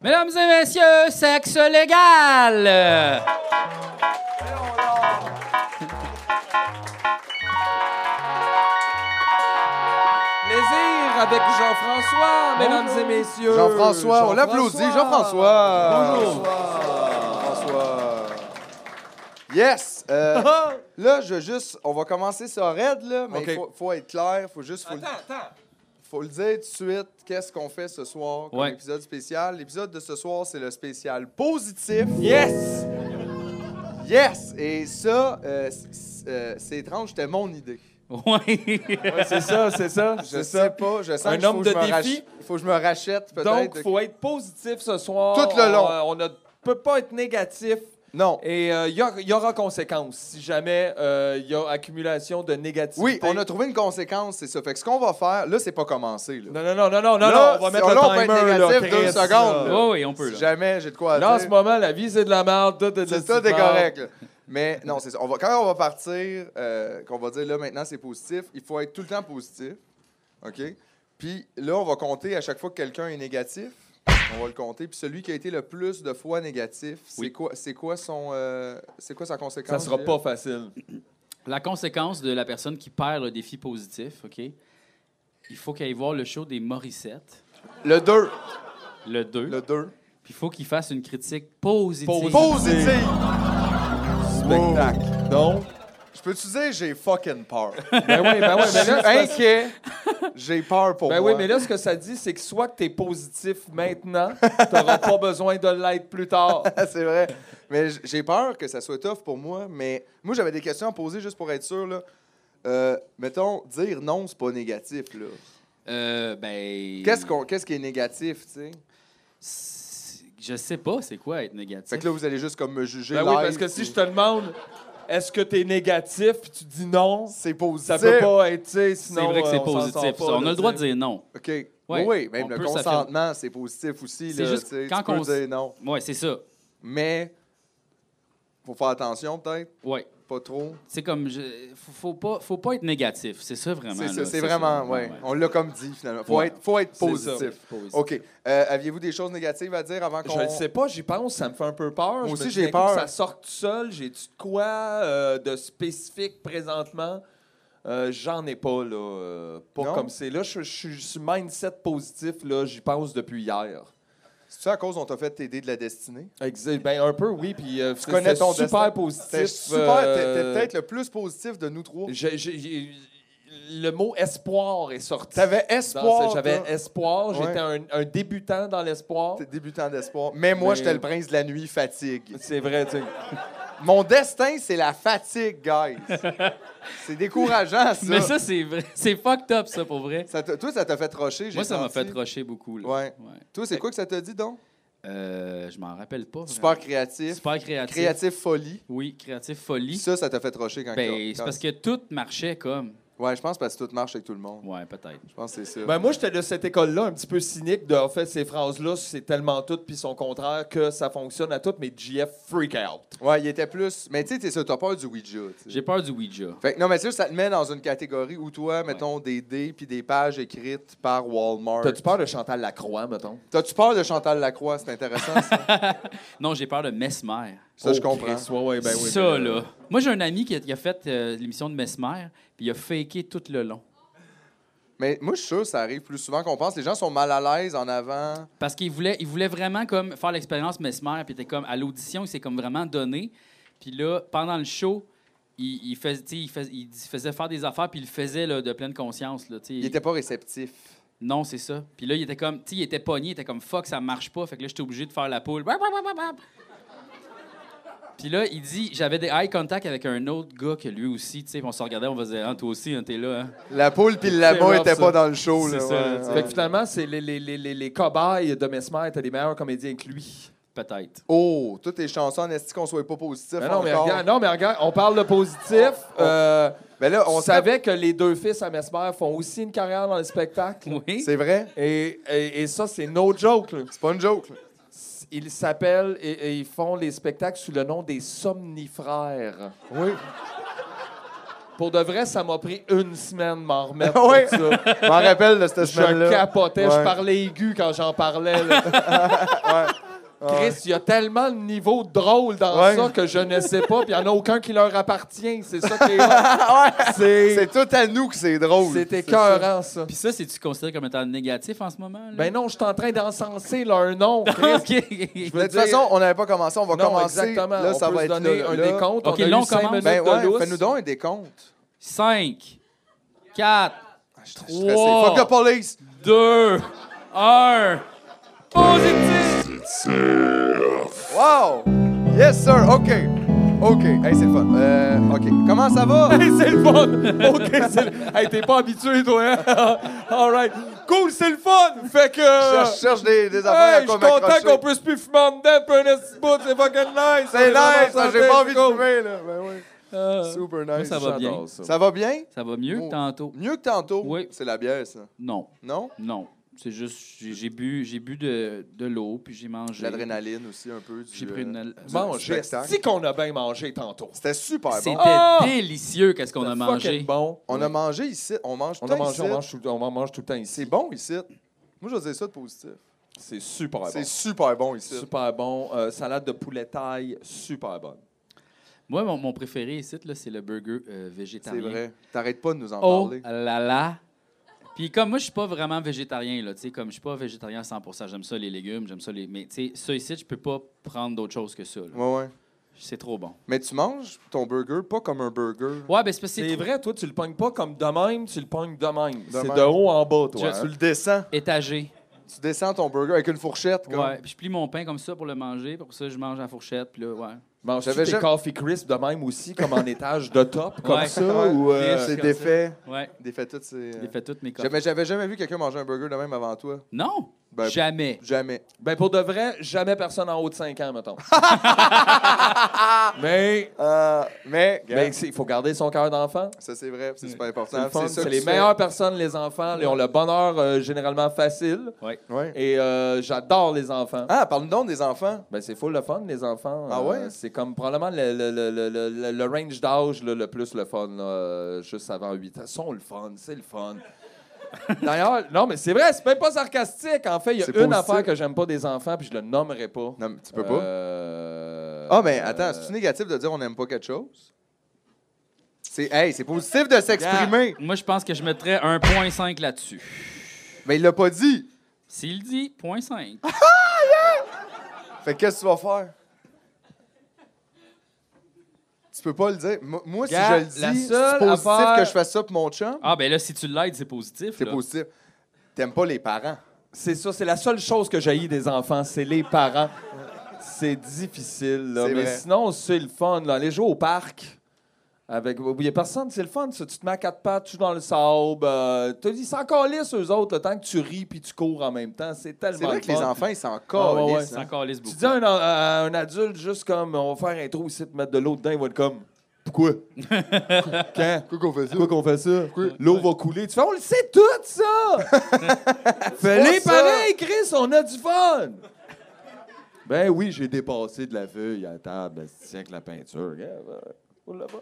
Mesdames et messieurs, sexe légal! Plaisir avec Jean-François, mesdames et messieurs. Jean-François, on l'applaudit, Jean-François. Bonjour. Jean-François. Yes! euh, là, je veux juste. On va commencer ça raide, là, mais OK. faut, faut être clair, faut juste. Faut, le- Attends, attends. faut le dire tout de suite, qu'est-ce qu'on fait ce soir comme Ouais. épisode spécial. L'épisode de ce soir, c'est le spécial positif. Yes! Yes! Et ça, euh, c- c- euh, c'est étrange, c'était mon idée. Oui. c'est ça, c'est ça, Je Ah, c'est sais ça. pas, je sens Un que homme faut, de que je me défi. rach- faut que je me rachète peut-être. Donc, de- faut être positif ce soir. Tout le long. On, euh, on ne peut pas être négatif. Non. Et il y, a- y aura conséquence si jamais il y a accumulation de négativité. Oui, on a trouvé une conséquence, c'est ça. Fait que ce qu'on va faire, là, c'est pas commencé. Là. Non, non, non, non, non, non, Là, on va si- mettre là, le on peut être timer, là, négatif deux Chris, secondes, là. là. oui, on peut, Si là. jamais j'ai de quoi à Là, en dire. ce moment, la vie, c'est de la merde. tout est de C'est la ça, petite t'es merde. correct. là. Mais non, c'est ça. On va, quand on va partir, euh, qu'on va dire là maintenant c'est positif, il faut être tout le temps positif. OK? Puis là, on va compter à chaque fois que quelqu'un est négatif. On va le compter. Puis celui qui a été le plus de fois négatif, c'est Oui. quoi, c'est quoi, son, euh, c'est quoi sa conséquence? Ça sera Gilles? pas facile. La conséquence de la personne qui perd le défi positif, OK? Il faut qu'elle aille voir le show des Morissettes, Le 2. le 2. Le 2. Puis il faut qu'il fasse une critique positive. Positif! Spectacle. Donc, Je peux-tu dire, j'ai fucking peur. ben oui, ben oui, mais Je suis là, c'est parce- inquiet. J'ai peur pour ben moi. oui, mais là, ce que ça dit, c'est que soit que t'es positif maintenant, t'auras pas besoin de l'aide plus tard. Ah, c'est vrai. Mais j- j'ai peur que ça soit tough pour moi. Mais moi, j'avais des questions à poser juste pour être sûr. Là. Euh, mettons, dire non, c'est pas négatif. là. Euh, ben. Qu'est-ce, qu'on, qu'est-ce qui est négatif, tu sais? C'est- Je sais pas c'est quoi être négatif. Fait que là, vous allez juste comme me juger. Ben oui, live, parce que si puis je te demande, est-ce que t'es négatif, puis tu dis non, C'est positif. ça peut pas être, tu sais, c'est sinon. vrai que c'est euh, on s'en positif. sort pas, ça. on là, a le tu droit de sais. dire non. OK. Ouais, Oui, même on le peut s'affirmer. consentement, c'est positif aussi. C'est là, juste tu sais, quand tu peux qu'on s- dire non. Ouais, c'est ça. Mais, faut faire attention peut-être. Ouais. Pas trop. C'est comme je... faut, faut pas faut pas être négatif, c'est ça vraiment. C'est, ça, là, c'est ça. vraiment, ouais. On l'a comme dit finalement. Faut, Ouais. être, faut être C'est positif. ça, positif. OK. Euh, aviez-vous des choses négatives à dire avant qu'on. Je le sais pas, j'y pense, ça me fait un peu peur. Moi Je me aussi, dis, j'ai écoute, peur. Ça sort tout seul, j'ai-tu de quoi euh, de spécifique présentement? Euh, J'en ai pas, là. euh, pas Non? comme c'est. Là, je je- je suis mindset positif, là, j'y pense depuis hier. C'est ça à cause on t'a fait t'aider de la destinée? Exact. Ben, un peu, oui. Puis, euh, c'était- connais c'était ton super destin. T'es positif. super, t'es- t'es euh, peut-être le plus positif de nous trois. j'ai- j'ai- j'ai- le mot espoir est sorti. T'avais Dans espoir. ce- J'avais toi. espoir. Ouais. J'étais un, un débutant dans l'espoir. T'es débutant d'espoir. Mais moi, Mais- j'étais le prince de la nuit, fatigue. C'est vrai, tu sais. Mon destin, c'est la fatigue, guys. c'est décourageant, ça. Mais ça c'est vrai, c'est fucked up ça pour vrai. Ça t'a- toi, ça t'a fait rocher. j'ai Moi ça m'a senti. fait rocher beaucoup là. Ouais. ouais. Toi, c'est quoi que ça t'a dit, donc? Euh, je m'en rappelle pas. Super vraiment. créatif. Super créatif. Créatif folie. Oui, créatif folie. Ça, ça t'a fait rocher quand Ben, c'est quand- parce que tout marchait comme. Ouais, je pense parce que tout marche avec tout le monde. Ouais, peut-être. Je pense que c'est ça. Ben, moi, j'étais de cette école-là, un petit peu cynique, de en fait, ces phrases-là, c'est tellement tout puis son contraire que ça fonctionne à tout, mais JF freak out. Ouais, il était plus. Mais tu sais, t'es ça, t'as peur du Ouija. tu sais. J'ai peur du Ouija. Fait que non, mais tu sais, ça te met dans une catégorie où toi, mettons, des dés puis des pages écrites par Walmart. T'as-tu peur de Chantal Lacroix, mettons? T'as-tu peur de Chantal Lacroix? C'est intéressant, ça. Non, j'ai peur de Mesmer. Ça, Oh, je comprends. ouais, ben, oui, ça, mais, euh, là. Moi, j'ai un ami qui a, qui a fait euh, l'émission de Mesmer, puis il a faké tout le long. Mais moi, je suis sûr que ça arrive plus souvent qu'on pense. Les gens sont mal à l'aise en avant. Parce qu'il voulait, il voulait vraiment comme faire l'expérience Mesmer, puis il était comme à l'audition, il s'est comme vraiment donné. Puis là, pendant le show, il, il fais- tu sais, il fais- il dis- faisait faire des affaires, puis il le faisait là, de pleine conscience. Là, tu sais. Ils étaient pas réceptifs. Non, c'est ça. Puis là, il était comme, tu sais, il était pogné, il était comme fuck, ça marche pas. Fait que là, j'étais obligé de faire la poule. Bap, bap, bap, bap, bap. Puis là, il dit, j'avais des eye contact avec un autre gars que lui aussi, tu sais, puis on se regardait, on faisait, ah, toi aussi, hein, t'es là, hein. La poule puis le lama rough, étaient ça. pas dans le show. C'est là, ça, ouais, tu ouais. Fait que finalement, c'est les, les, les, les, les cobayes de Mesmer étaient les meilleurs comédiens que lui. Peut-être. Oh, toutes les chansons, est-ce qu'on soit pas positif Mais Ben non, mais encore? regarde, non, mais regarde, on parle de positif. euh, Mais là, on on savait que les deux fils à Mesmer font aussi une carrière dans le spectacle. Oui. C'est vrai? Et, et, et ça, c'est no joke. là. C'est pas une joke. là. Ils s'appellent et, et ils font les spectacles sous le nom des Somnifrères. Oui. Pour de vrai, ça m'a pris une semaine de m'en remettre. oui. de ça. Je m'en rappelle de cette semaine-là. Je capotais, je Ouais. parlais aigu quand j'en parlais. là. Chris, il y a tellement de niveaux drôles dans Ouais. ça que je ne sais pas, puis il n'y en a aucun qui leur appartient. C'est ça qui est hot. C'est C'est tout à nous que c'est drôle. c'est ça. écœurant, ça. Puis ça, c'est-tu considéré comme étant négatif en ce moment? là? Ben non, je suis en train d'encenser leur nom, Chris. OK. Je veux Mais De toute dire- façon, on n'avait pas commencé. On va non, commencer. exactement. Là, on ça peut va se être donner là, un là. décompte. OK, on a là, on eu cinq commence. minutes Ben de ouais, lousse. fais-nous donc un décompte. 5, 4, Ah, je suis Trois. stressé. Fuck the police! 2, 1. Positif! Wow! Yes, sir! OK. OK. Hey, c'est le fun. Euh, OK. Comment ça va? Hey, c'est le fun! OK, c'est le... Hey, t'es pas habitué, toi, hein? All right. Cool, c'est le fun! Fait que... Je cherche des, des affaires Hey, à je quoi suis content m'accrocher. qu'on puisse plus fumer en dedans pour un esti de bout, c'est fucking nice! C'est vraiment nice! ça, J'ai pas envie cool. de fumer, là. Ben oui. Euh, Super Moi, nice. ça va bien. Ça va bien? Ça va mieux Oh. que tantôt? Mieux que tantôt. Oui. C'est la bière, ça. Non, Non? non. C'est juste, j'ai j'ai bu, j'ai bu de, de l'eau, puis j'ai mangé. L'adrénaline aussi, un peu. du, J'ai pris une... euh, al- Manger. Spectacle. Si qu'on a bien mangé tantôt. C'était super C'était bon. Ah! délicieux qu'est-ce qu'on a C'était mangé. fucking bon. On a mangé ici. On mange tout On le a temps mangé, ici. on mange tout, on en mange tout le temps C'est ici. bon ici. Moi, je veux dire ça de positif. C'est super C'est bon. super bon ici. Super bon. Euh, salade de poulet taille, super bonne. Moi, mon, mon préféré ici, là, c'est le burger euh, C'est végétarien. vrai. T'arrêtes pas de nous en Oh parler. là là. Puis comme moi, je suis pas vraiment végétarien, là, tu sais, comme je suis pas végétarien à 100 j'aime ça les légumes, j'aime ça les... Mais tu sais, ça ici, je peux pas prendre d'autre chose que ça. là. Ouais, ouais. C'est trop bon. Mais tu manges ton burger pas comme un burger. Ouais, ben c'est parce que C'est c'est trop vrai, toi, tu le pognes pas comme de même, tu le pognes de même. C'est même. de haut en bas, toi. Je- hein? Tu le descends. étagé. Tu descends ton burger avec une fourchette. Comme. Ouais, puis je plie mon pain comme ça pour le manger, pour ça je mange à la fourchette, puis là, ouais. Manges-tu J'avais tes jamais- coffee crisp de même aussi, comme en étage de top, comme Ouais. ça? Ouais. Ou, euh, Riche. comme C'est ça. défait. Ouais, Défait tout, c'est. j'ai fait toutes mes copies. J'avais, j'avais jamais vu quelqu'un manger un burger de même avant toi. Non, Ben- jamais. Jamais. Ben, pour de vrai, jamais personne en haut de 5 ans, mettons. mais... Euh, mais, Mais gars, il faut garder son cœur d'enfant. ça c'est vrai, c'est super C'est important. le fun, ça c'est que les tu fais. meilleures personnes, les enfants. Ils ont le bonheur euh, généralement facile. Ouais. Ouais. Et euh, j'adore les enfants. Ah, parle-nous donc des enfants. Ben, c'est full le fun, les enfants. Ah Euh, ouais? c'est comme probablement le, le- le- le- le- le- le range d'âge là, le plus le fun, là, euh, juste avant 8 ans. Ils sont le fun, c'est le fun. D'ailleurs, non, mais c'est vrai, c'est même pas sarcastique. En fait, il y a C'est une positif. affaire que j'aime pas des enfants, puis je le nommerai pas. Non, mais tu peux pas. Euh, Ah, mais attends, euh, c'est-tu négatif de dire on n'aime pas quelque chose? C'est, hey, c'est positif de s'exprimer. Moi, je pense que je mettrais 1.5 là-dessus. Mais il l'a pas dit. S'il dit 0.5, Fait que qu'est-ce que tu vas faire? Tu peux pas le dire. Moi, moi, si Gars, je le dis, la c'est seule positif affaire- que je fasse ça pour mon chum. ah ben là, si tu l'aides, c'est positif. C'est là. positif. T'aimes pas les parents. C'est ça, c'est la seule chose que j'haïs des enfants, c'est les parents. C'est difficile, là. C'est Mais vrai. sinon, c'est le fun, là. Aller jouer au parc. Avec... Il n'y a personne, c'est le fun, ça. Tu te mets à quatre pattes, tu joues dans le sable. Euh... t'as- Ils s'en calissent, eux autres, le temps que tu ris puis tu cours en même temps. C'est tellement C'est vrai que le les fun. enfants, ils s'en Ah, ouais, calissent, C'est hein. encore lisse Tu beaucoup. dis à un, à un adulte, juste comme, on va faire un trou ici, te mettre de l'eau dedans, il va être comme, pourquoi? Quand? Pourquoi qu'on fait ça? Pourquoi qu'on fait ça? L'eau va couler. Tu fais, on le sait tout, ça! Fais-les Pas ça. pareil, Chris, on a du fun! Ben oui, j'ai dépassé de la feuille à la table, ben, c'est avec la peinture. Regarde, euh, on l'a pas.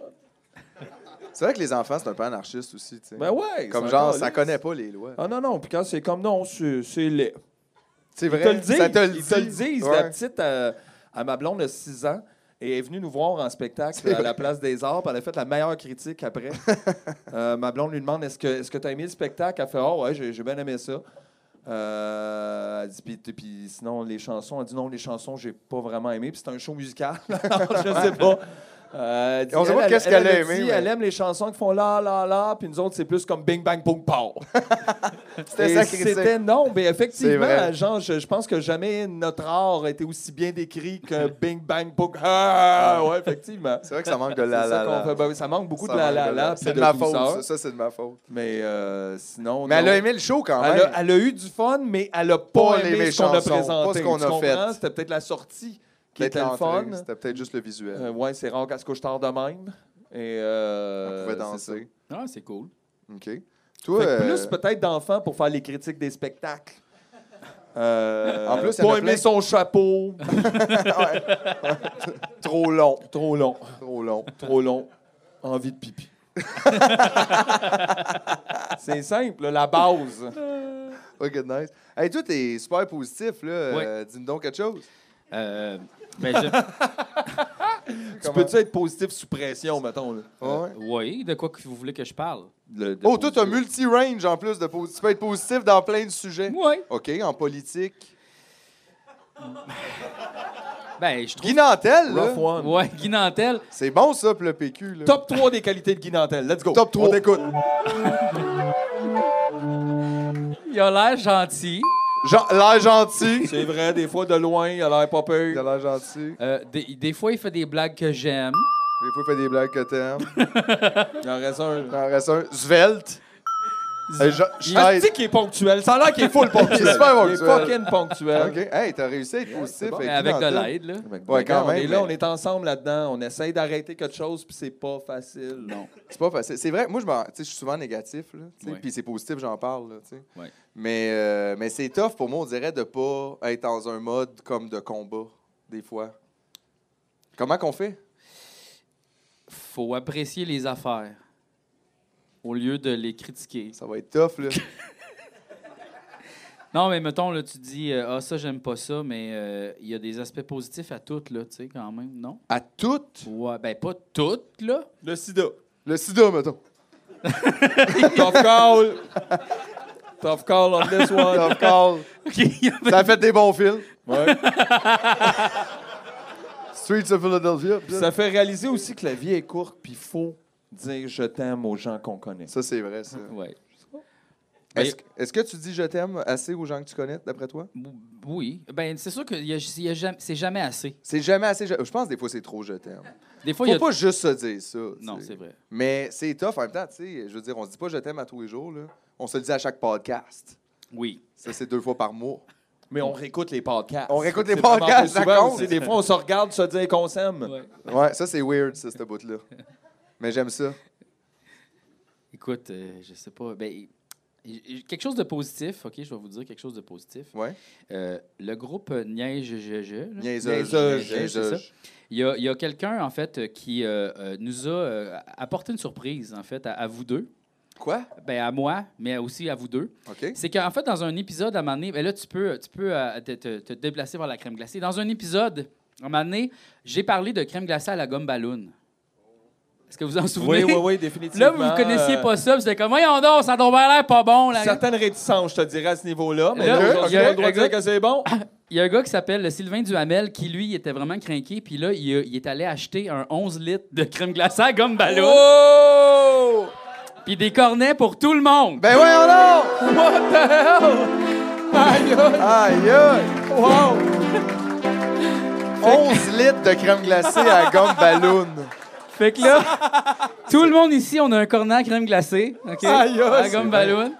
C'est vrai que les enfants, c'est un peu anarchiste aussi, tu sais. Ben ouais! Comme c'est genre, encore ça lisse. connaît pas les lois. Ah non, non, puis quand c'est comme non, c'est c'est laid. C'est vrai. Ils te le disent. Ça te le Ils te le dit. disent. Ouais. La petite, euh, à ma blonde de 6 ans, et est venue nous voir en spectacle à la Place des Arts. puis Elle a fait la meilleure critique après. Euh, ma blonde lui demande Est-ce que tu as aimé le spectacle Elle fait Oh, ouais, j'ai j'ai bien aimé ça. Euh, elle dit puis, t- puis sinon les chansons elle dit non les chansons j'ai pas vraiment aimé puis c'est un show musical Alors, je sais pas Euh, elle dit, On sait elle, pas elle- qu'est-ce elle, qu'elle a elle aimé, dit, mais- elle aime les chansons qui font la la la puis nous autres c'est plus comme bing bang boom pow C'était et ça critique. C'était non, mais C'est effectivement, vrai. genre, je, je pense que jamais notre art a été aussi bien décrit que Bing Bang Book. Ah, ouais, effectivement. C'est vrai que ça manque de C'est la ça la qu'on la. fait. Ben oui, ça manque beaucoup Ça de la manque la la. puis C'est de ma douceur. faute. ça, Ça, c'est de ma faute. Mais euh, sinon. Mais non. elle a aimé le show quand Elle même. a, elle a eu du fun, mais elle a pas, Pas aimé les ce qu'on a chansons, pas présenté. ce qu'on Tu a comprends? fait. C'était peut-être la sortie qui Peut-être était le fun. l'entrée, C'était peut-être juste le visuel. Euh, ouais, c'est rare qu'elle se couche tard de même. Et, euh, On pouvait c'est ça. danser. Ah, c'est cool. OK. Toi, Fait que euh, plus peut-être d'enfants pour faire les critiques des spectacles. Euh, En plus, il y en a pas aimer plein- son chapeau. trop long. Trop long, Trop long. trop long. Envie de pipi. C'est simple, là, la base. OK, nice. Hey, toi, t'es super positif, là. Euh, Dis-nous donc quelque chose. Euh, ben, je- Tu peux-tu être positif sous pression, mettons? là? Ouais. oui, de quoi que vous voulez que je parle? Le- de Oh, toi, t'as positif. multi-range en plus de positif. Tu peux être positif dans plein de sujets. Oui. OK, en politique. Ben, je trouve... Guy Nantel, là. Rough one. Ouais, Guy Nantel. C'est bon, ça, pour le PQ, là. Top 3 des qualités de Guy Nantel. Let's go. Oh. Top 3. On t'écoute. Il a l'air gentil. Gen- L'air gentil. C'est vrai, des fois de loin, il a l'air pas Il a peur. l'air gentil. Euh, des, des fois, il fait des blagues que j'aime. Des fois, il fait des blagues que t'aimes. Il en reste un. Il en reste un. Svelte. Euh, je- je Il est t'aide. qui est ponctuel. Ça a l'air qu'il est full ponctuel. Il est super Il est ponctuel. fucking ponctuel. Ah, OK. Hey, t'as réussi à être positif. bon. Mais Ben, Guy avec de Nantel. l'aide, là. Ouais, quand On même, est là, mais- on est ensemble là-dedans. On essaye d'arrêter quelque chose, puis c'est pas facile. Non. C'est pas facile. C'est vrai, moi, je m'en- tu sais, je suis souvent négatif, là, tu sais, Ouais. puis c'est positif, j'en parle, là, tu sais. Ouais. Mais, euh, mais c'est tough pour moi, on dirait, de pas être dans un mode comme de combat, des fois. Comment qu'on fait? Faut apprécier les affaires au lieu de les critiquer. Ça va être tough, là. Non, mais mettons, là, tu dis, euh, ah, ça, j'aime pas ça, mais euh, il y a des aspects positifs à toutes, là, tu sais, quand même, non? À toutes? Ouais, ben pas toutes, là. Le sida. Le sida, mettons. Tough call. Tough call on this one. Tough call. Ça a fait des bons films. Ouais. Streets of Philadelphia. Puis Ça fait réaliser aussi que la vie est courte, puis il faut dire je t'aime aux gens qu'on connaît. Ça, c'est vrai, ça. Ouais. Ben, Est-ce est-ce que tu dis je t'aime assez aux gens que tu connais, d'après toi? Ou- Oui. Ben, c'est sûr que y a- y a jamais- c'est jamais assez. C'est jamais assez. Je, je pense que des fois, c'est trop je t'aime. Des fois, il y a. Faut pas juste se dire ça. tu Non, sais. c'est vrai. Mais c'est tough en même temps, tu sais. Je veux dire, on se dit pas je t'aime à tous les jours, là. On se le dit à chaque podcast. Oui. Ça, c'est deux fois par mois. Mais on réécoute les podcasts. On réécoute les C'est vraiment podcasts, pas ça souvent compte. aussi. Des fois, on se regarde se dire qu'on s'aime. Ouais. Ouais, ça, c'est weird, ça, cette bout-là. Mais j'aime ça. Écoute, euh, je sais pas. Ben, j- j- quelque chose de positif, OK, je vais vous dire quelque chose de positif. Ouais. Euh, le groupe Niège GG, Niaiseuge. Niaiseuge, c'est ça. il y a, il y a quelqu'un, en fait, euh, qui euh, euh, nous a euh, apporté une surprise, en fait, à, à vous deux. Quoi? Ben, à moi, mais aussi à vous deux. OK. C'est qu'en fait, dans un épisode, à un moment donné, ben là, tu peux, tu peux euh, te, te- te déplacer vers la crème glacée. Dans un épisode, à un moment donné, j'ai parlé de crème glacée à la gomme ballon. Est-ce que vous en Oui, souvenez? oui, oui, définitivement. Là, vous ne connaissiez pas ça, vous étiez comme, voyons donc, euh, ça a donc bien l'air pas bon. Euh, Là. certaines réticences, je te dirais, à ce niveau-là. Mais Là, là, il aujourd'hui, y a- on doit dire que c'est bon. Il y a un gars qui s'appelle Sylvain Duhamel qui, lui, il était vraiment craqué. Puis là, il, a- il est allé acheter un 11 litres de crème glacée à gomme ballon. Oh! Puis des cornets pour tout le monde. Ben voyons donc! What the hell? Aïe, aïe, Aïe, aïe! wow! 11 litres de crème glacée à gomme ballon. Fait que là, tout le monde ici, on a un cornet à crème glacée. OK? Aïe, aïe, à c'est gomme vrai. ballon.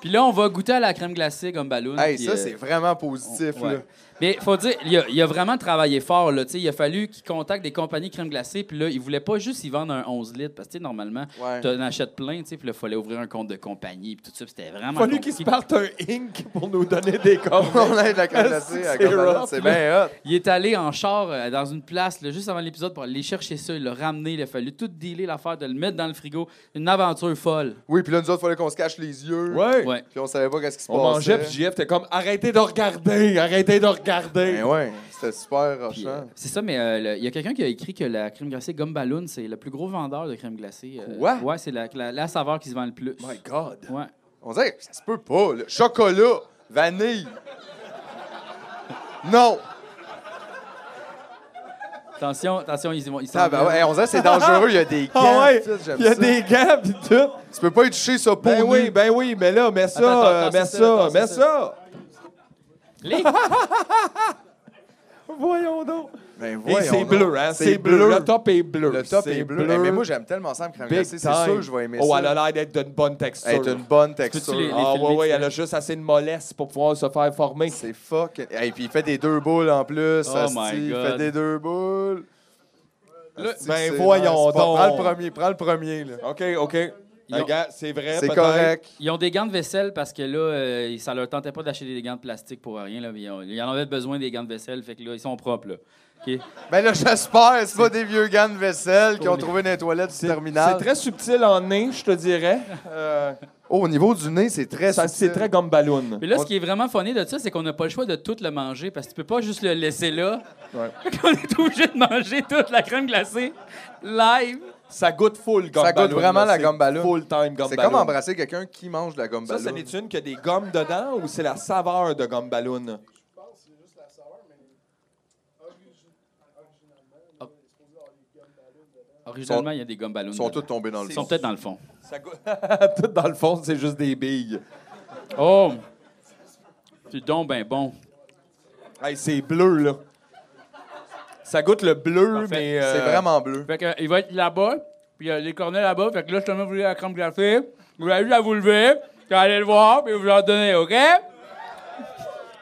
Puis là, on va goûter à la crème glacée gomme ballon. Hey, puis, ça, euh, c'est vraiment positif, Ouais. là. Mais faut dire, il a, il a vraiment travaillé fort. Là, tu sais, il a fallu qu'il contacte des compagnies crème glacée. Puis là, il voulait pas juste y vendre un 11 litres. Parce que tu sais, normalement, Ouais. tu en achètes plein. tu sais, Puis là, il fallait ouvrir un compte de compagnie. Puis tout ça, puis c'était vraiment. Fallu qu'il compliqué. se parte un ink pour nous donner des cordes. On a de la crème glacée à gomme ballon. Ah rough, C'est là. bien hot. Il est allé en char euh, dans une place là, juste avant l'épisode pour aller chercher ça. Il l'a ramené. Il a fallu tout dealer l'affaire, de le mettre dans le frigo. Une aventure folle. Oui, puis là, nous autres, il fallait qu'on se cache les yeux. Ouais. Ouais. Puis on savait pas qu'est-ce qui se On passait. mangeait, puis JF était comme arrêtez de regarder, arrêtez de regarder. Ben ouais, c'était super Puis, rochant. euh, c'est ça, mais euh, le- il y a quelqu'un qui a écrit que la crème glacée Gomme Balloon, c'est le plus gros vendeur de crème glacée. euh, Quoi? Ouais, c'est la, la- la saveur qui se vend le plus. My God. Ouais. On dirait que ça se peut pas, là. Chocolat, vanille. Non! Attention, attention, ils, vont, ils s'en Ah, ben viennent. ouais, hey, on dirait que c'est dangereux, il y a des gants. Ah ouais, tout, j'aime il y a ça. des gants pis tout. Tu peux pas y toucher ça pour Ben oui, ben oui, mais là, mets ça, Attends, attends, euh, attends, mets c'est ça, ça, attends, mets c'est ça. Les- Voyons donc. Ben Et voyons c'est donc. bleu, hein, c'est bleu. Le top est bleu. Le top C'est est bleu. Hey, mais moi, j'aime tellement ça, me crème Big glacée, c'est sûr time. que je vais aimer Oh, ça. elle a l'air d'être d'une bonne texture. Elle est une bonne les- texture. les- Ah, Ah filmer, ouais, ouais, tu elle sais. a juste assez de mollesse pour pouvoir se faire former. c'est fuck. Et puis il fait des deux boules en plus. Oh asti, my Il God. fait des deux boules. Le- Asti, ben, Ah, c'est voyons nice. Prends- donc. Prends le premier, prends le premier, là. OK, OK. Ils ont- Les gars, c'est vrai, C'est peut-être. correct. Ils ont des gants de vaisselle parce que là, euh, ça leur tentait pas d'acheter des gants de plastique pour rien. Là. Ils, ont- ils en avaient besoin des gants de vaisselle, fait que là, ils sont propres. Là. OK? Ben là, j'espère, c'est pas des vieux gants de vaisselle qui ont les- trouvé dans les toilettes du C'est terminal. très subtil en nez, je te dirais. Euh, Oh, au niveau du nez, c'est très Ça, subtil. c'est très gomme ballon. Mais là, ce qui est vraiment funny de ça, c'est qu'on n'a pas le choix de tout le manger parce que tu peux pas juste le laisser là. Ouais. on est obligé de manger toute la crème glacée live. Ça goûte full gomme Ça goûte ballon, vraiment là. la C'est gomme ballon. Full time gomme C'est ballon. comme embrasser quelqu'un qui mange de la gomme Ça, ballon. ça n'est une que des gommes dedans ou c'est la saveur de gomme ballon? Originalement, il y a des gommes ballons. Ils sont tous tombés dans le Ils sont fond. peut-être dans le fond. Ça goûte... Tout dans le fond, c'est juste des billes. Oh! Tu donc ben bon. Hey, c'est bleu, là. Ça goûte le bleu, Parfait. mais... euh, C'est vraiment bleu. Fait que, euh, il va être là-bas, puis euh, les cornets là-bas. Fait que là, justement, vous voulez la crème glacée, vous allez la vous lever, puis allez le voir, puis vous leur donnez, OK?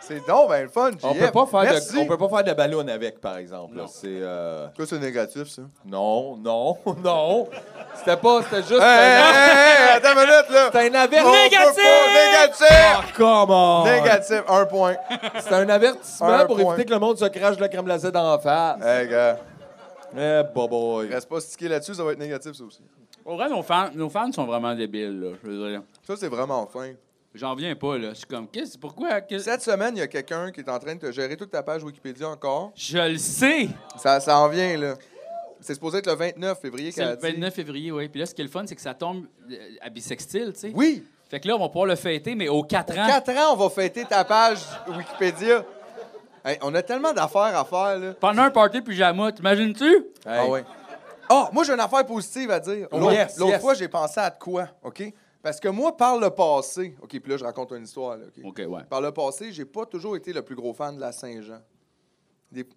C'est donc ben le fun, JF. On peut, pas faire Merci. de, on peut pas faire de ballon avec, par exemple. là. Non. C'est... euh, Pourquoi c'est négatif, ça? Non, non, non. C'était pas... C'était juste... Hey, hey, hey, hey, attends une minute, là! C'était un On peut avertissement. Négatif! pas, Négatif! Come on! Négatif, un point. C'était un avertissement Un pour point. éviter que le monde se crache de la crème glacée dans la face. Hey, gars, Eh, boboy. reste pas stické là-dessus, ça va être négatif, ça aussi. Au vrai, nos fans, nos fans sont vraiment débiles, là. Je veux dire, Ça, c'est vraiment fin. j'en viens pas, là. Je suis comme, qu'est-ce, pourquoi? qu'est-ce- Cette semaine, il y a quelqu'un qui est en train de te gérer toute ta page Wikipédia encore. Je le sais! Ça, ça en vient, là. C'est supposé être le 29 février C'est qu'elle le a dit. 29 février, oui. Puis là, ce qui est le fun, c'est que ça tombe euh, à bisextile, tu sais. Oui! Fait que là, on va pouvoir le fêter, mais aux 4 ans. 4 ans, on va fêter ta page Wikipédia. Hey, on a tellement d'affaires à faire, là. Pendant un party de pyjama, t'imagines-tu? Hey. Ah ouais. Ah, moi j'ai une affaire positive à dire. Oh, L'autre yes, l'autre yes. fois, j'ai pensé à de quoi, OK Parce que moi par le passé, OK, puis là je raconte une histoire là, OK. OK, ouais. Par le passé, j'ai pas toujours été le plus gros fan de la Saint-Jean. Des-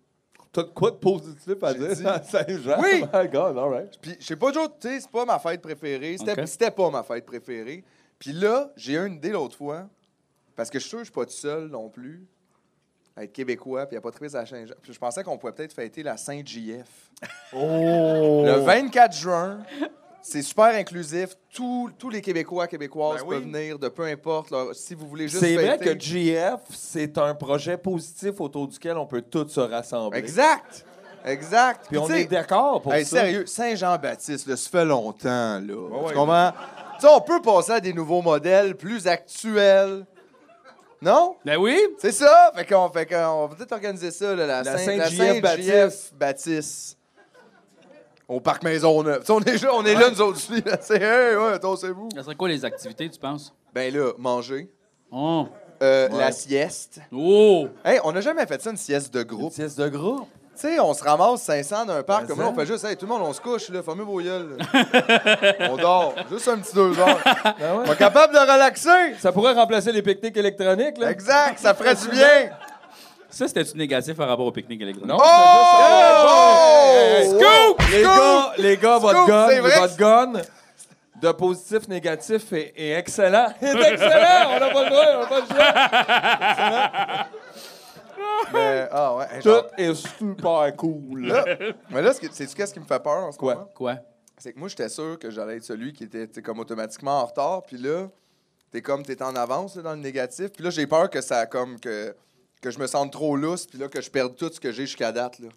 T'as de quoi de positif à J'ai dire dit. dans Saint-Jean? Oui! Oh my God, all right. Puis j'ai pas toujours, tu sais, c'est pas ma fête préférée, c'était OK. c'était pas ma fête préférée. Puis là, j'ai eu une idée l'autre fois parce que je suis sûr que je suis pas tout seul non plus. À être québécois, puis à pas triper à Saint-Jean. Puis je pensais qu'on pourrait peut-être fêter la Saint-JF. Oh! Le 24 juin, c'est super inclusif. Tous- tous les Québécois, Québécoises Ben oui. peuvent venir de peu importe. leur- si vous voulez juste C'est vrai fêter- que GF, c'est un projet positif autour duquel on peut tous se rassembler. Exact! Exact! Puis on tu sais, est d'accord pour hey, ça. sérieux, Saint-Jean-Baptiste, là, ça fait longtemps, là. ouais. Tu comprends? Tu sais, on peut passer à des nouveaux modèles plus actuels. Non? Ben oui! C'est ça! Fait qu'on fait qu'on va peut-être organiser ça, là, la, La Saint- la Saint-JF Baptiste. Saint-JF Baptiste. Au parc Maisonneuve. Tu sais, On est, là- on est là, nous autres, aussi, là. C'est, hey, ouais, attends, c'est vous. Ça serait quoi les activités, tu penses? Ben là, manger. Oh! Euh, Ouais. La sieste. Oh! Hey, on n'a jamais fait ça, une sieste de groupe. Une Tu pièce de groupe. sais, on se ramasse 500 d'un parc, Ben comme là, ça. on fait juste, hey, tout le monde, on se couche, là, fameux vos gueules, là. on dort, juste un petit deux heures. Ben ouais. on est capable de relaxer. Ça pourrait remplacer les pique-niques électroniques, là. Exact, ça ferait du bien. Ça, c'était-tu négatif par rapport au pique-nique électronique? Non, Oh! c'est juste- Scoop! Les Scoop! gars, les gars, votre Scoop, c'est gun, vrai votre gun de positif, négatif est, est excellent. Est excellent! On n'a pas le droit, on n'a pas le choix. Mais, ah ouais, hey, genre, Tout est super cool. là, mais là, ce que- sais-tu qu'est-ce qui me fait peur en ce Quoi? moment? Quoi? C'est que moi, j'étais sûr que j'allais être celui qui était tu sais, comme automatiquement en retard. Puis là, t'es comme, t'es en avance là, dans le négatif. Puis là, j'ai peur que ça, comme, que, que je me sente trop lousse. Puis là, que je perde tout ce que j'ai jusqu'à date, là,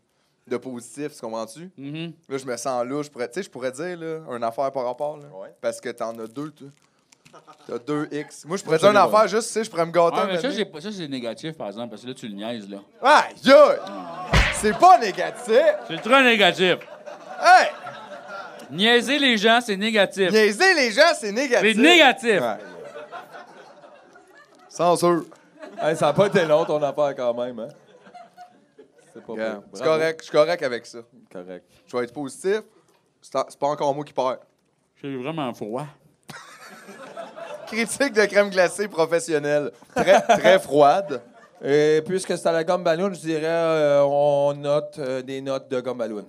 de positif. Tu comprends-tu? Mhm. Là, je me sens lousse. Je pourrais, tu sais, je pourrais dire, là, une affaire par rapport, là. Ouais. Parce que t'en as deux, tu T'as deux X. Moi, je pourrais Moi, dire une j'en ai affaire juste, tu sais, je pourrais me gâter. Ah, un mais ça, moment donné. j'ai pas- ça, c'est négatif, par exemple, parce que là, tu le niaises, là. Aïe, aïe! C'est pas négatif! C'est très négatif. Hey! Niaiser les gens, c'est négatif. Niaiser les gens, c'est C'est négatif! négatif! Ouais. Censure. Hey, ça n'a pas été long ton affaire quand même, hein? C'est pas Yeah. pire. C'est Bravo. correct, je suis correct avec ça. Correct. Je vais être positif. C'est en- c'est pas encore moi qui perds. C'est vraiment froid. Critique de crème glacée professionnelle. Très, très froide. Et puisque c'est à la gomme ballon, je dirais euh, on note euh, des notes de gomme ballon.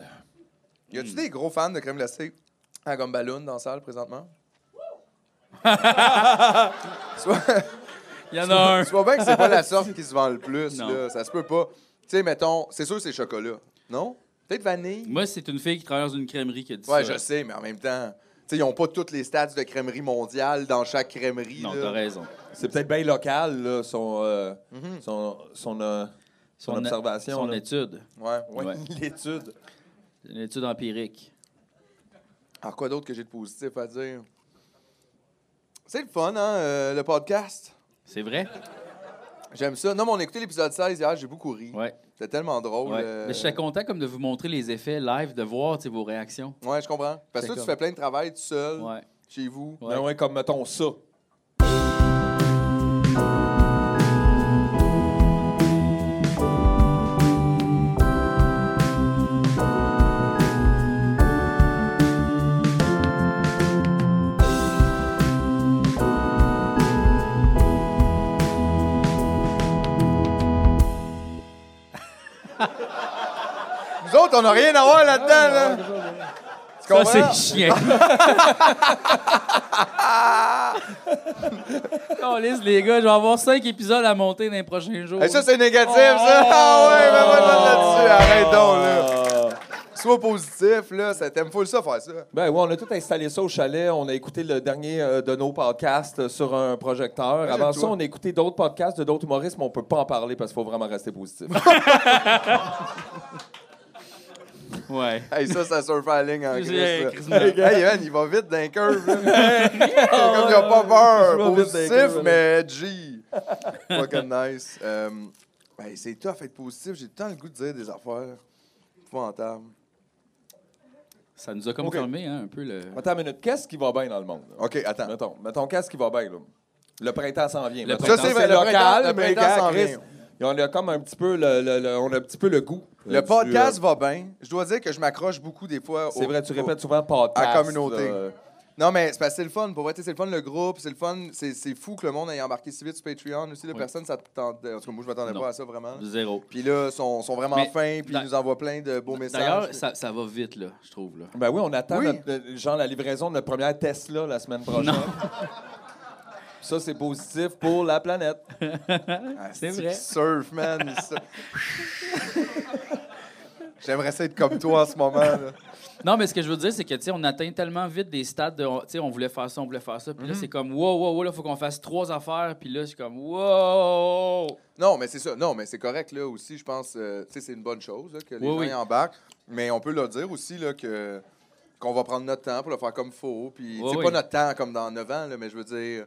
Y Hmm. a-tu des gros fans de crème glacée à gomme ballon dans la salle présentement? Soit- Il y en a un. Tu vois bien que c'est pas la sorte qui se vend le plus, Non. là. Ça se peut pas. Tu sais, mettons, c'est sûr que c'est chocolat, non? Peut-être vanille? Moi, c'est une fille qui travaille dans une crèmerie qui a dit Ouais, ça. je sais, mais en même temps, tu sais, ils ont pas toutes les stats de crèmerie mondiale dans chaque crèmerie. Non, là. t'as raison. C'est peut-être bien local, là, son, euh, Mhm. son, son, euh, son Son- observation. Son là. étude. Ouais. Ouais, Ouais. L'étude. Une étude empirique. Alors, quoi d'autre que j'ai de positif à dire? C'est le fun, hein, euh, le podcast. C'est vrai? J'aime ça. Non, mais on a écouté l'épisode 16 hier, j'ai beaucoup ri. Ouais. C'était tellement drôle. ouais. euh, Mais je suis content comme de vous montrer les effets live, de voir tu sais, vos réactions. ouais, je comprends. C'est Parce que toi, tu comme- fais plein de travail tout seul, Ouais. chez vous. Ouais. Ben ouais, comme mettons ça. Nous autres, on n'a rien à voir là-dedans. là. Tu Ça, comprends? c'est chien. Calisse, les gars, je vais avoir cinq épisodes à monter dans les prochains jours. Hey, ça, c'est négatif, ça! Ah ouais, mais moi, là-dessus, arrête donc, là! Sois positif, là, ça t'aime full ça, faire ça. Ben ouais, on a tout installé ça au chalet. On a écouté le dernier euh, de nos podcasts euh, sur un projecteur. Avant Imagine-toi. ça, on a écouté d'autres podcasts de d'autres humoristes, mais on peut pas en parler parce qu'il faut vraiment rester positif. Ouais. Hey, ça, ça surfe à la ligne en Christ, J'ai- là. Christmas. Hey, man, il va vite d'un curve, là. Comme il a pas peur. Je vais vite dans les Positif, curves, mais G. Fucking nice. Euh, ben, c'est tough être positif. J'ai tant le goût de dire des affaires. Épouvantable. Ça nous a comme Ok. fermé hein, un peu le. Attends une minute, qu'est-ce qui va bien dans le monde? là? OK, attends. Mettons, mettons qu'est-ce qui va bien? Là? Le printemps s'en vient. Le mettons. printemps, Ça, c'est c'est- le local, printemps- le mais printemps gars, s'en Chris, vient. et on a comme un petit peu le, le- le- on a un petit peu le goût. euh, Le du, podcast euh, va bien. Je dois dire que je m'accroche beaucoup des fois au- c'est vrai, tu au- répètes souvent podcast. à la communauté. là. Non, mais c'est parce que c'est le fun. Pour vrai, tu sais, c'est le fun, le groupe. C'est le fun. C'est c'est fou que le monde ait embarqué si vite sur Patreon aussi. Là, Oui. Personne, ça te tente. En tout cas, moi, je m'attendais Non. pas à ça vraiment. Zéro. Puis là, ils sont, sont vraiment Mais fins. Puis d'a- ils nous envoient plein de beaux messages. D'ailleurs, ça, ça va vite, là, je trouve. Là. Ben oui, on attend Oui. notre- euh, genre la livraison de notre première Tesla la semaine prochaine. Non. Ça, c'est positif pour la planète. Ah, C'est c'est vrai. qu'il Surf, man. il surfe. J'aimerais ça être comme toi en ce moment. là. Non, mais ce que je veux dire, c'est que, tu sais, on atteint tellement vite des stades de, tu sais, on voulait faire ça, on voulait faire ça. Puis là, c'est comme, wow, wow, wow, là, faut qu'on fasse trois affaires. Puis là, c'est comme, wow. Non, mais c'est ça. Non, mais c'est correct, là, aussi. Je pense, euh, tu sais, c'est une bonne chose, là, que les Oui, gens oui. y embarquent. Mais on peut leur dire aussi, là, que qu'on va prendre notre temps pour le faire comme faut. Puis, Oui, c'est oui. pas notre temps comme dans 9 ans, là, mais je veux dire,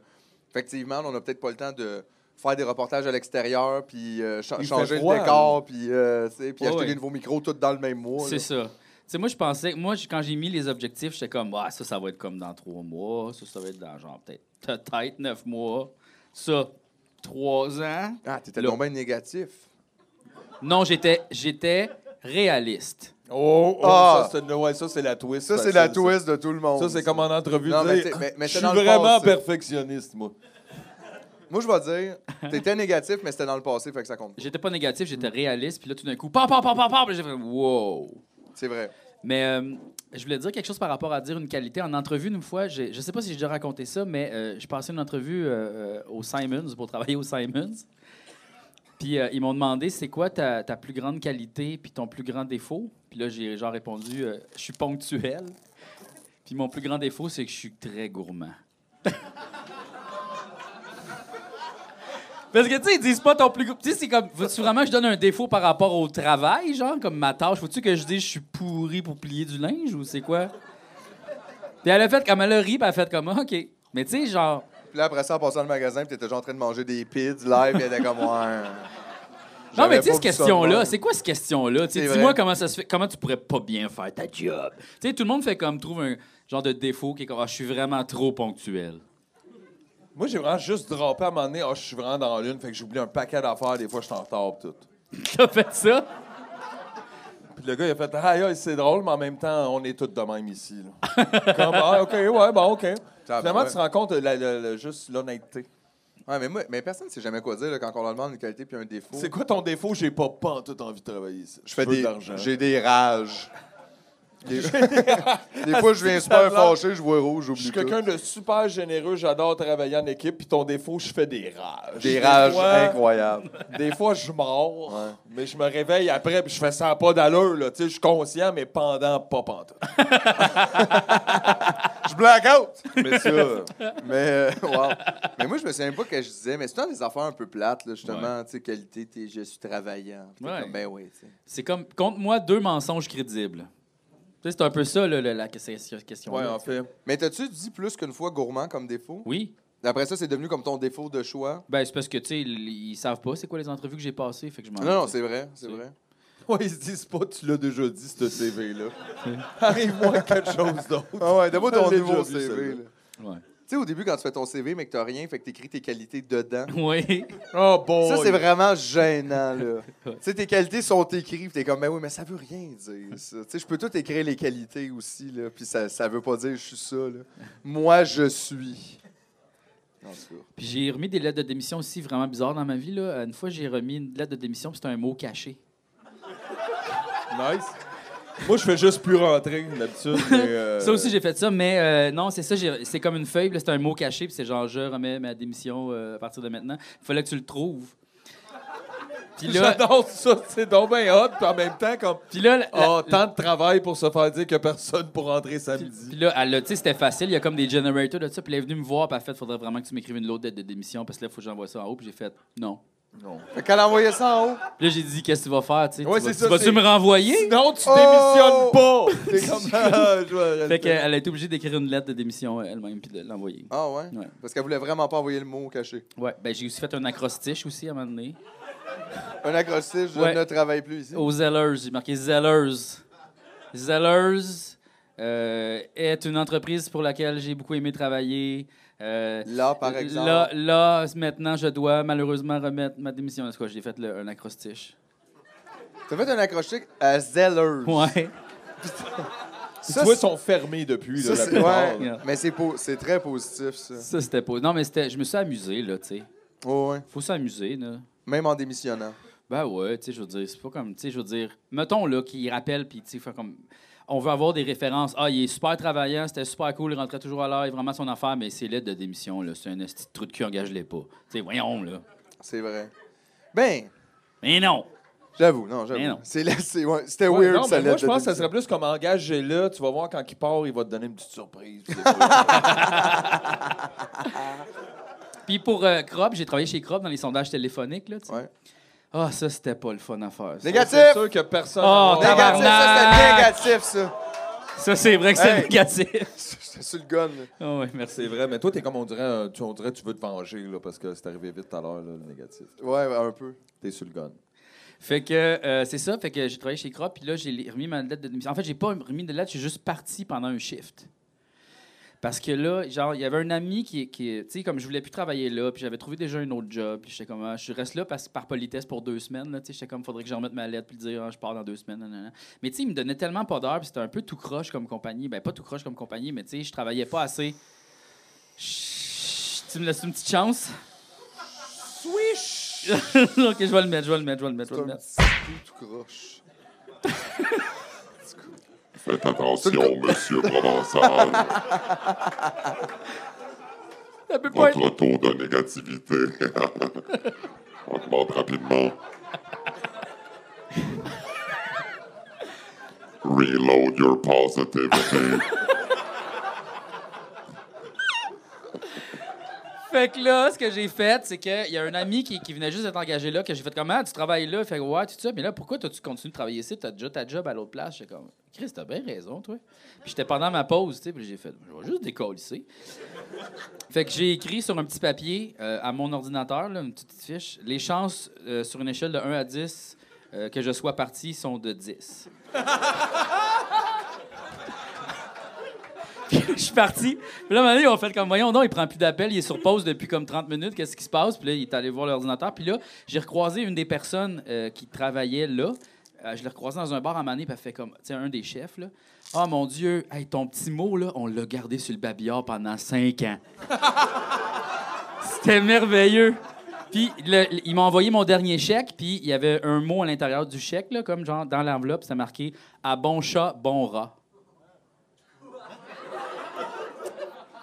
effectivement, on n'a peut-être pas le temps de faire des reportages à l'extérieur, puis euh, cha- Il fait changer froid, le décor, puis, euh, tu sais, puis Oui, acheter oui. des nouveaux micros tous dans le même mois. C'est ça. là. Tu sais, moi, je pensais, moi, j- quand j'ai mis les objectifs, j'étais comme, ah, ça, ça va être comme dans trois mois. Ça, ça va être dans, genre, peut-être, peut-être neuf mois. Ça, trois ans. Ah, t'étais Là. donc bien négatif. Non, j'étais, j'étais réaliste. Oh, oh, Ah. ça, c'est, ouais, ça, c'est la twist. Ben, Ça, c'est facile, la ça. twist de tout le monde. Ça, c'est comme en entrevue. Non, mais dire, t'sais, mais- mais je c'est suis dans le vraiment passé. perfectionniste, moi. Moi, je vais dire, t'étais négatif, mais c'était dans le passé, fait que ça compte. pas. J'étais pas négatif, j'étais réaliste. Puis là, tout d'un coup, pam, pam, pam, pam, pam. puis J'ai fait, wow. C'est vrai. Mais euh, je voulais dire quelque chose par rapport à dire une qualité. En entrevue, une fois, j'ai- je sais pas si j'ai déjà raconté ça, mais euh, je passais une entrevue euh, euh, au Simons pour travailler au Simons. Puis euh, ils m'ont demandé c'est quoi ta, ta plus grande qualité puis ton plus grand défaut. Puis là, j'ai genre répondu euh, je suis ponctuel. Puis mon plus grand défaut, c'est que je suis très gourmand. Parce que, tu sais, ils disent pas ton plus gros. Tu sais, c'est comme. Veux-tu vraiment que je donne un défaut par rapport au travail, genre, comme ma tâche? Faut-tu que je dise je suis pourri pour plier du linge ou c'est quoi? Puis elle a fait comme elle a ri, puis elle a fait comme ah, OK. Mais tu sais, genre. Puis là, après ça, en passant dans le magasin, puis t'étais genre en train de manger des pids live, et elle était comme, ouais. Non, mais J'avais tu sais, cette pas vu ça de question-là, même. c'est quoi cette question-là? Tu sais, C'est Dis-moi vrai. comment ça se fait. Comment tu pourrais pas bien faire ta job? Tu sais, tout le monde fait comme trouve un genre de défaut qui est comme Ah, je suis vraiment trop ponctuel. Moi, j'ai vraiment juste droppé à un moment donné. Ah, je suis vraiment dans l'une, fait que j'oublie un paquet d'affaires. Des fois, je suis en retard, pis tout. T'as fait ça? Puis le gars, il a fait Aïe, aïe, c'est drôle, mais en même temps, on est tous de même ici. là. Comme, ah, OK, ouais, bon, OK. Ça, Finalement, ouais. tu te rends compte de la- la- la- juste l'honnêteté. Ouais, mais, moi, mais personne ne sait jamais quoi dire là, quand on leur demande une qualité puis un défaut. C'est quoi ton défaut? J'ai pas, pas en tout envie de travailler ici. Je fais veux de des. l'argent. J'ai des rages. Des, Des fois, je viens super fâché, je vois rouge, Je suis j'oublie tout. quelqu'un de super généreux, j'adore travailler en équipe, puis ton défaut, je fais des rages. Des rages fois- incroyables. Des fois, je mords, Ouais. mais je me réveille après, puis je fais ça à pas d'allure, là. Tu sais, je suis conscient, mais pendant, pas pantoute. Je black out! Mais ça, mais, euh, wow. mais moi, je me souviens pas que je disais, mais c'est dans des affaires un peu plates, là, justement, tu sais, qualité, t'es- je suis travaillant. Puis t'es Ouais. comme, ben oui, tu sais. C'est comme compte-moi deux mensonges crédibles. Tu sais, c'est un peu ça, là, le- la question. Ouais, en fait. Mais t'as-tu dit plus qu'une fois gourmand comme défaut? Oui? Après ça, c'est devenu comme ton défaut de choix. Ben, c'est parce que, tu sais, ils, ils savent pas c'est quoi les entrevues que j'ai passées. Fait que je m'en. Non, non, c'est vrai, c'est C'est- vrai. Ouais, ils se disent pas, tu l'as déjà dit, ce CV-là. Arrive-moi quelque chose d'autre. Ah ouais, donne-moi ton Je l'ai nouveau déjà vu, CV. celle-là. là. Ouais. Tu sais, au début, quand tu fais ton CV, mais que t'as rien, fait que t'écris tes qualités dedans. Oui. Oh, bon. Ça, c'est vraiment gênant, là. tu sais, tes qualités sont écrites, puis t'es comme, ben oui, mais ça veut rien dire, ça. Tu sais, je peux tout écrire les qualités aussi, là, puis ça, ça veut pas dire je suis ça, là. Moi, je suis. En tout cas. Puis j'ai remis des lettres de démission aussi vraiment bizarres dans ma vie. Là. Une fois, j'ai remis une lettre de démission, puis c'était un mot caché. Nice. Moi, je fais juste plus rentrer d'habitude. mais, euh, Ça aussi, j'ai fait ça, mais euh, non, c'est ça. j'ai- C'est comme une feuille, puis là, c'est un mot caché, puis c'est genre, je remets ma démission euh, à partir de maintenant. Il fallait que tu le trouves. Puis là, J'adore ça, c'est donc bien hot, puis en même temps, comme. puis là, la- Oh, tant de travail pour se faire dire que personne pour rentrer Puis samedi. là, elle a- tu sais, c'était facile. Il y a comme des generators de ça. Puis elle est venue me voir. Puis elle a fait faudrait vraiment que tu m'écrives une autre lettre de démission. Parce que là, il faut que j'envoie ça en haut. Puis j'ai fait non. Fait qu'elle envoyait ça en haut. Puis là, j'ai dit qu'est-ce que tu vas faire tu sais, Ouais, Tu vas- c'est ça, Tu vas-tu c'est- me renvoyer Non, tu Oh! démissionnes pas! T'es comme. Ah, je vais arrêter. Fait qu'elle a été obligée d'écrire une lettre de démission euh, elle-même. Puis de l'envoyer. Ah ouais? Ouais. Parce qu'elle voulait vraiment pas envoyer le mot caché. Ouais. Ben, j'ai aussi fait un acrostiche aussi à un moment donné. Un acrostiche, je Ouais. ne travaille plus ici. Aux Zellers. J'ai marqué Zellers. Zellers euh, est une entreprise pour laquelle j'ai beaucoup aimé travailler. Euh, Là, par exemple. Là, là, maintenant, je dois malheureusement remettre ma démission. En tout cas, j'ai fait le- un acrostiche. T'as fait un acrostiche à Zellers. Ouais. Tu Ça, vois, ils c'est- sont fermés depuis, ça, là, la c'est- plupart. ouais. Mais c'est po- c'est très positif, ça. Ça, c'était pas. Non, mais c'était. Je me suis amusé, là, tu sais. Ouais, ouais. Faut s'amuser, là. Même en démissionnant. Ben ouais, tu sais, je veux dire, c'est pas comme. Tu sais, je veux dire, mettons, là, qu'il rappelle, puis, tu sais, faire comme. On veut avoir des références. Ah, il est super travaillant, c'était super cool, il rentrait toujours à l'heure, il est vraiment son affaire, mais ses lettres de démission, là, c'est un petit trou de cul, engage-les pas. Tu sais, voyons, là. C'est vrai. Ben, Mais non! j'avoue, non, Mais j'avoue. non. C'est la- c'est- ouais, C'était Ouais, weird, non, ça mais moi, je pense que ça serait plus comme engagé là. Tu vas voir, quand il part, il va te donner une petite surprise. puis c'est pas- Puis pour euh, Crop, j'ai travaillé chez Crop dans les sondages téléphoniques, là, tu sais. Ouais. Ah, ça, c'était pas le fun à faire. ça. Négatif! C'est sûr que personne. Oh, va- Négatif, ça, Tabarnak! c'était négatif, ça. Ça, c'est vrai que c'est Hey. négatif. J'étais sur le gun. là. Ah ouais, merci. C'est vrai, mais toi, t'es comme on dirait, euh, tu, on dirait que tu veux te venger là, parce que c'est arrivé vite tout à l'heure, là, le négatif. Ouais, ben, un peu. T'es sur le gun. Fait que euh, c'est ça, fait que j'ai travaillé chez Crop, puis là j'ai li- remis ma lettre de démission. En fait, j'ai pas remis de lettre, je suis juste parti pendant un shift. Parce que là, genre, il y avait un ami qui, qui tu sais, comme je voulais plus travailler là, puis j'avais trouvé déjà un autre job, puis j'étais comme, ah, je reste là parce, par politesse pour deux semaines, là, tu sais, j'étais comme, faudrait que je remette ma lettre, puis dire, ah, je pars dans deux semaines, nanana. Mais tu sais, il me donnait tellement pas d'heures, puis c'était un peu tout croche comme compagnie. Ben, pas tout croche comme compagnie, mais tu sais, je travaillais pas assez. Chut, tu me laisses une petite chance? Swish! ok, je vais le mettre, je vais le mettre, je vais le mettre, je C'est vais le un mettre. petit coup tout croche. Faites attention, monsieur Provençal. Ça peut pas être Votre taux de négativité augmente rapidement. Reload your positivity. Fait que là, ce que j'ai fait, c'est qu'il y a un ami qui, qui venait juste d'être engagé là, que j'ai fait comme Ah, tu travailles là, fait que, ouais, tout ça. Mais là, pourquoi t'as-tu continué de travailler ici? T'as déjà ta job à l'autre place. J'étais comme Chris, t'as bien raison, toi. Puis j'étais pendant ma pause, tu sais, puis j'ai fait Je vais juste décoller ici. fait que j'ai écrit sur un petit papier euh, à mon ordinateur, là, une petite fiche, les chances euh, sur une échelle de 1 à 10 euh, que je sois parti sont de 10. Puis je suis parti. Puis là, à un moment donné, ils ont fait comme, voyons, non, il prend plus d'appel, il est sur pause depuis comme 30 minutes, qu'est-ce qui se passe? Puis là, il est allé voir l'ordinateur. Puis là, j'ai recroisé une des personnes euh, qui travaillait là. Euh, je l'ai recroisé dans un bar à Mané, puis elle fait comme, tu sais, un des chefs, là. Ah, mon Dieu, hey, ton petit mot, là, on l'a gardé sur le babillard pendant 5 ans. C'était merveilleux. Puis le- le- il m'a envoyé mon dernier chèque, puis il y avait un mot à l'intérieur du chèque, là, comme genre dans l'enveloppe, c'était marqué à bon chat, bon rat.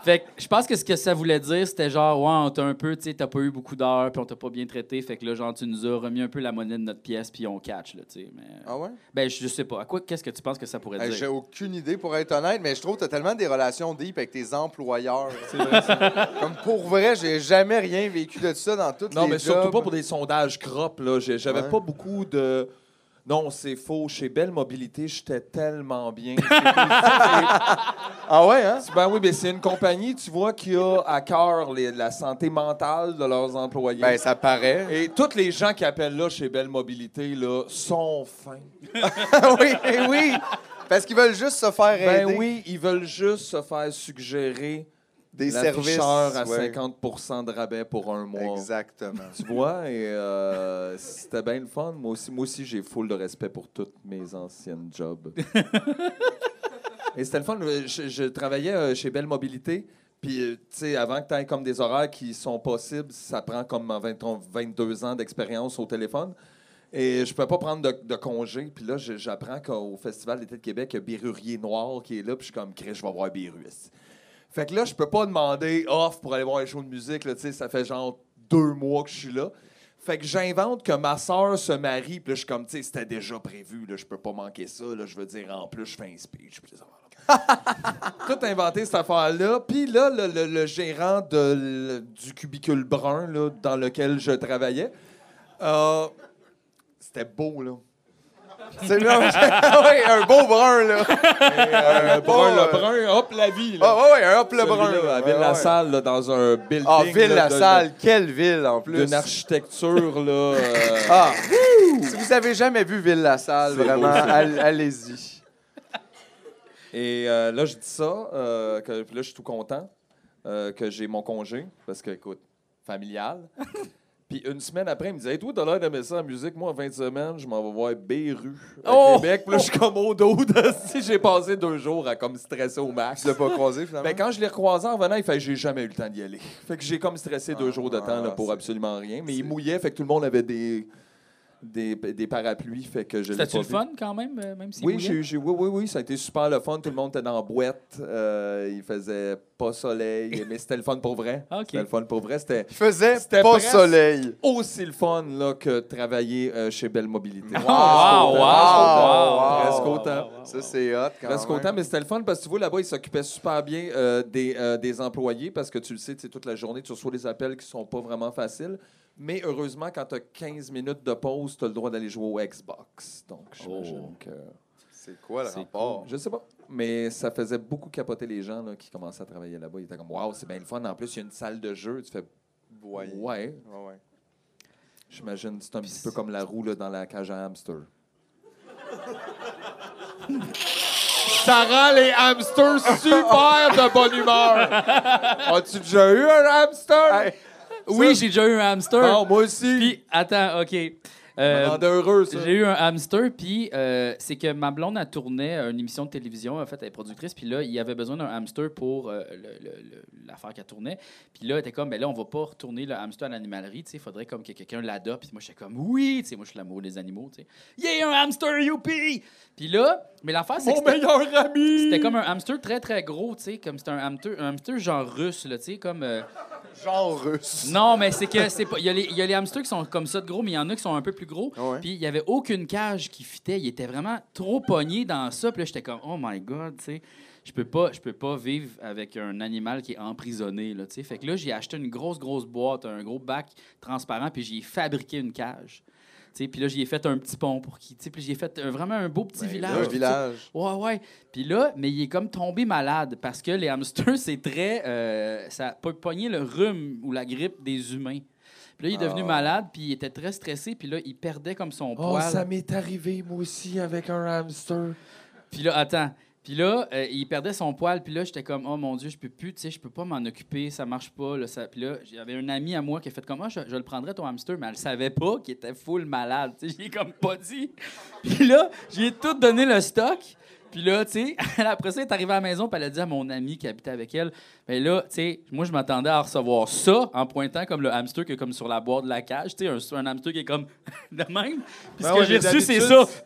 Fait que je pense que ce que ça voulait dire, c'était genre, ouais, on t'a un peu, tu sais, t'as pas eu beaucoup d'heures, puis on t'a pas bien traité, fait que là, genre, tu nous as remis un peu la monnaie de notre pièce, puis on catch, là, tu sais. Mais... Ah ouais? Ben, je je sais pas. À quoi, qu'est-ce que tu penses que ça pourrait Hey, Euh, J'ai dire? aucune idée, pour être honnête, mais je trouve que t'as tellement des relations deep avec tes employeurs. C'est vrai, ça. Comme pour vrai, j'ai jamais rien vécu de ça dans toutes non, les mais surtout pas pour des sondages crop. là. J'ai- J'avais Ouais. pas beaucoup de. Non, c'est faux. Chez Belle Mobilité, j'étais tellement bien. Ah ouais, hein? ben oui, mais c'est une compagnie, tu vois, qui a à cœur les- la santé mentale de leurs employés. Ben, ça paraît. Et tous les gens qui appellent là chez Belle Mobilité là, sont fins. oui, eh oui! Parce qu'ils veulent juste se faire aider. Ben oui, ils veulent juste se faire suggérer Des la services. tricheur à ouais. 50 de rabais pour un mois. Exactement. Tu vois, et euh, c'était bien le fun. Moi aussi, moi aussi j'ai full de respect pour toutes mes anciennes jobs. et c'était le fun. Je, je travaillais euh, chez Belle Mobilité. Puis, euh, tu sais, avant que tu aies comme des horaires qui sont possibles, ça prend comme en 20 22 ans d'expérience au téléphone. Et je peux pas prendre de, de congé. Puis là, je- j'apprends qu'au Festival d'été de Québec, il y a Bérurier Noir qui est là. Puis je suis comme, Chris, je vais voir Bérus. Fait que là, je peux pas demander off pour aller voir un show de musique. Là, tu sais, ça fait genre deux mois que je suis là. Fait que j'invente que ma soeur se marie. Puis là, je suis comme, tu sais, c'était déjà prévu. Là, je peux pas manquer ça. Là, je veux dire, en plus, je fais un speech. puis ça va, là. Tout inventé, cette affaire-là. Puis là, le, le- le gérant de l- du cubicule brun là, dans lequel je travaillais, euh, c'était beau, là. C'est là, ouais, un beau brun, là. un beau Brun, euh, le brun, hop, la vie, là. Ah ouais, ouais, un hop le brun. Celui-là, là. à Ouais, ouais. Ville-la-Salle, là, dans un building. Ah, là, de- Ville-la-Salle, quelle ville en de- plus. D'une architecture, là. euh, Ah, si vous avez jamais vu Ville-la-Salle, C'est vraiment, beau, ça. all- allez-y. Et euh, là, je dis ça, euh, que puis là, je suis tout content euh, que j'ai mon congé, parce que, écoute, familial. Puis une semaine après, il me disait, hey, toi, t'as l'air d'aimer ça en musique. Moi, en 20 semaines, je m'en vais voir Beru à Oh! Québec. Puis là, je suis comme au dos. de- si j'ai passé deux jours à comme stresser au max. Tu l'as pas croisé, finalement? Ben, quand je l'ai recroisé en venant, il fait j'ai jamais eu le temps d'y aller. Fait que j'ai comme stressé deux Ah, jours de temps là, ah, pour c'est- absolument rien. Mais c'est- il mouillait, fait que tout le monde avait des, des, des parapluies, fait que je l'ai C'était-tu pas le vu. fun quand même, euh, même si Oui, j'ai- j'ai- oui, oui, oui, ça a été super le fun. Tout le monde était dans la boîte. Euh, il faisait pas soleil, mais c'était le fun pour vrai. Ah, ok. C'était le fun pour vrai. C'était Je faisais C'était pas presque- soleil. aussi le fun là, que travailler euh, chez Belle Mobilité. Wow, wow, wow, wow. Presque autant. wow, wow, Ça, wow. c'est hot quand Ah, Presque même. autant, mais c'était le fun parce que tu vois, là-bas, ils s'occupaient super bien euh, des, euh, des employés parce que tu le sais, tu sais, toute la journée, tu reçois des appels qui sont pas vraiment faciles. Mais heureusement, quand tu as 15 minutes de pause, tu as le droit d'aller jouer au Xbox. Donc, j'imagine Oh. que. C'est quoi le C'est rapport? Je sais pas. Mais ça faisait beaucoup capoter les gens là, qui commençaient à travailler là-bas. Ils étaient comme, waouh, c'est bien le fun. En plus, il y a une salle de jeu. Tu fais, Voyez. ouais. Ouais, ouais. J'imagine, c'est un Puis petit c'est- peu comme la roue là, dans la cage à hamster. Ça rend les hamsters super de bonne humeur. As-tu déjà eu un hamster? Hey, Oui, j'ai déjà eu un hamster. Non, moi aussi. Puis, attends, OK. Ça Euh, Ah me rendait heureux, ça. j'ai eu un hamster, puis euh, c'est que ma blonde, elle tournait euh, une émission de télévision, en fait, elle est productrice, puis là, il y avait besoin d'un hamster pour euh, le- le- le- l'affaire qu'elle tournait. Puis là, elle était comme, ben là, on va pas retourner le hamster à l'animalerie, tu sais, faudrait comme que quelqu'un l'adopte. Puis moi, j'étais comme, oui, tu sais, moi, je suis l'amour des animaux, tu sais. Yeah, un hamster, youpi! Puis là, mais l'affaire, c'est que Mon c'était- meilleur ami. c'était comme un hamster très, très gros, tu sais, comme c'était un hamster, un hamster genre russe, là, tu sais, comme... euh, Genre russe. non, mais c'est que c'est pas. Il y, a les- il y a les hamsters qui sont comme ça de gros, mais il y en a qui sont un peu plus gros. Ah Ouais. Puis il y avait aucune cage qui fitait. Il était vraiment trop pogné dans ça. Puis là, j'étais comme, oh my god, tu sais. Je peux pas, je peux pas vivre avec un animal qui est emprisonné là, tu sais. Fait que là, j'ai acheté une grosse grosse boîte, un gros bac transparent, puis j'ai fabriqué une cage. Tu sais, puis là, j'y ai fait un petit pont pour qu'il. tu sais, Puis j'ai fait un- vraiment un beau petit Ben, village. Un tu sais. village. Ouais, ouais. Puis là, mais il est comme tombé malade parce que les hamsters, c'est très. euh, ça peut pogner le rhume ou la grippe des humains. Puis là, il est devenu Ah. malade, puis il était très stressé, puis là, il perdait comme son Oh, poil. ça m'est arrivé, moi aussi, avec un hamster. Puis là, attends. Puis là, euh, il perdait son poil, puis là, j'étais comme, oh mon Dieu, je peux plus, tu sais, je peux pas m'en occuper, ça marche pas. Là, ça... Puis là, j'avais un ami à moi qui a fait comme, ah, je, je le prendrais ton hamster, mais elle savait pas qu'il était full malade, tu sais, j'ai comme pas dit. Puis là, j'ai tout donné le stock. Puis là, tu sais, après ça, elle est arrivée à la maison, puis elle a dit à mon ami qui habitait avec elle, mais là, tu sais, moi, je m'attendais à recevoir ça en pointant comme le hamster qui est comme sur la boîte de la cage, tu sais, un, un hamster qui est comme de même. Puis ce Ben que ouais, j'ai mais reçu, c'est ça. d'habitude,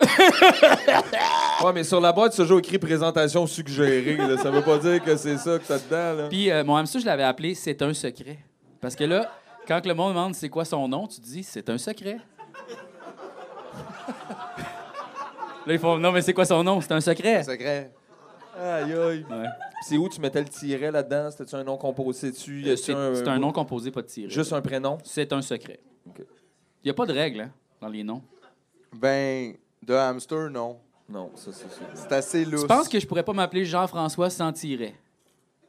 Ouais, mais sur la boîte, c'est toujours écrit présentation suggérée. Là. Ça veut pas dire que c'est ça que t'as dedans. Là. Puis euh, mon hamster, je l'avais appelé C'est un secret. Parce que là, quand que le monde demande c'est quoi son nom, tu dis C'est un secret. là, ils font Non, mais c'est quoi son nom C'est un secret. Secret. Aïe, aïe. Ouais. C'est où tu mettais le tiret là-dedans? C'était-tu un nom composé dessus? Y C'est a-tu c'est un nom composé, pas de tiré. Juste un prénom? C'est un secret. Il Ok. n'y a pas de règle hein, dans les noms. Ben, De hamster, non. Non, ça, c'est ça. C'est assez lousse. Tu penses que je pourrais pas m'appeler Jean-François sans tirer?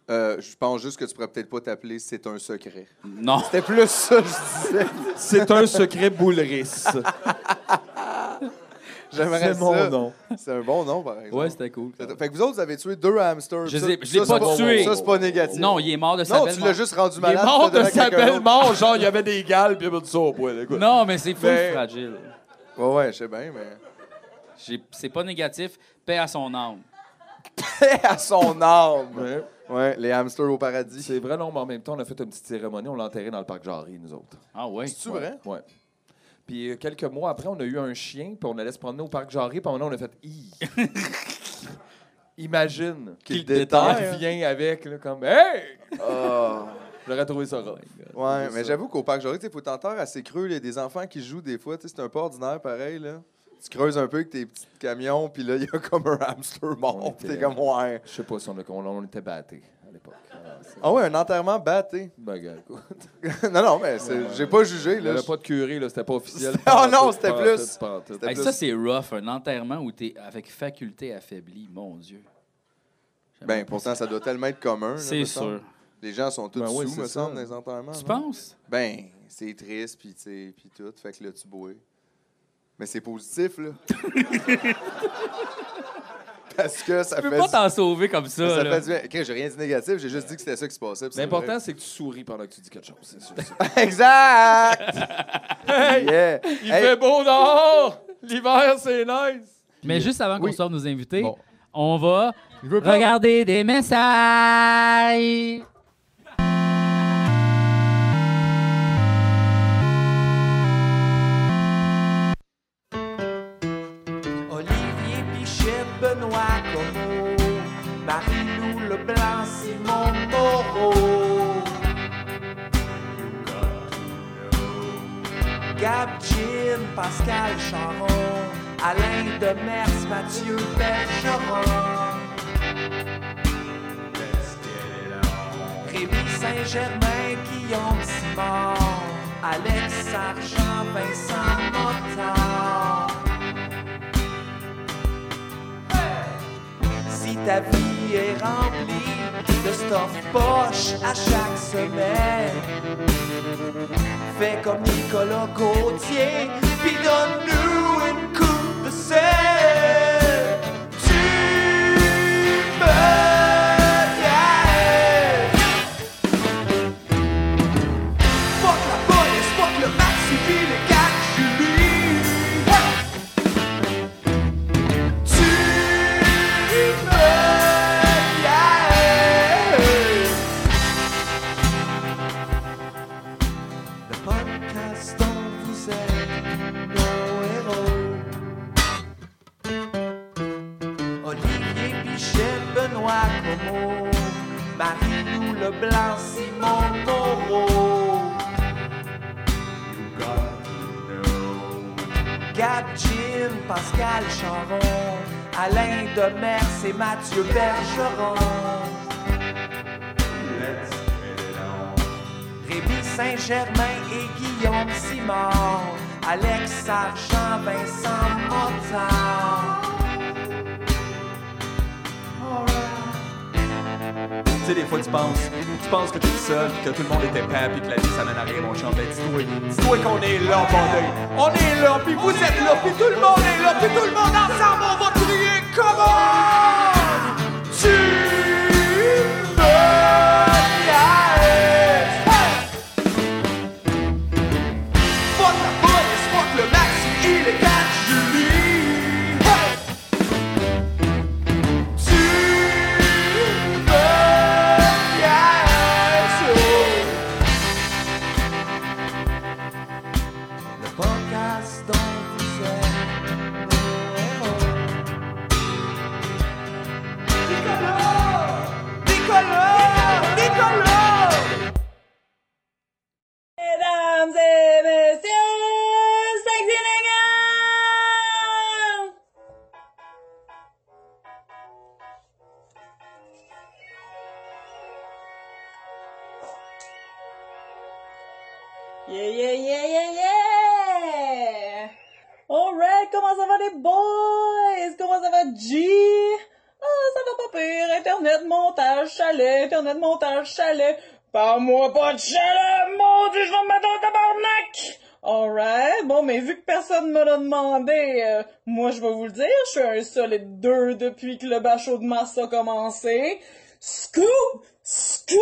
Euh, je pense juste que tu pourrais peut-être pas t'appeler C'est un secret. Non. C'était plus ça, que je disais. C'est un secret boulerice. J'aimerais ça. C'est mon nom. C'est un bon nom, par exemple. Ouais, c'était cool. Fait que vous autres, vous avez tué deux hamsters. Je Ça- l'ai- je ça, l'ai c'est pas tué. Ça, c'est pas négatif. Non, il est mort de sa Non, belle tu mort. l'as juste rendu Il est malade. mort de tu l'as donné à sa quelqu'un belle mort, genre, il y avait des gales, puis il y avait du au poil, écoute. Non, mais c'est full Ben- fragile. d'autre. Ouais, ouais, je sais bien, mais. J'ai- C'est pas négatif. Paix à son âme. Paix à son âme. Ouais. Ouais, les hamsters au paradis. C'est vrai, non, mais en même temps, on a fait une petite cérémonie, on l'a enterré dans le parc Jarry, nous autres. Ah ouais. C'est-tu vrai? Ouais. Puis euh, quelques mois après, on a eu un chien, puis on allait se promener au parc Jarry, puis à un moment donné, on a fait Hi! Imagine Qu'il le déterre. déterre, vient avec, là, comme Hey! Ah. J'aurais trouvé ça rough. Ouais, ça. mais j'avoue qu'au parc Jory, tu sais, faut t'entendre assez creux. Il y a des enfants qui jouent des fois. tu sais, C'est un peu ordinaire pareil. Là. Tu creuses un peu avec tes petits camions, puis là, il y a comme un hamster On mort. était- Puis t'es comme, ouais. Je sais pas si on, a, on, on était battés à l'époque. Ah, c'est- Ah ouais, un enterrement batté. Ben, gars, écoute. non, non, mais c'est- j'ai pas jugé. Il n'y Là, avait pas de curé, là, c'était pas officiel. C'était- Ah non, Pantoute, c'était pantoute, plus- pantoute. c'était- Hey, ça, c'est rough. Un enterrement où t'es avec faculté affaiblie. Mon Dieu. Ben, pourtant, ça doit tellement être commun. là, C'est me semble. sûr. Les gens sont tous Ben oui, sous, c'est me ça. semble, dans les enterrements. Tu non? penses? Ben, c'est triste, puis tu sais, puis tout. Fait que là, tu bois. Mais c'est positif, là. Parce que ça Tu peux fait pas du- t'en sauver comme ça. Ça là. fait du bien. Ok, j'ai rien dit négatif, j'ai juste dit que c'était ça qui se passait. puis c'est L'important, c'est que tu souris pendant que tu dis quelque chose, c'est sûr. vrai. exact! Yeah. Il Hey, fait beau dehors! L'hiver, c'est nice! Mais juste avant qu'on Oui. sorte nos invités, Bon. on va Je veux pas. regarder des messages. Olivier Pichet, Benoît Como, Marie-Lou Leblanc, Simon Moreau. Gab Jim, Pascal Charon, Alain Demers, Mathieu Bergeron. Rémi Saint-Germain, Guillaume Simon, Alex Sargent, Vincent Montand. Si ta vie est remplie de stuff poche à chaque semaine, fais comme Nicolas Gauthier, puis donne-nous une coupe de sel. Tu me niaises. Fuck la police, fuck le Max, et puis les gars que je lis. Ouais. Tu me Le podcast dont vous êtes nos héros Olivier Pichet, Benoît Como Marie-Lou Leblanc, Simon Moreau Gab Jim, Pascal Charon, Alain Demers et Mathieu Bergeron. Rémi Saint-Germain et Guillaume Simon, Alex Sargent, Vincent Montand. Tu sais, des fois, tu penses, tu penses que t'es tout seul, puis que tout le monde était prêt, puis que la vie, ça mène à rien, mon chum. Ben, dis-toi, dis-toi qu'on est là, mon deuil. On est là, puis vous êtes là, puis tout le monde est là, puis tout le monde ensemble, on va crier comment tu me niaises. Hey! Fuck la police, fuck le max, il est 4 Julie. Hey! Tu me niaises. Oh. Le podcast dont vous êtes les héros. Nicolas! Nicolas! Nicolas! Mesdames et messieurs, sexy niggas! Yeah, yeah, yeah, yeah, yeah! Alright, comment ça va les les boys? Comment ça va, G? Ah, ça va pas pire. Internet, montage, chalet. Internet, montage, chalet. Parle-moi pas de chalet, mon dieu, je vais me mettre en tabarnak! Alright, bon, mais vu que personne me l'a demandé, euh, moi je vais vous le dire, je suis un solide 2 depuis que le bachot de mars a commencé. Scoop! Scoop!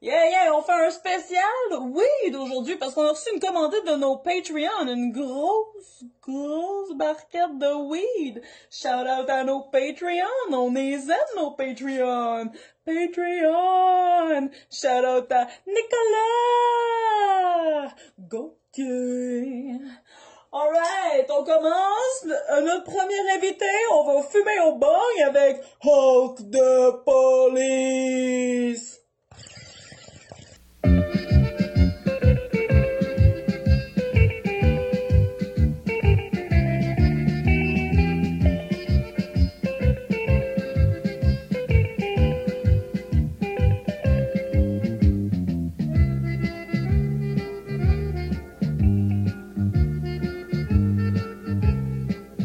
Yeah, yeah, on fait un spécial, oui, d'aujourd'hui, parce qu'on a reçu une commandée de nos Patreons, une grosse, grosse barquette de weed. Shout out à nos Patreons, on les aime, nos Patreons. Patreon! Shout out à Nicolas! Gauthier! Alright, on commence. Euh, Notre premier invité, on va fumer au bang avec Hulk de police! Là,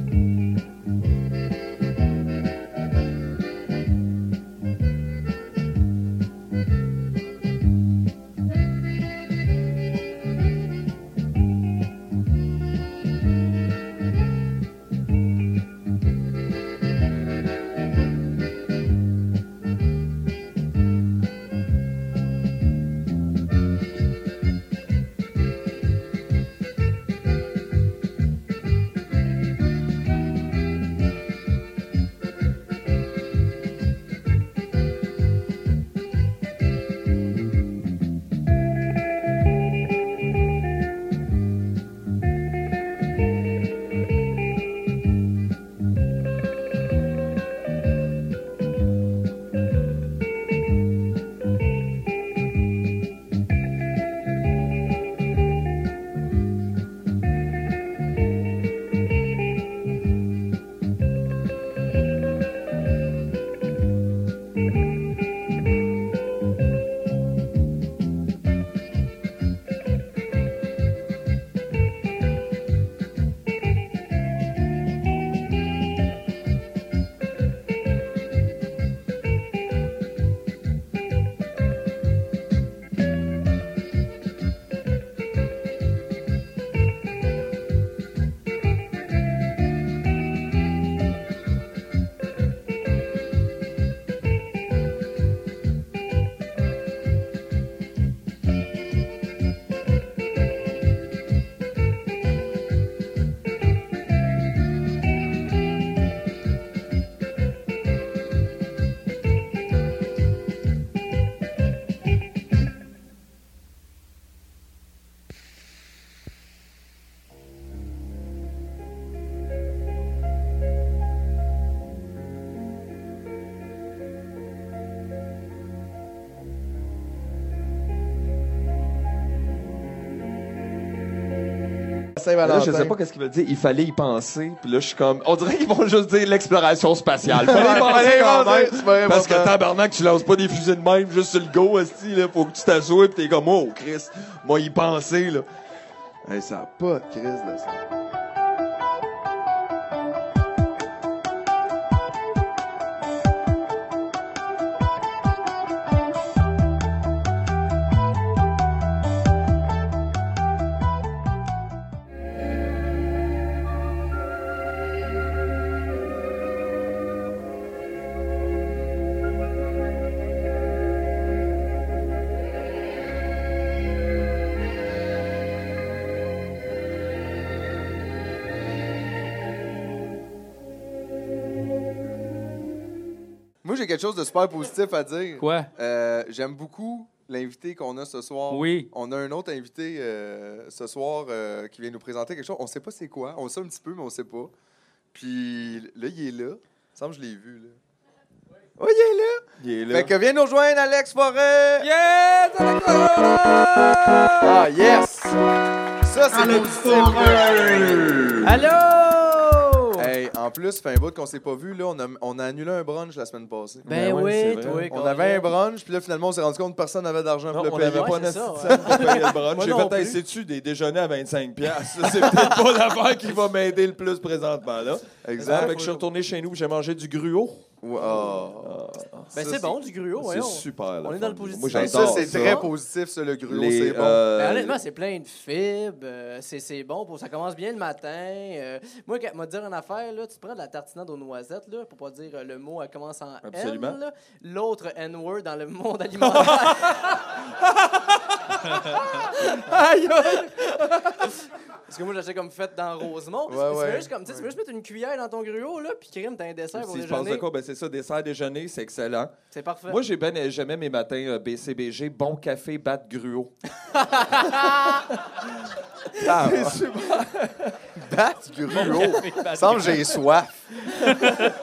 Saint-Valentin. je sais ben- pas qu'est-ce qu'il veut dire. Il fallait y penser. Puis là, je suis comme. On dirait qu'ils vont juste dire l'exploration spatiale. Fallait y penser Allez, quand vas-y, même. c'est pas Parce que important. tabarnak, tu lances pas des fusées de même juste sur le go, esti, là. Faut que tu t'assoues pis t'es comme, oh, Chris, moi y penser, là. Hey, ça n'a pas de crise de ça. Moi, j'ai quelque chose de super positif à dire. Quoi? Euh, J'aime beaucoup l'invité qu'on a ce soir. Oui. On a un autre invité euh, ce soir euh, qui vient nous présenter quelque chose. On sait pas c'est quoi. On sait un petit peu, mais on sait pas. Puis là, il est là. Il me semble que je l'ai vu, là. Oh, il est là! Il est là. Fait que viens nous rejoindre, Alex Forêt! Yes! Alex Forêt! Ah, yes! Ça, c'est positif! Allô? Hey, en plus, fait un bout qu'on s'est pas vu. Là, on a, on a annulé un brunch la semaine passée. Ben Ben oui, oui, c'est toi, vrai. On Colin. avait un brunch, puis là, finalement, on s'est rendu compte que personne n'avait d'argent Non, pour le on payer. n'avait pas Ouais, c'est notre ça, petite scène ouais. pour payer le brunch. Moi J'ai non fait, Hey, plus. sais-tu, des déjeuners à 25$, piastres, ça, c'est peut-être pas l'affaire qui va m'aider le plus présentement. là. Fait Exact. Ah, ben, que je suis retourné chez nous, j'ai mangé du gruau. Ouais, ah. Ben, Ça, c'est bon, du gruau, C'est voyons. super. on est dans le positif. Moi, Ben, j'adore ça, ça. c'est très positif, ça, le gruau, Les, c'est bon. euh, Ben, honnêtement, c'est plein de fibres. euh, c'est- c'est bon pour. Ça commence bien le matin. euh, moi, quand, moi, te dire en affaire, là, tu prends de la tartinade aux noisettes, là, pour pas dire euh, le mot, elle commence en Absolument. N. là. L'autre N-word dans le monde alimentaire. Aïe! aïe. Parce que moi, j'achète comme fête dans Rosemont. Ouais, tu ouais. veux juste comme, tu sais, tu veux juste mettre une cuillère dans ton gruau, là, puis crime, t'as un dessert pour Si je pense de déjeuner. quoi, ben c'est ça, dessert déjeuner, c'est excellent. C'est parfait. Moi, j'ai ben, j'aimais mes matins euh, BCBG, bon café, batte gruau. Ah, ouais. Battre gruau. Semble que j'ai soif.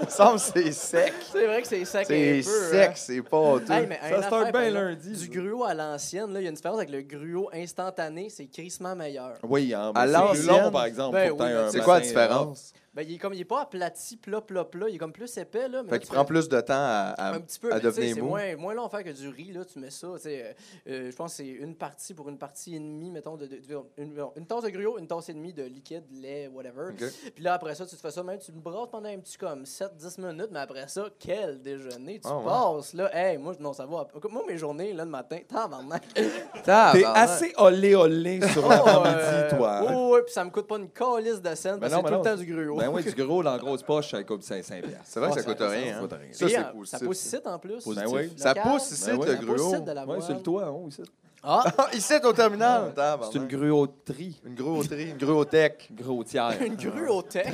Semble que c'est sec. C'est vrai que c'est sec. C'est un peu, hein. sec, c'est pas tout. Hey, mais Ça un se affaire, start bien par exemple, lundi, ça. Du gruau à l'ancienne, là, il y a une différence avec le gruau instantané, c'est crissement meilleur. Oui, hein, À mais c'est plus l'ancienne. long, par exemple. Ben pour oui, teindre mais un C'est quoi la matin, différence? Ben, il est comme il est pas aplati, plat, plat, plat, il est comme plus épais là. mais là, Fait qu'il tu prend fais- plus de temps à, à- un petit peu, à mais tu sais, devenir c'est mou. moins, moins long à faire que du riz, là, tu mets ça, tu sais, euh, euh, je pense que c'est une partie pour une partie et demie, mettons, de, de- de- une, une tasse de gruau, une tasse et demie de liquide, lait, whatever. Ok. Puis là, après ça, tu te fais ça, même tu le brasses pendant un petit comme 7-10 minutes, mais après ça, quel déjeuner tu Ah ouais. passes, là. Hey, moi, non, ça va. Moi, mes journées, là, le matin, tabarnak. T'es Ah, Tabarnak. assez olé olé sur euh, l'après-midi, toi. Oui, oui, puis ça me coûte pas une calice de scène, Ben parce non, que c'est ben tout le non. temps du gruau. Ben oui, du gros, dans la grosse poche, ça coûte 500$. piastres. C'est vrai que ça Ouais, coûte ça- rien. ça hein. coûte rien. Ça, Puis, c'est euh, positif. Ça pousse ici, en plus. Ben oui. Ça Local. pousse ici, Ben oui. le Ça pousse gruau. ici de la Ouais, voile. c'est le toit, hein, ici. Ah, Ici, au terminal. C'est une Tabarnak. gruauterie. Une gruauterie, une gruautech. Gros tiers. une grue au tech.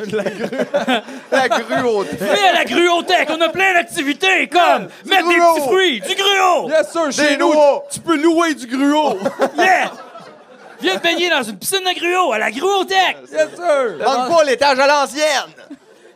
La gruautech. Fais la gruotech, on a plein d'activités comme mettre des gruau. petits fruits, du gruau, Yes, sir, Des chez nous, noix. tu peux louer du gruau. yeah! Viens te baigner dans une piscine de gruau à la gruotech! yes, sir. Manque pas l'étage à l'ancienne.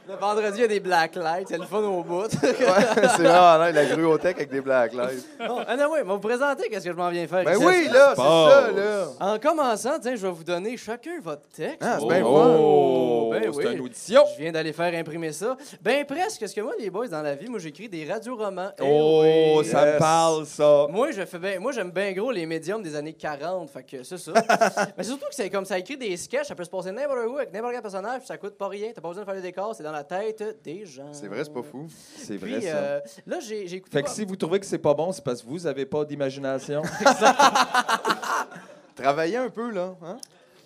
Le vendredi, il y a des black lights, c'est le fun au bout. Ouais, c'est vraiment là, la gruautech avec des black lights. Bon, anyway, on va vous présenter qu'est-ce que je m'en viens faire. Ben ici. oui, là, c'est ça, là. En commençant, tiens, je vais vous donner chacun votre texte. Ah, c'est Oh, bien Oh, ben c'est oui. une audition. Je viens d'aller faire imprimer ça. Ben presque, parce que moi, les boys, dans la vie, moi, j'écris des radioromans. Eh Oh, oui. ça me parle, ça. Moi, je fais ben, moi j'aime bien gros les médiums des années 40, fait que c'est ça. Mais surtout que c'est comme ça écrit des sketchs, ça peut se passer n'importe où avec n'importe quel personnage, puis ça coûte pas rien, t'as pas besoin de faire le décor, c'est dans la tête des gens. C'est vrai, c'est pas fou. C'est Puis vrai, ça. euh, là j'ai j'ai écouté Fait que pas- si vous trouvez que c'est pas bon, c'est parce que vous avez pas d'imagination. Travailler un peu, là. Hein?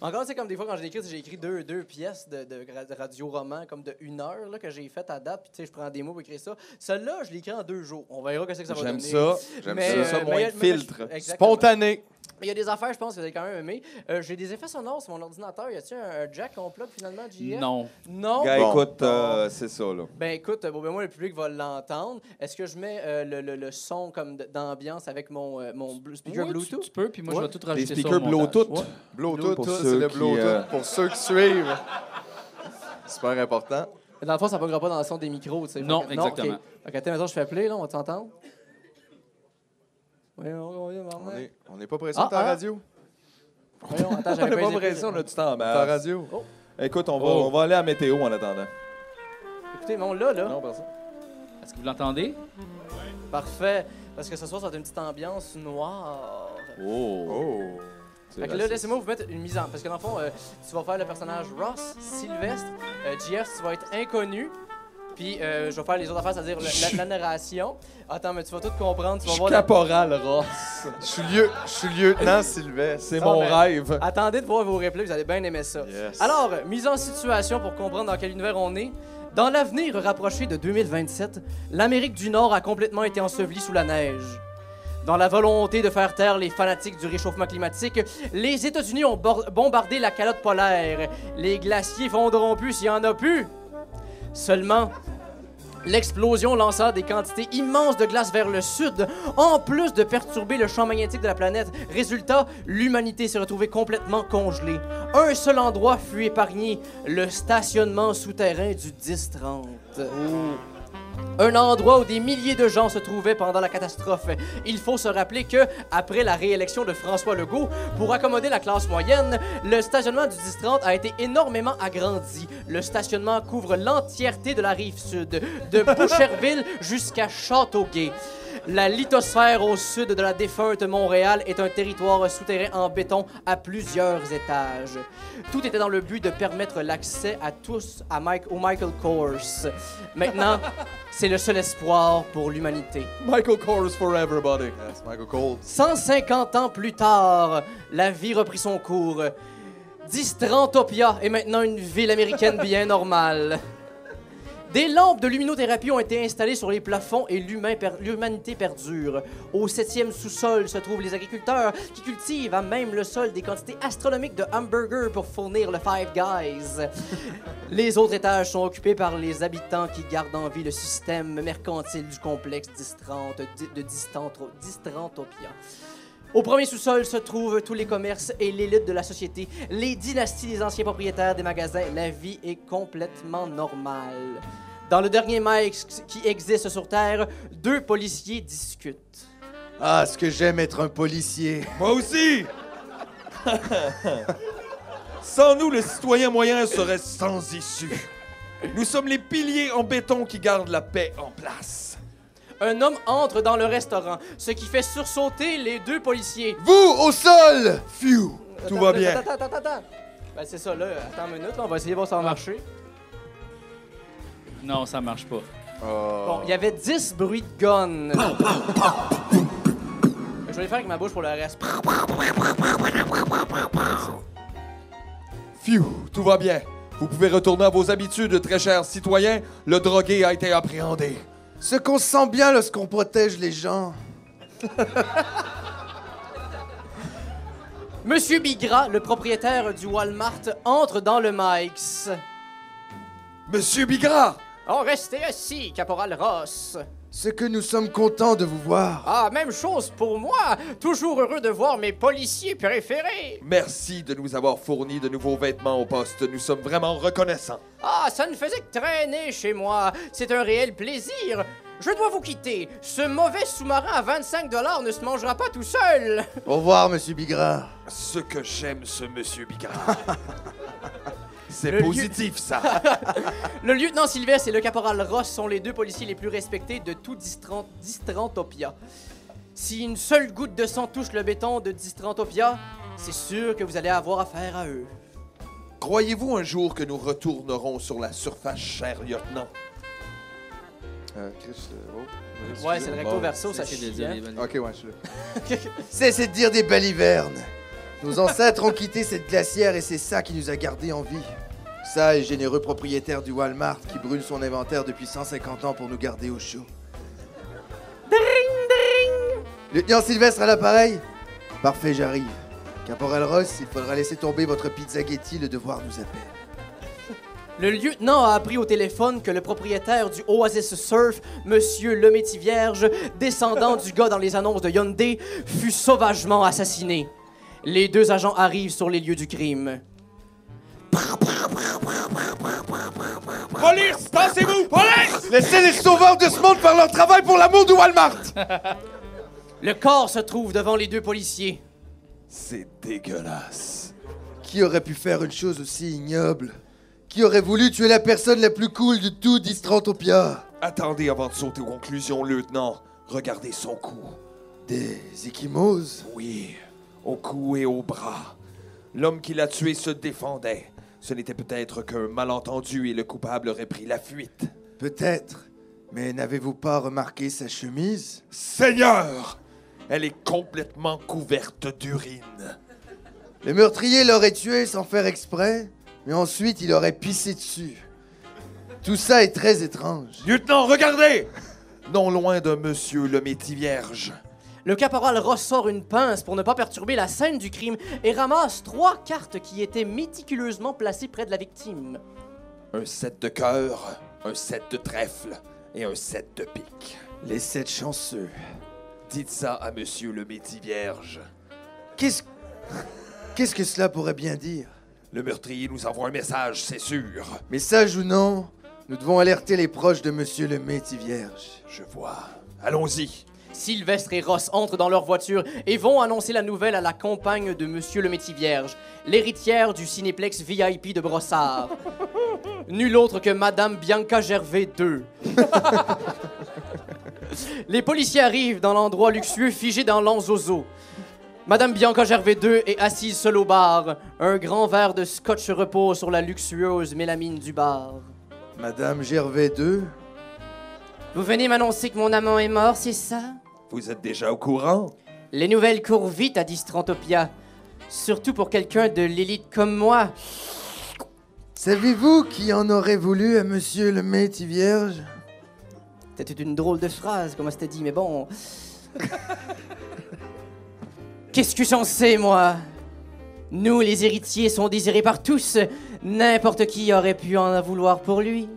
Encore, c'est comme des fois quand j'ai écrit, j'ai écrit deux, deux pièces de, de ra- de radio-roman, comme de une heure, là, que j'ai faites à date, puis tu sais, je prends des mots pour écrire ça. Celle-là, je l'écris en deux jours. On verra qu'est-ce que ça va J'aime donner. ça. J'aime Mais, ça. euh, ça, mais moins il y a- de mais- filtres. Exactement. Spontané. Il y a des affaires, je pense, que vous avez quand même aimé. Euh, j'ai des effets sonores sur mon ordinateur. Y a-t-il un, un jack qu'on plug finalement, JF? Non. Non? Gars, Bon. écoute, euh, c'est ça, là. Ben écoute, euh, bon, ben, moi, le public va l'entendre. Est-ce que je mets euh, le, le- le son comme d- d'ambiance avec mon, euh, mon blu- speaker Ouais, tu- Bluetooth? Tu, peux, puis moi, Ouais. je vais tout rajouter ça au speakers montage. Bluetooth. Ouais. Blowtooth, Pour ça, ceux c'est le qui, Blowtooth euh, pour ceux qui suivent. Super important. Dans le fond, ça ne pas dans le son des micros, tu sais. Non, Fait que- exactement. OK, Ok, attends, maintenant, je fais play, là, on va t'entendre? Oui, on est... On est, on est pas présent Ah, à ah. la radio. Voyons, attends, On j'avais n'a pas pas aimé. pression, on a du temps en T'es à la masse. radio. Écoute, on va, Oh. on va aller à météo en attendant. Écoutez, mon là, là, Non, personne. Est-ce que vous l'entendez? parfait. Parce que ce soir, ça va être une petite ambiance noire. Oh. Oh. c'est Fait que là, raciste. laissez-moi vous mettre une mise en. Parce que dans le fond, euh, tu vas faire le personnage Ross, Sylvestre, euh, GF, tu vas être inconnu. Puis euh, je vais faire les autres affaires, c'est-à-dire le- la, la narration. Attends, mais tu vas tout comprendre, tu Je vas suis voir. la- caporal Ross. Je suis lieu- je suis lieutenant Sylvestre. C'est Non, mon mais- rêve. Attendez de voir vos replays, vous allez bien aimer ça. Yes. Alors, euh, mise en situation pour comprendre dans quel univers on est. Dans l'avenir rapproché de 2027, l'Amérique du Nord a complètement été ensevelie sous la neige. Dans la volonté de faire taire les fanatiques du réchauffement climatique, les États-Unis ont bor- bombardé la calotte polaire. Les glaciers fondront plus s'il y en a plus. Seulement, L'explosion lança des quantités immenses de glace vers le sud, en plus de perturber le champ magnétique de la planète. Résultat, l'humanité s'est retrouvée complètement congelée. Un seul endroit fut épargné, le stationnement souterrain du 10-30. Un endroit où des milliers de gens se trouvaient pendant la catastrophe. Il faut se rappeler que, après la réélection de François Legault, pour accommoder la classe moyenne, le stationnement du 10-30 a été énormément agrandi. Le stationnement couvre l'entièreté de la rive sud, de Boucherville jusqu'à Châteauguay. La lithosphère au sud de la défunte Montréal est un territoire souterrain en béton à plusieurs étages. Tout était dans le but de permettre l'accès à tous à Mike, au Michael Kors. Maintenant, c'est le seul espoir pour l'humanité. Michael Kors for everybody. Yes, Michael Cole. 150 ans plus tard, la vie reprit son cours. Distrantopia est maintenant une ville américaine bien normale. Des lampes de luminothérapie ont été installées sur les plafonds et l'humain per- l'humanité perdure. Au septième sous-sol se trouvent les agriculteurs qui cultivent à même le sol des quantités astronomiques de hamburgers pour fournir le Five Guys. Les autres étages sont occupés par les habitants qui gardent en vie le système mercantile du complexe distrante, di- de distantro- Distrantopia. Au premier sous-sol se trouvent tous les commerces et l'élite de la société, les dynasties des anciens propriétaires des magasins. La vie est complètement normale. Dans le dernier Mike qui existe sur Terre, deux policiers discutent. Ah, ce que j'aime être un policier. Moi aussi! Sans nous, le citoyen moyen serait sans issue. Nous sommes les piliers en béton qui gardent la paix en place. Un homme entre dans le restaurant, ce qui fait sursauter les deux policiers. Vous, au sol! Phew! Tout va bien. Attends, attends, attends, attends. Ben, c'est ça, là. Attends une minute, là, on va essayer de voir si Ah. ça va marcher. Non, ça marche pas. Bon, il y avait 10 bruits de gun. Je vais les faire avec ma bouche pour le reste. Phew, tout va bien. Vous pouvez retourner à vos habitudes, très chers citoyens. Le drogué a été appréhendé. Ce qu'on sent bien lorsqu'on protège les gens. Monsieur Bigra, le propriétaire du Walmart, entre dans le Mike's. Monsieur Bigard! Oh, restez assis, Caporal Ross. Ce que nous sommes contents de vous voir. Ah, même chose pour moi. Toujours heureux de voir mes policiers préférés. Merci de nous avoir fourni de nouveaux vêtements au poste. Nous sommes vraiment reconnaissants. Ah, ça ne faisait que traîner chez moi. C'est un réel plaisir. Je dois vous quitter. Ce mauvais sous-marin à 25 dollars ne se mangera pas tout seul. Au revoir, monsieur Bigrard. Ce que j'aime, ce monsieur Bigard. C'est Le lieu- positif, ça. Le lieutenant Sylvestre et le caporal Ross sont les deux policiers les plus respectés de tout Distran- Distrantopia. Si une seule goutte de sang touche le béton de Distrantopia, c'est sûr que vous allez avoir affaire à eux. Croyez-vous un jour que nous retournerons sur la surface, cher lieutenant? Euh, Chris, euh, oh. Ouais, c'est le recto Bon. verso, ça C'est chie, désolé, hein. Vanessa. Ok, ouais, je suis là. Cessez de dire des balivernes. Nos ancêtres ont quitté cette glacière et c'est ça qui nous a gardés en vie. Ça et le généreux propriétaire du Walmart qui brûle son inventaire depuis 150 ans pour nous garder au chaud. Lieutenant Sylvestre à l'appareil Parfait, j'arrive. Caporal Ross, il faudra laisser tomber votre pizza Getty, le devoir nous appelle. Le lieutenant a appris au téléphone que le propriétaire du Oasis Surf, Monsieur Lemétis Vierge, descendant du gars dans les annonces de Hyundai, fut sauvagement assassiné. Les deux agents arrivent sur les lieux du crime. Police, tassez-vous! Police! Laissez les sauveurs de ce monde par leur travail pour l'amour du Walmart Le corps se trouve devant les deux policiers. C'est dégueulasse. Qui aurait pu faire une chose aussi ignoble Qui aurait voulu tuer la personne la plus cool de tout Distrantopia Attendez avant de sauter aux conclusions, lieutenant. Regardez son cou. Des échymoses Oui, au cou et au bras. L'homme qui l'a tué se défendait. Ce n'était peut-être qu'un malentendu et le coupable aurait pris la fuite. Peut-être. Mais n'avez-vous pas remarqué sa chemise Seigneur! Elle est complètement couverte d'urine. Le meurtrier l'aurait tué sans faire exprès, mais ensuite il aurait pissé dessus. Tout ça est très étrange. Lieutenant, regardez! Non loin de monsieur le métier vierge. Le caporal ressort une pince pour ne pas perturber la scène du crime et ramasse trois cartes qui étaient méticuleusement placées près de la victime. Un set de cœur, un set de trèfle et un set de pique. Les sept chanceux. Dites ça à monsieur le métier vierge. Qu'est-ce... Qu'est-ce que cela pourrait bien dire Le meurtrier nous envoie un message, c'est sûr. Message ou non, Nous devons alerter les proches de Monsieur le Métis Vierge. Je vois. Allons-y. Sylvestre et Ross entrent dans leur voiture et vont annoncer la nouvelle à la compagne de Monsieur le Métis Vierge, l'héritière du cinéplex VIP de Brossard. Nul autre que Madame Bianca Gervais II. Les policiers arrivent dans l'endroit luxueux figé dans l'anzozo. Madame Bianca Gervais II est assise seule au bar. Un grand verre de scotch repose sur la luxueuse mélamine du bar. Madame Gervais II, Vous venez m'annoncer que mon amant est mort, c'est ça Vous êtes déjà au courant? Les nouvelles courent vite à Distrantopia. Surtout pour quelqu'un de l'élite comme moi. savez-vous qui en aurait voulu à Monsieur le Métis Vierge C'était une drôle de phrase, comme on s'était dit, mais bon. Qu'est-ce que j'en sais, moi Nous, les héritiers, sont désirés par tous. N'importe qui aurait pu en vouloir pour lui.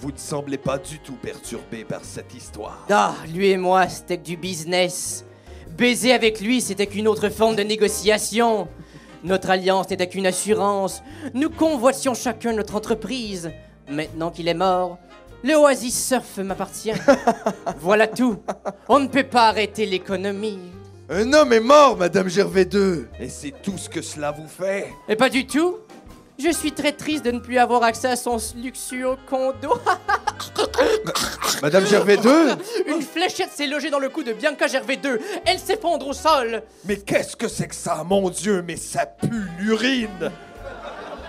Vous ne semblez pas du tout perturbé par cette histoire. Ah, lui et moi, c'était que du business. Baiser avec lui, c'était qu'une autre forme de négociation. Notre alliance n'était qu'une assurance. Nous convoitions chacun notre entreprise. Maintenant qu'il est mort, le Oasis Surf m'appartient. voilà tout. On ne peut pas arrêter l'économie. Un homme est mort, Madame Gervais II Et c'est tout ce que cela vous fait. Et pas du tout. Je suis très triste de ne plus avoir accès à son luxueux condo. Madame Gervais II Une fléchette s'est logée dans le cou de Bianca Gervais 2. Elle s'effondre au sol. Mais qu'est-ce que c'est que ça, mon Dieu, mais ça pue l'urine!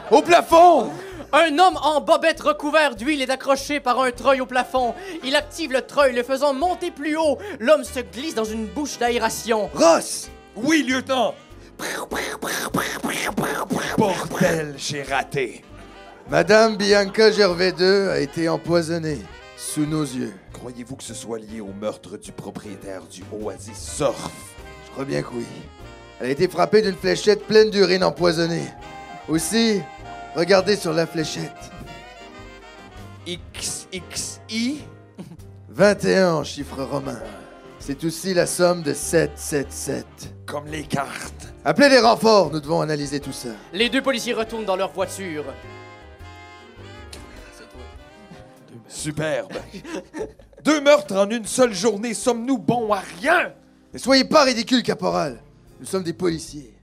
Au plafond! Un homme en bobette recouvert d'huile est accroché par un treuil au plafond. Il active le treuil, le faisant monter plus haut. L'homme se glisse dans une bouche d'aération. Ross Oui, lieutenant! Bordel, j'ai raté. Madame Bianca Gervais II a été empoisonnée sous nos yeux. Croyez-vous que ce soit lié au meurtre du propriétaire du Oasis Surf? Je crois bien que oui. Elle a été frappée d'une fléchette pleine d'urine empoisonnée. Aussi, regardez sur la fléchette. XXI? 21 en chiffre romain. C'est aussi la somme de 777. Comme les cartes. Appelez les renforts, nous devons analyser tout ça. Les deux policiers retournent dans leur voiture. Superbe. Deux meurtres en une seule journée, sommes-nous bons à rien? Ne soyez pas ridicule, caporal. Nous sommes des policiers.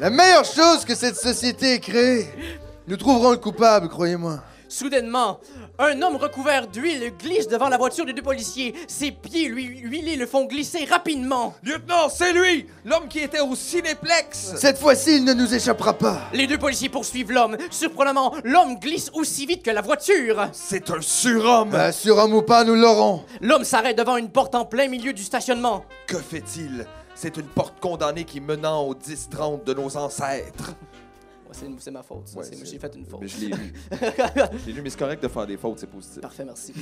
la meilleure chose que cette société ait créée, nous trouverons le coupable, croyez-moi. Soudainement, un homme recouvert d'huile glisse devant la voiture des deux policiers. Ses pieds lui huilés le font glisser rapidement. Lieutenant, c'est lui! L'homme qui était au Cinéplex! Cette fois-ci, il ne nous échappera pas. Les deux policiers poursuivent l'homme. Surprenamment, l'homme glisse aussi vite que la voiture. C'est un surhomme! Bah, surhomme ou pas, nous l'aurons. L'homme s'arrête devant une porte en plein milieu du stationnement. Que fait-il? C'est une porte condamnée qui menant au 10-30 de nos ancêtres. Ouais, c'est c'est ma faute. ça. Ouais, C'est- c'est- J'ai fait une faute. Mais je l'ai lu. je l'ai lu, mais c'est correct de faire des fautes, c'est positif. Parfait, merci.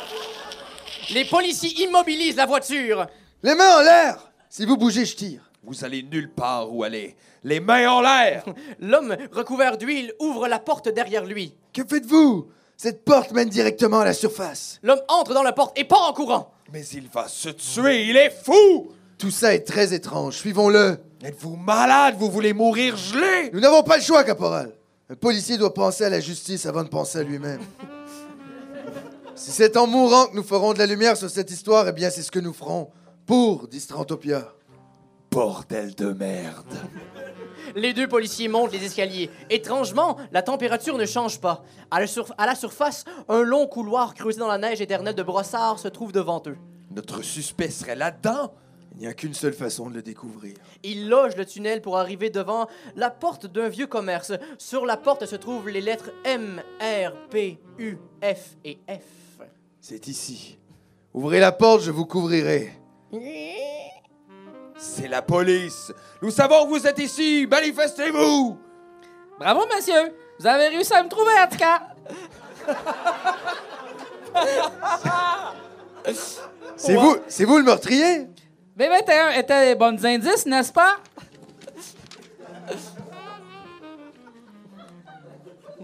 Les policiers immobilisent la voiture. Les mains en l'air Si vous bougez, je tire. Vous allez nulle part où aller. Les mains en l'air! L'homme, recouvert d'huile, ouvre la porte derrière lui. Que faites-vous Cette porte mène directement à la surface. L'homme entre dans la porte et part en courant. Mais il va se tuer, il est fou! Tout ça est très étrange, suivons-le. Êtes-vous malade? Vous voulez mourir gelé? Nous n'avons pas le choix, caporal. Un policier doit penser à la justice avant de penser à lui-même. si c'est en mourant que nous ferons de la lumière sur cette histoire, eh bien c'est ce que nous ferons pour Distrantopia. Bordel de merde! Les deux policiers montent les escaliers. Étrangement, la température ne change pas. À la, surf- à la surface, un long couloir creusé dans la neige éternelle de brossard se trouve devant eux. Notre suspect serait là-dedans! Il n'y a qu'une seule façon de le découvrir. Ils logent le tunnel pour arriver devant la porte d'un vieux commerce. Sur la porte se trouvent les lettres M, R, P, U, F et F. C'est ici. Ouvrez la porte, je vous couvrirai. C'est la police! Nous savons que vous êtes ici! Manifestez-vous! Bravo, monsieur! Vous avez réussi à me trouver, en tout cas! C'est vous, c'est vous le meurtrier B21 était des bonnes indices, n'est-ce pas?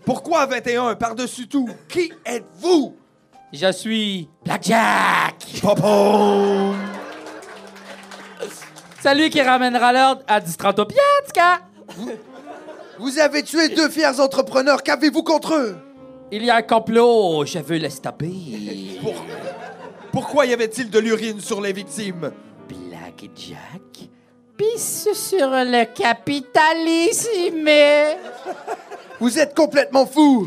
Pourquoi 21 par-dessus tout? Qui êtes-vous? Je suis Blackjack! Popon! Salut qui ramènera l'ordre à Distrantopia, en tout cas. Vous avez tué deux fiers entrepreneurs, qu'avez-vous contre eux Il y a un complot, je veux le stopper. Pourquoi y avait-il de l'urine sur les victimes? Blackjack pisse sur le capitalisme. Vous êtes complètement fous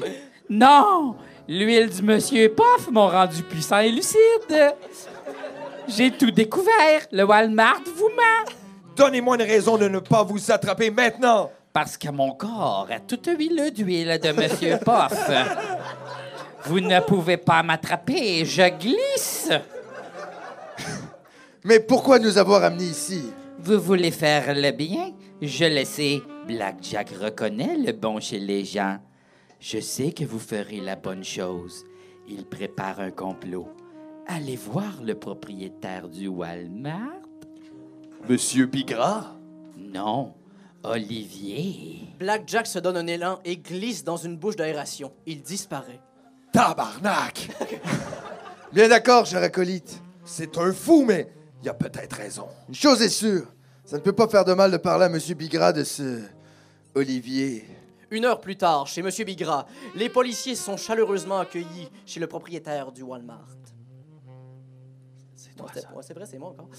Non, l'huile du monsieur Poff m'ont rendu puissant et lucide. J'ai tout découvert. Le Walmart vous ment. Donnez-moi une raison de ne pas vous attraper maintenant! Parce que mon corps a toute huile d'huile de monsieur Poff. Vous ne pouvez pas m'attraper, je glisse. Mais pourquoi nous avoir amenés ici Vous voulez faire le bien? Je le sais. Blackjack reconnaît le bon chez les gens. Je sais que vous ferez la bonne chose. Il prépare un complot. Allez voir le propriétaire du Walmart. Monsieur Bigras? Non, Olivier. Blackjack se donne un élan et glisse dans une bouche d'aération. Il disparaît. Tabarnak! Bien d'accord, cher acolyte. C'est un fou, mais il a peut-être raison. Une chose est sûre, ça ne peut pas faire de mal de parler à Monsieur Bigra de ce... Olivier. Une heure plus tard, chez Monsieur Bigra, les policiers sont chaleureusement accueillis chez le propriétaire du Walmart. C'est c'est vrai, c'est moi encore.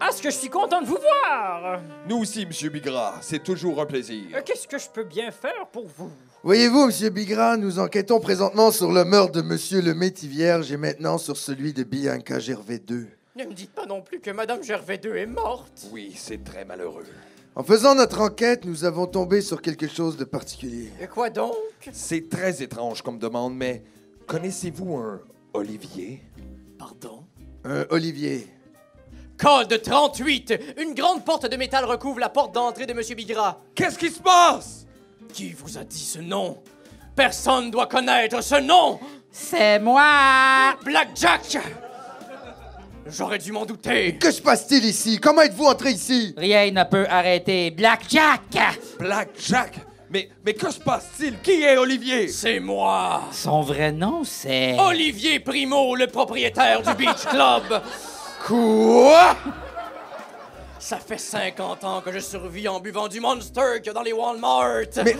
Ah, ce que je suis content de vous voir! Nous aussi, Monsieur Bigras, c'est toujours un plaisir. Euh, Qu'est-ce que je peux bien faire pour vous? Voyez-vous, Monsieur Bigra, nous enquêtons présentement sur le meurtre de Monsieur le Métis Vierge et maintenant sur celui de Bianca Gervais II. Ne me dites pas non plus que Madame Gervais 2 est morte! Oui, c'est très malheureux. En faisant notre enquête, nous avons tombé sur quelque chose de particulier. Et quoi donc? C'est très étrange comme demande, mais connaissez-vous un Olivier? Pardon? Un Euh, Olivier. Code 38! Une grande porte de métal recouvre la porte d'entrée de Monsieur Bigra. Qu'est-ce qui se passe? Qui vous a dit ce nom? Personne doit connaître ce nom! C'est moi! Blackjack! J'aurais dû m'en douter! Que se passe-t-il ici Comment êtes-vous entré ici Rien ne peut arrêter Blackjack! Blackjack? Mais, mais que se passe-t-il? Qui est Olivier? C'est moi! Son vrai nom, c'est... Oh, Olivier Primo, le propriétaire du Beach Club! Quoi Ça fait 50 ans que je survis en buvant du Monster qu'il y a dans les Walmart! Mais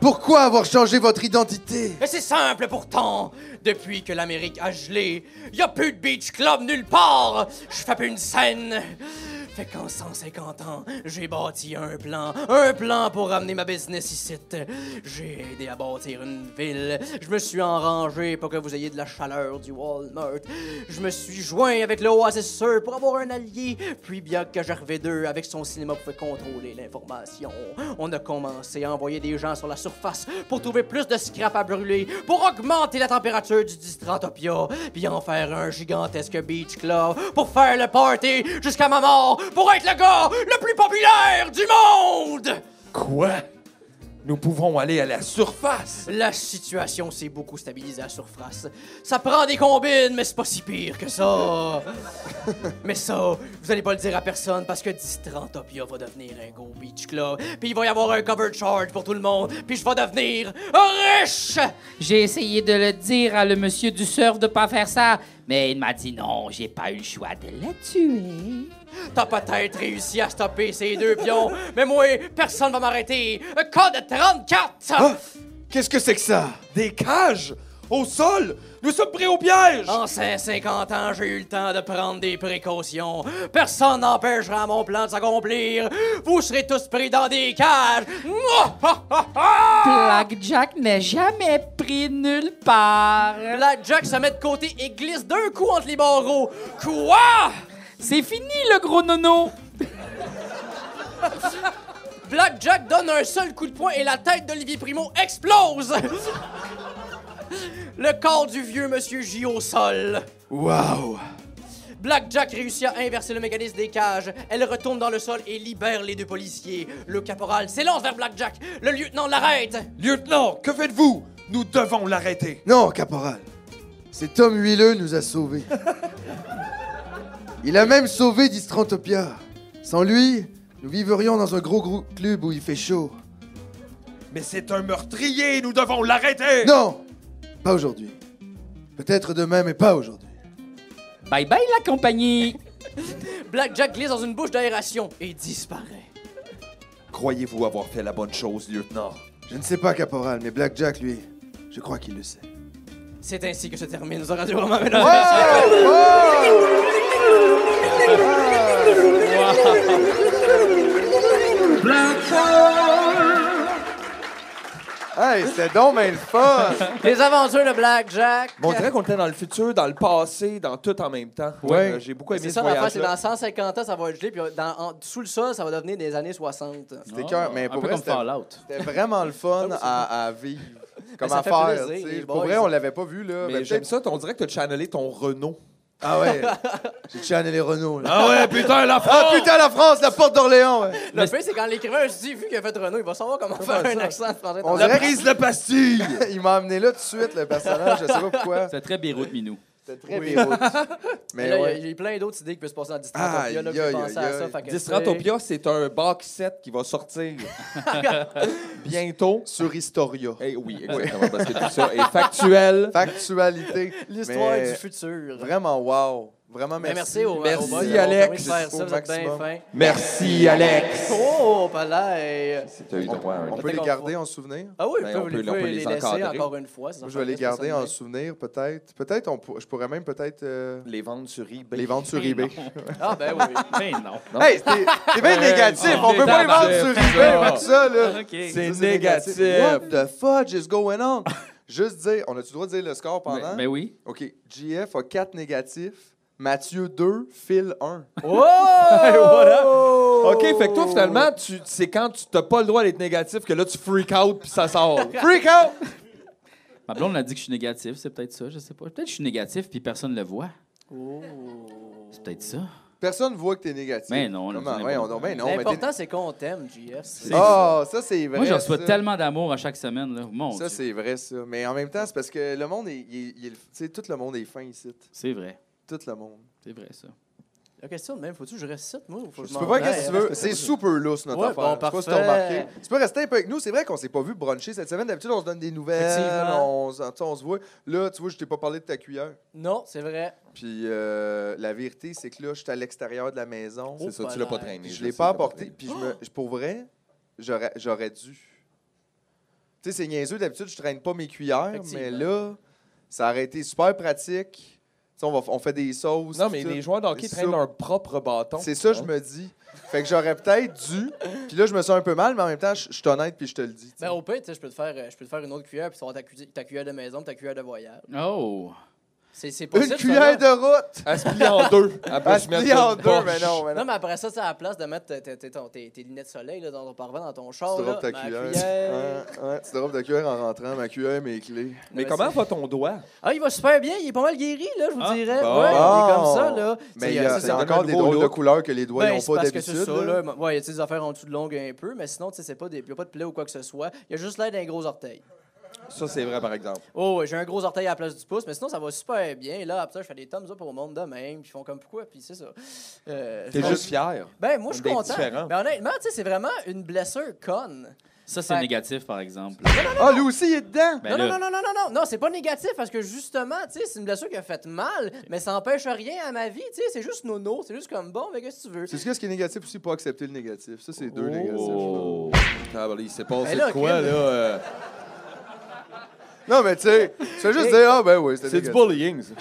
pourquoi avoir changé votre identité Et c'est simple pourtant! Depuis que l'Amérique a gelé, y a plus de beach club nulle part! Je fais plus une scène! Fait qu'en 150 ans, j'ai bâti un plan, un plan pour ramener ma business ici. J'ai aidé à bâtir une ville, je me suis enrangé pour que vous ayez de la chaleur du Walmart. Je me suis joint avec le Oasisseur pour avoir un allié, puis bien que Gervais 2 avec son cinéma pouvait contrôler l'information. On a commencé à envoyer des gens sur la surface pour trouver plus de scrap à brûler, pour augmenter la température du Distratopia, puis en faire un gigantesque beach club pour faire le party jusqu'à ma mort, pour être le gars le plus populaire du monde! Quoi? Nous pouvons aller à la surface. La situation s'est beaucoup stabilisée à la surface. Ça prend des combines, mais c'est pas si pire que ça. mais ça, vous allez pas le dire à personne parce que Distrantopia va devenir un gros beach club. Puis il va y avoir un cover charge pour tout le monde. Puis je vais devenir riche. J'ai essayé de le dire à le monsieur du surf de pas faire ça, mais il m'a dit non, j'ai pas eu le choix de le tuer. T'as peut-être réussi à stopper ces deux pions, mais moi, personne va m'arrêter. Code 34. Ah! Qu'est-ce que c'est que ça? Des cages? Au sol? Nous sommes prêts au piège! En 150 ans, j'ai eu le temps de prendre des précautions. Personne n'empêchera mon plan de s'accomplir. Vous serez tous pris dans des cages. Mouah! Ha, ha, ha! Blackjack n'est jamais pris nulle part. Blackjack se met de côté et glisse d'un coup entre les barreaux. Quoi? C'est fini le gros nono. Blackjack donne un seul coup de poing et la tête d'Olivier Primo explose. Le corps du vieux monsieur gît au sol. Waouh Blackjack réussit à inverser le mécanisme des cages. Elle retourne dans le sol et libère les deux policiers. Le caporal s'élance vers Blackjack. Le lieutenant l'arrête. Lieutenant, que faites-vous? Nous devons l'arrêter. Non, caporal. Cet homme huileux nous a sauvés. Il a même sauvé Distrantopia. Sans lui, nous vivrions dans un gros, gros club où il fait chaud. Mais c'est un meurtrier, nous devons l'arrêter. Non Pas aujourd'hui. Peut-être demain, mais pas aujourd'hui. Bye bye la compagnie. Blackjack glisse dans une bouche d'aération et disparaît. Croyez-vous avoir fait la bonne chose, lieutenant? Je ne sais pas, Caporal, mais Blackjack, lui, je crois qu'il le sait. C'est ainsi que se termine ce Radio Roman Ménage. Ah, Hey, c'était donc bien le fun! Les aventures de Blackjack. Mais on dirait qu'on était dans le futur, dans le passé, dans tout en même temps. Ouais. Euh, J'ai beaucoup aimé C'est ce ça l'affaire, voyage c'est dans 150 ans, ça va être gelé, puis dans, en- sous le sol, ça va devenir des années 60. C'était cœur, mais Oh, un pour peu vrai, comme c'était Fallout. C'était vraiment le fun à, à vivre. Comme ça à fait faire. plaisir, tu sais. les Pour boys. vrai, on l'avait pas vu. là. Mais Ben, j'aime peut-être- ça, on dirait que t'as channelé ton Renault. Ah ouais, j'ai channelé Renault, là. Ah ouais, putain, la Ah putain, la France, la porte d'Orléans, ouais. Le fait, c'est quand l'écrivain se dit, vu qu'il a fait Renault, il va savoir comment faire un accent français. On dirait prise de pastille! qu'il m'a amené là tout de suite, le personnage. Je sais pas pourquoi. C'était très Beyrouth Minou. C'était très Beyrouth. Mais Mais là, il y a- ouais. il y a plein d'autres idées qui peuvent se passer dans Distratopia, Aïe, là, puis j'ai aïe, pensé à aïe, ça. aïe. fait que, Distratopia, c'est un box set qui va sortir bientôt. Sur Historia. Eh oui, exactement, parce que tout ça est factuel. Factualité. tu sais, L'histoire Mais du futur. Vraiment, wow. Vraiment, Mais merci. merci au Merci, au boys, Alex. d'avoir permis de faire Au ça, vous êtes bien maximum. fin. Merci, Alex. Oh, palais! T'as eu droit à un- On peut les garder en souvenir? Ah oui, Ben, vous on pouvez, peut- vous on peut pouvez les les laisser encadrer. encore une fois. Moi, je vais les garder en souvenir, peut-être. Peut-être, on pour- je pourrais même peut-être euh, les vendre sur eBay. les vendre sur Ben eBay. Ah ben oui. Ben non. Hey, t'es t'es bien négatif. On peut pas les vendre sur eBay, tout ça, là. OK. C'est Ça, négatif. What the fudge is going on? Juste dire, on a-tu le droit de dire le score pendant? Ben, ben oui. OK, JF a 4 négatifs, Mathieu 2, Phil 1. Oh! Oh! OK, fait que toi, finalement, tu, c'est quand tu t'as pas le droit d'être négatif que là, tu freak out puis ça sort. Freak out! Ma blonde a dit que je suis négatif, c'est peut-être ça, je sais pas. Peut-être que je suis négatif puis personne le voit. Oh. C'est peut-être ça. Personne voit que t'es négatif. Ben non, là, Comment? c'est Ouais, on, n'importe ben non, mais t'es- L'important, c'est qu'on t'aime, JF. Ah, ça, c'est vrai. Moi, je reçois ça. tellement d'amour à chaque semaine, là. Mon Dieu. Ça, c'est vrai, ça. Mais en même temps, c'est parce que le monde est. il est- il est le- tu sais, tout le monde est fin ici. C'est vrai. Tout le monde. C'est vrai, ça. La question de même, faut-tu que je récite, moi? ou faut Tu que je m'en peux pas, aille? qu'est-ce que tu veux? C'est super lousse, notre Ouais, affaire. bon, Je sais pas si t'as parfait. remarqué. Tu peux rester un peu avec nous. C'est vrai qu'on s'est pas vu bruncher cette semaine. D'habitude, on se donne des nouvelles. Effectivement. On, s- tu sais, on se voit. Là, tu vois, je t'ai pas parlé de ta cuillère. Non, c'est vrai. Puis euh, la vérité, c'est que là, je suis à l'extérieur de la maison. Oh, C'est ça, tu l'as pas voilà. traîné. Puis je je l'ai sais, pas t'as apporté. traîné. Puis je me- je- pour vrai, j'aurais j'aurais dû. Tu sais, c'est niaiseux. D'habitude, je traîne pas mes cuillères, mais Effectivement. là, ça aurait été super pratique. Tu sais, on, va, on fait des sauces. Non, puis mais tout. les joueurs d'hockey C'est traînent ça. leur propre bâton. C'est ça, je me dis. Fait que j'aurais peut-être dû. Puis là, je me sens un peu mal, mais en même temps, je je suis honnête puis je te le dis. tu sais. Ben, au pire, tu sais, je peux te faire, euh, je peux te faire une autre cuillère, puis tu vas avoir ta, cu- ta cuillère de maison, puis ta cuillère de voyage. Oh! C'est, c'est possible, Une ça, cuillère là. de route! Elle se plie en deux. Elle peut Ah, se je mettre plie en une deux, poche. mais non, mais non. Non, mais après ça, c'est à la place de mettre tes, tes- tes- ton- tes- tes lunettes de soleil là, dans ton parvent, dans ton char. Tu là, droppes ta ma cuillère. cuillère. Ouais, ouais, tu droppes ta cuillère en rentrant, ma cuillère, mes clés. Mais Ouais, comment c'est- va ton doigt? Ah, il va super bien, il est pas mal guéri, là, je vous Ah, dirais. bon. Ouais, il est comme Bon. ça, là. Mais C'est- il y a, ça, il y c'est a un- encore un des nouveau drôles de look. couleurs que les doigts Ben, n'ont c'est pas parce que c'est d'habitude. ça, là. là. Ouais, il y a des affaires en dessous de longues un peu, mais sinon, tu sais, c'est pas des, y a pas de plaie ou quoi que ce soit. Il y a juste l'air d'un gros orteil. Ça, c'est vrai, par exemple. Oh, ouais, j'ai un gros orteil à la place du pouce, mais sinon, ça va super bien. Et là, après ça, je fais des thumbs up au monde de même, puis ils font comme pourquoi, puis c'est ça. Euh, T'es je- juste fier. Ben, moi, je suis d'être content. différent. Mais honnêtement, tu sais, c'est vraiment une blessure conne. Ça, c'est Fait- négatif, par exemple. Ah, lui aussi, il est dedans! Ben Non, non, là, non, non, non, non, non, non, c'est pas négatif parce que justement, tu sais, c'est une blessure qui a fait mal, mais ça empêche rien à ma vie, tu sais, c'est juste nono, c'est juste comme bon, mais qu'est-ce que tu veux? C'est ce qui est négatif aussi, pas accepter le négatif. Ça, c'est deux négatifs. là. Oh. Ah, ben là, il s'est Mais passé là, de quoi, Kim- là? euh, Non, mais tu sais, tu fais juste dire, ah ben oui, c'était C'est du négatif. bullying, ça.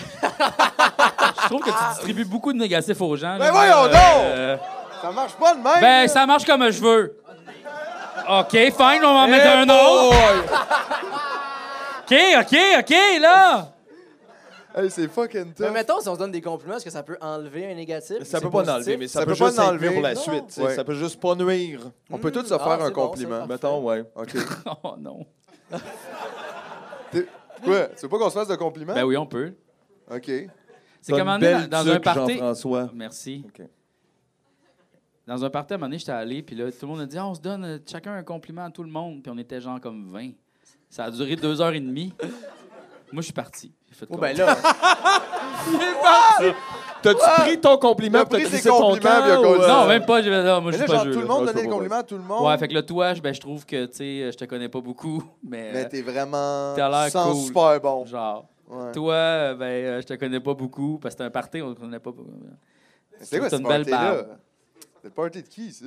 Je trouve que tu distribues beaucoup de négatifs aux gens. là. Ben voyons Euh, Ça marche pas de même! Ben, là. ça marche comme je veux. OK, fine, on va en mettre Eh un autre. OK, OK, OK, là. Hey, c'est fucking Mais tough. mettons, si on se donne des compliments, est-ce que ça peut enlever un négatif? Ça C'est peut pas positif? enlever, mais ça, Ça peut, peut pas juste être enlever. mieux pour la Non. suite. tu sais. Ouais. Ça peut juste pas nuire. On peut tous se ah, faire c'est un bon, compliment. ça, Mettons, ouais. OK. Oh non. T'es- Quoi? Tu veux pas qu'on se fasse de compliments? Ben oui, on peut. OK. C'est comme un moment donné, dans, dans un party. Jean-François. Merci. OK. Dans un party, à un moment donné, j'étais allé, puis là, tout le monde a dit Ah, on se donne euh, chacun un compliment à tout le monde, puis on était genre comme 20. Ça a duré deux heures et demie. Moi, je suis parti. J'ai fait Oh, comme- ben là, T'as-tu pris ton compliment T'as pour te pris tes crissé ton compliments, puis il a camp? ou, continué. euh, Non, même pas. j'ai fait, Non, moi, Mais je là, suis pas genre, jeu. tout le là. monde Ouais, donnait c'est le pas compliment à tout le monde. Ouais, fait que là, toi, je- ben, je trouve que, tu sais, je te connais pas beaucoup, mais. Mais t'es vraiment... T'as l'air Tu sens cool. super bon. Genre. Ouais. Toi, euh, ben, euh, je te connais pas beaucoup parce que t'es un party, on te connaît pas. beaucoup. C'est quoi C'est cette une belle party-là? C'est le party de qui, ça?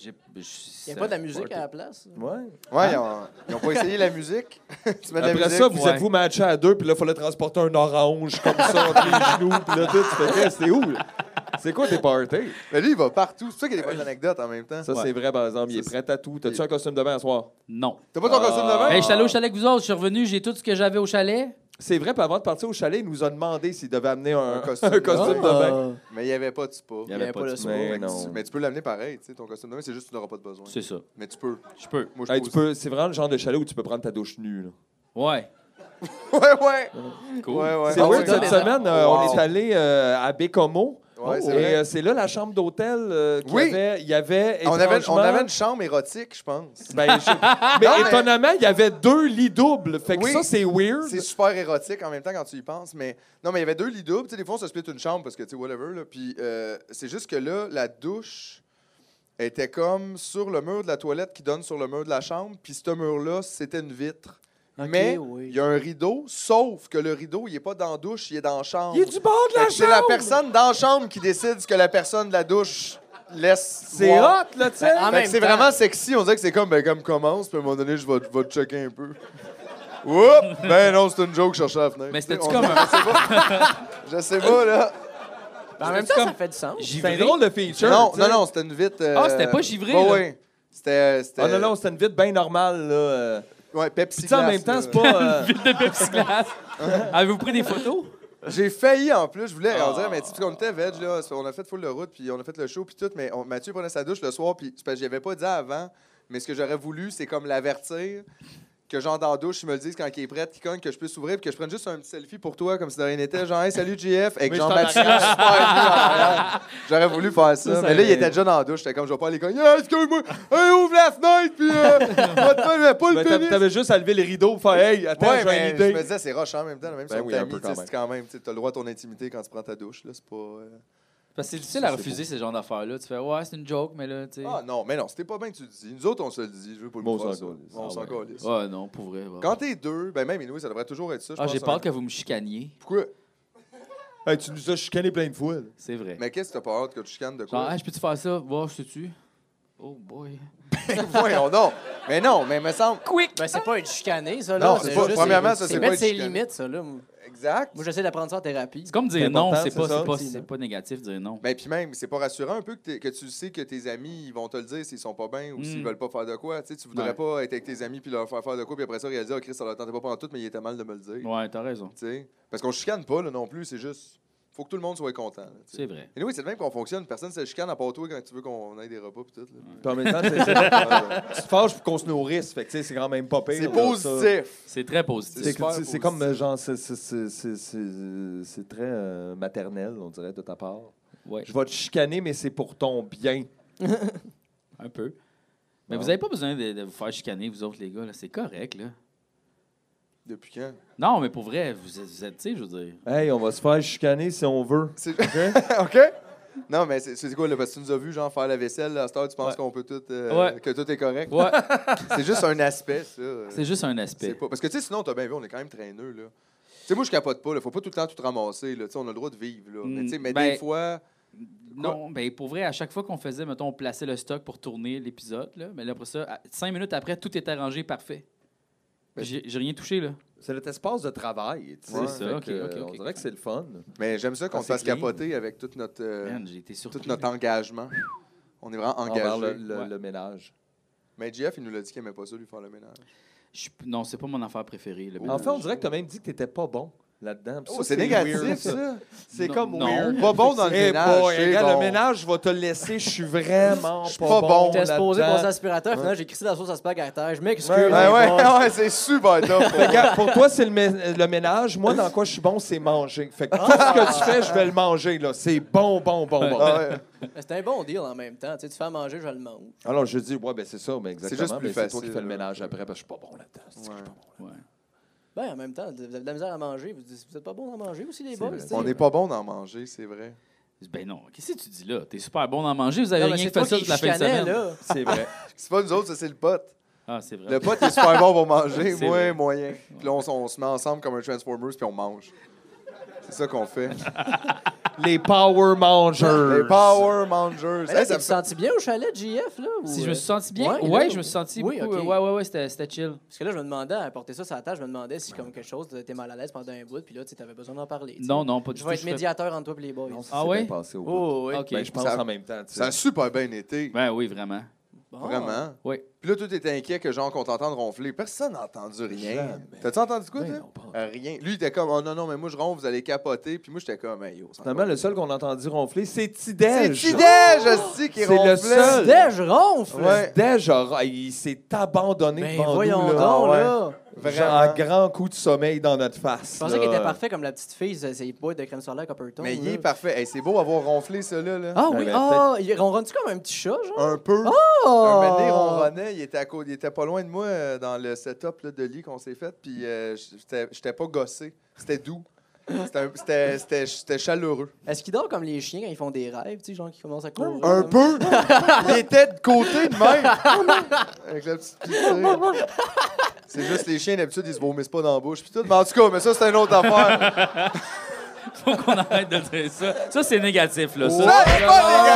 J'ai- Il n'y a pas de la musique à la place. Ouais. Ouais, ils ont- ils ont pas essayé la musique. tu mets de la Après musique. ça, vous ouais. êtes-vous matchés à deux, puis là, il fallait transporter un orange comme ça entre les genoux, puis là, tout. Tu fais, Hey, c'est où? là? C'est quoi tes parties? Mais lui, il va partout. C'est ça qu'il y a des bonnes anecdotes en même temps. Ça, c'est vrai, par exemple. Il est prêt à tout. T'as-tu un costume de bain à soir? Non. T'as pas ton Ah. costume de bain? Hey, je suis allé au chalet avec vous autres, je suis revenu, j'ai tout ce que j'avais au chalet. C'est vrai, puis avant de partir au chalet, il nous a demandé s'il devait amener un, Un costume un costume de bain. Mais il n'y avait pas de spa. avait avait pas pas de de spa. Mais, non. tu, mais tu peux l'amener pareil, tu sais, ton costume de bain, c'est juste que tu n'auras pas de besoin. C'est ça. Mais tu peux. Je peux. Moi, je Hey, pose. tu peux, c'est vraiment le genre de chalet où tu peux prendre ta douche nue. là. Ouais. Ouais, ouais. Cool. Ouais, ouais. C'est Ah, weird, ouais, cette ouais. semaine, euh, Wow. on est allé euh, à Bécomo. Ouais, c'est et vrai. euh, c'est là la chambre d'hôtel euh, qu'il Oui. y avait. Il y avait Ah, On avait, on étrangement- avait une chambre érotique, je pense. Ben, je sais pas. mais Non, mais- étonnamment, il y avait deux lits doubles. Fait que Oui. ça, c'est weird. C'est super érotique en même temps quand tu y penses, mais non, mais il y avait deux lits doubles. Tu sais, des fois, on se split une chambre parce que, tu sais, whatever. Là. Puis euh, c'est juste que là, la douche était comme sur le mur de la toilette qui donne sur le mur de la chambre. Puis ce mur-là, c'était une vitre. mais oui. il y a un rideau, sauf que le rideau, il est pas dans la douche, il est dans la chambre. Il est du bord de Fait la que C'est la chambre. personne dans la chambre qui décide ce que la personne de la douche laisse. C'est voir. hot, là, tu sais. En Fait même que c'est temps- vraiment sexy. On dirait que c'est comme, ben, comme commence, puis à un moment donné, je vais, je vais te checker un peu. Oups! Ben non, c'est une joke, je cherchais à la fenêtre. Mais c'était-tu On- comme un Je sais pas, là. Ben, en même temps, ça fait du sens. C'est un givré? drôle de feature. Non, tu sais. non, non, c'était une vite. euh, Ah, c'était pas givré, ouais, là. ouais. C'était. euh, c'était- Ah non, non, c'était une vite bien normale, là. euh. Ouais, Puis Pepsi. tu sais, en Glass, même temps, là. c'est pas... euh, Ville de Pepsi Glass. Avez-vous pris des photos? J'ai failli en plus, je voulais. On Ah. dirait, mais tu sais, on était veg, là. On a fait full de route, puis on a fait le show, puis tout. Mais on- Mathieu prenait sa douche le soir, puis c'est parce que j'y avais pas dit avant. Mais ce que j'aurais voulu, c'est comme l'avertir que, genre, dans la douche, ils me le disent quand il est prêt, qu'il cogne, que je puisse ouvrir, puis que je prenne juste un petit selfie pour toi, comme si de rien n'était. Genre, hey, salut, JF, avec Oui, Jean-Mathieu. je t'en super venu en arrière. J'aurais voulu faire ça. Ça, ça mais là, il aurait- était déjà dans la douche. J'étais comme, je vais pas aller cogner. Hey, excuse-moi, hey, ouvre la fenêtre, puis. Euh, va te faire- pas le ben, t'avais pénis. t'avais juste à lever les rideaux pour faire « Hey, attends, Ouais, j'ai une mais je me idée. disais, c'est rush en même temps, même si Ben on oui, est un amis, peu tu sais, quand c'est quand même, tu as le droit à ton intimité quand tu prends ta douche, là, c'est pas... euh, Parce que c'est difficile à refuser ce genre d'affaires-là. Tu fais, ouais, c'est une joke, mais là, tu sais. Ah non, mais non, c'était pas bien que tu le dis. Nous autres, on se le dit, je veux pas le Moi, on faire, s'en ça. calisse. On Ah s'en ouais. calisse. Ouais, non, pour vrai. ouais. Quand t'es deux, ben même, anyway, ça devrait toujours être ça, je Ah, pense, j'ai hein. peur que vous me chicaniez. Pourquoi? Hey, tu nous as chicané plein de fois. là. C'est vrai. Mais qu'est-ce que t'as peur que tu chicanes de Genre, hein, quoi? hey, je peux-tu faire ça? Voir, je sais-tu? Oh boy. Voyons donc! Mais non, mais me semble... Ben, c'est pas une chicanée, ça. Non, là. c'est pas- premièrement, ça, c'est c'est pas mettre une ses chicanée. limites, ça. Là. Moi, Exact. j'essaie d'apprendre ça en thérapie. C'est comme C'est dire non, important, c'est c'est pas, ça? c'est pas, C'est- c'est pas négatif dire non. Ben puis même, c'est pas rassurant un peu que, t'es- que tu sais que tes amis, ils vont te le dire s'ils sont pas bien ou Mm. s'ils veulent pas faire de quoi. Tu sais, tu voudrais Ouais. pas être avec tes amis puis leur faire faire de quoi, puis après ça, réaliser, oh Chris, ça leur tentait pas tout, mais il était mal de me le dire. Ouais, t'as raison. Tu sais, Parce qu'on chicane pas là, non plus, c'est juste. Faut que tout le monde soit content. là, tu sais. C'est vrai. Et oui, c'est le même qu'on fonctionne. Personne se chicane à part toi quand tu veux qu'on aille des repas pis tout. là. Puis en même temps, c'est ça. tu te fâches pour qu'on se nourrisse. Fait que tu sais, c'est quand même pas pire. C'est là, ça. positif. C'est très C'est- positif. super C'est positif. c'est comme euh, genre, c'est- c'est- c'est c'est- c'est- c'est très euh, maternel, on dirait, de ta part. Ouais, Je vais te chicaner, mais c'est pour ton bien. un peu. Ah Mais Bon. vous avez pas besoin de, de vous faire chicaner, vous autres, les gars. là. C'est correct, là. Depuis quand? Non, mais pour vrai, vous êtes, vous êtes, tu sais, je veux dire. Hey, on va se faire chicaner si on veut. C'est- OK? Non, mais c'est- c'est quoi, là? Parce que tu nous as vu, genre, faire la vaisselle, là, à cette heure, tu penses Ouais. qu'on peut tout. euh, Ouais. que tout est correct. Ouais, C'est juste un aspect, ça. c'est juste un C'est aspect. pas... Parce que, tu sais, sinon, t'as bien vu, on est quand même traîneux, là. Tu sais, moi, je capote pas, là. Faut pas tout le temps tout ramasser, là. Tu sais, on a le droit de vivre, là. Mais, Mm, tu sais, mais ben- des fois. Non, ben pour vrai, à chaque fois qu'on faisait, mettons, on plaçait le stock pour tourner l'épisode, là, mais là, après ça, à- cinq minutes après, tout était rangé parfait. Ben, J'ai j'ai rien touché, là. C'est notre espace de travail. tu sais. Ouais, ça, Fait ok, que, ok, euh, ok. On dirait que c'est le fun. Mais j'aime ça qu'on Ah, se c'est fasse clean. capoter avec toute notre, euh, Man, j'ai été surpris. tout notre là. engagement. On est vraiment Envers engagé. le, le- Ouais. le ménage. Mais JF, il nous l'a dit qu'il aimait pas ça, lui, faire le ménage. Je suis- Non, c'est pas mon affaire préférée. le En ménage. fait, on dirait que t'as même dit que t'étais pas bon là-dedans. Puis Oh, ça, c'est négatif, weird, ça. C'est Non, comme non. weird. Pas bon dans le Eh ménage, boy, c'est regarde, bon. le ménage, je vais te le laisser. Je suis vraiment suis pas, pas bon. bon. J'étais supposé là-dedans. passer aspirateur, finalement, j'ai crissé la sauce à spag à terre. Je m'excuse. Ouais, les Ouais, ouais, boys. ouais, c'est super Fait top. que, regarde, pour toi, c'est le, mé- le ménage. Moi, dans quoi je suis bon, c'est manger. Fait que tout ce que tu fais, je vais le manger. là. C'est bon, bon, bon, bon. Ah ouais. Mais C'était un bon deal en même temps. Tu sais, tu fais à manger, je le mange. Alors, je dis, ouais, ben c'est ça, mais juste exactement. plus mais c'est toi facile, qui fais le là. ménage après, parce que je suis pas bon là-dedans. C'est que je suis pas bon. Ouais. Ben, en même temps, vous avez de la misère à manger. Vous vous êtes pas bon à manger aussi, les C'est boys. vrai. tu sais. On n'est pas bon d'en manger, c'est vrai. Ben non, qu'est-ce que tu dis là? T'es super bon à manger, vous avez Non, mais rien c'est fait toi ça qui toute la fin de chicanais, semaine. là. C'est vrai. C'est pas nous autres, ça, c'est le pote. Ah, c'est vrai. Le pote est super bon pour manger, C'est moi, vrai. moyen. Puis là, on, s- on se met ensemble comme un Transformers, puis on mange. C'est ça qu'on fait. Les Power Mangers. Les Power Mangers. Mais là, Hey, ça tu me te fait- sentis bien au chalet, JF, là? ou, Si je euh, me suis senti bien, Ouais, ouais, là, je me suis senti oui, beaucoup. ok. euh, Ouais, ouais, ouais, c'était c'était chill. Parce que là, je me demandais à porter ça sur la table, je me demandais si, comme quelque chose, t'étais mal à l'aise pendant un bout, puis là, tu sais, t'avais besoin d'en parler. tu sais. Non, non, pas du Je tout. vais être fais- médiateur entre toi et les boys. Non, ça Ah s'est ouais? bien passé au bout. oh, oui. Ok. Ben, je pense Ça- en même temps. tu sais. Ça a super bien été. Ben oui, vraiment. Bon. Ah, Vraiment. Oui. Puis là, tout était inquiet que genre qu'on t'entende ronfler. Personne n'a entendu rien. Jamais. T'as-tu entendu quoi, Ben toi? non, pas Euh, Rien. Lui, il était comme, oh non, non, mais moi, je ronfle, vous allez capoter. Puis moi, j'étais comme, hey, yo, Finalement, le seul qu'on a entendu ronfler, c'est C'est Tidej. Tidej, je sais, qui C'est le ronflait. seul. Dej ronfle! Ouais. Tidej, aura- il s'est abandonné Ben devant voyons nous. là. donc, Ah ouais. là! Genre, un grand coup de sommeil dans notre face. Je pensais qu'il là. était parfait comme la petite fille, c'est ses boîtes de crème solaire Copperton. Mais il là. est parfait. Hey, c'est beau avoir ronflé, ça, là. là. Ouais, Ah Ah! oui, mais ah, il ronronne-tu comme un petit chat, genre? Ah! Un peu. Un moment donné, il ronronnait, il était, à côté- il était pas loin de moi euh, dans le setup là, de lit qu'on s'est fait, puis euh, j'étais j'étais pas gossé. C'était doux. C'était un- C'était c'était- c'était chaleureux. Est-ce qu'il dort comme les chiens quand ils font des rêves, tu sais, genre qui commencent à courir? Un comme- peu. il était de côté de même. Avec la petite pitié. C'est juste les chiens, d'habitude, ils se vomissent pas dans la bouche. Puis tout. Mais en tout cas, mais ça, c'est une autre affaire. Faut qu'on arrête de dire ça. Ça, c'est négatif, là. Ça, Ça, c'est pas Oh, c'est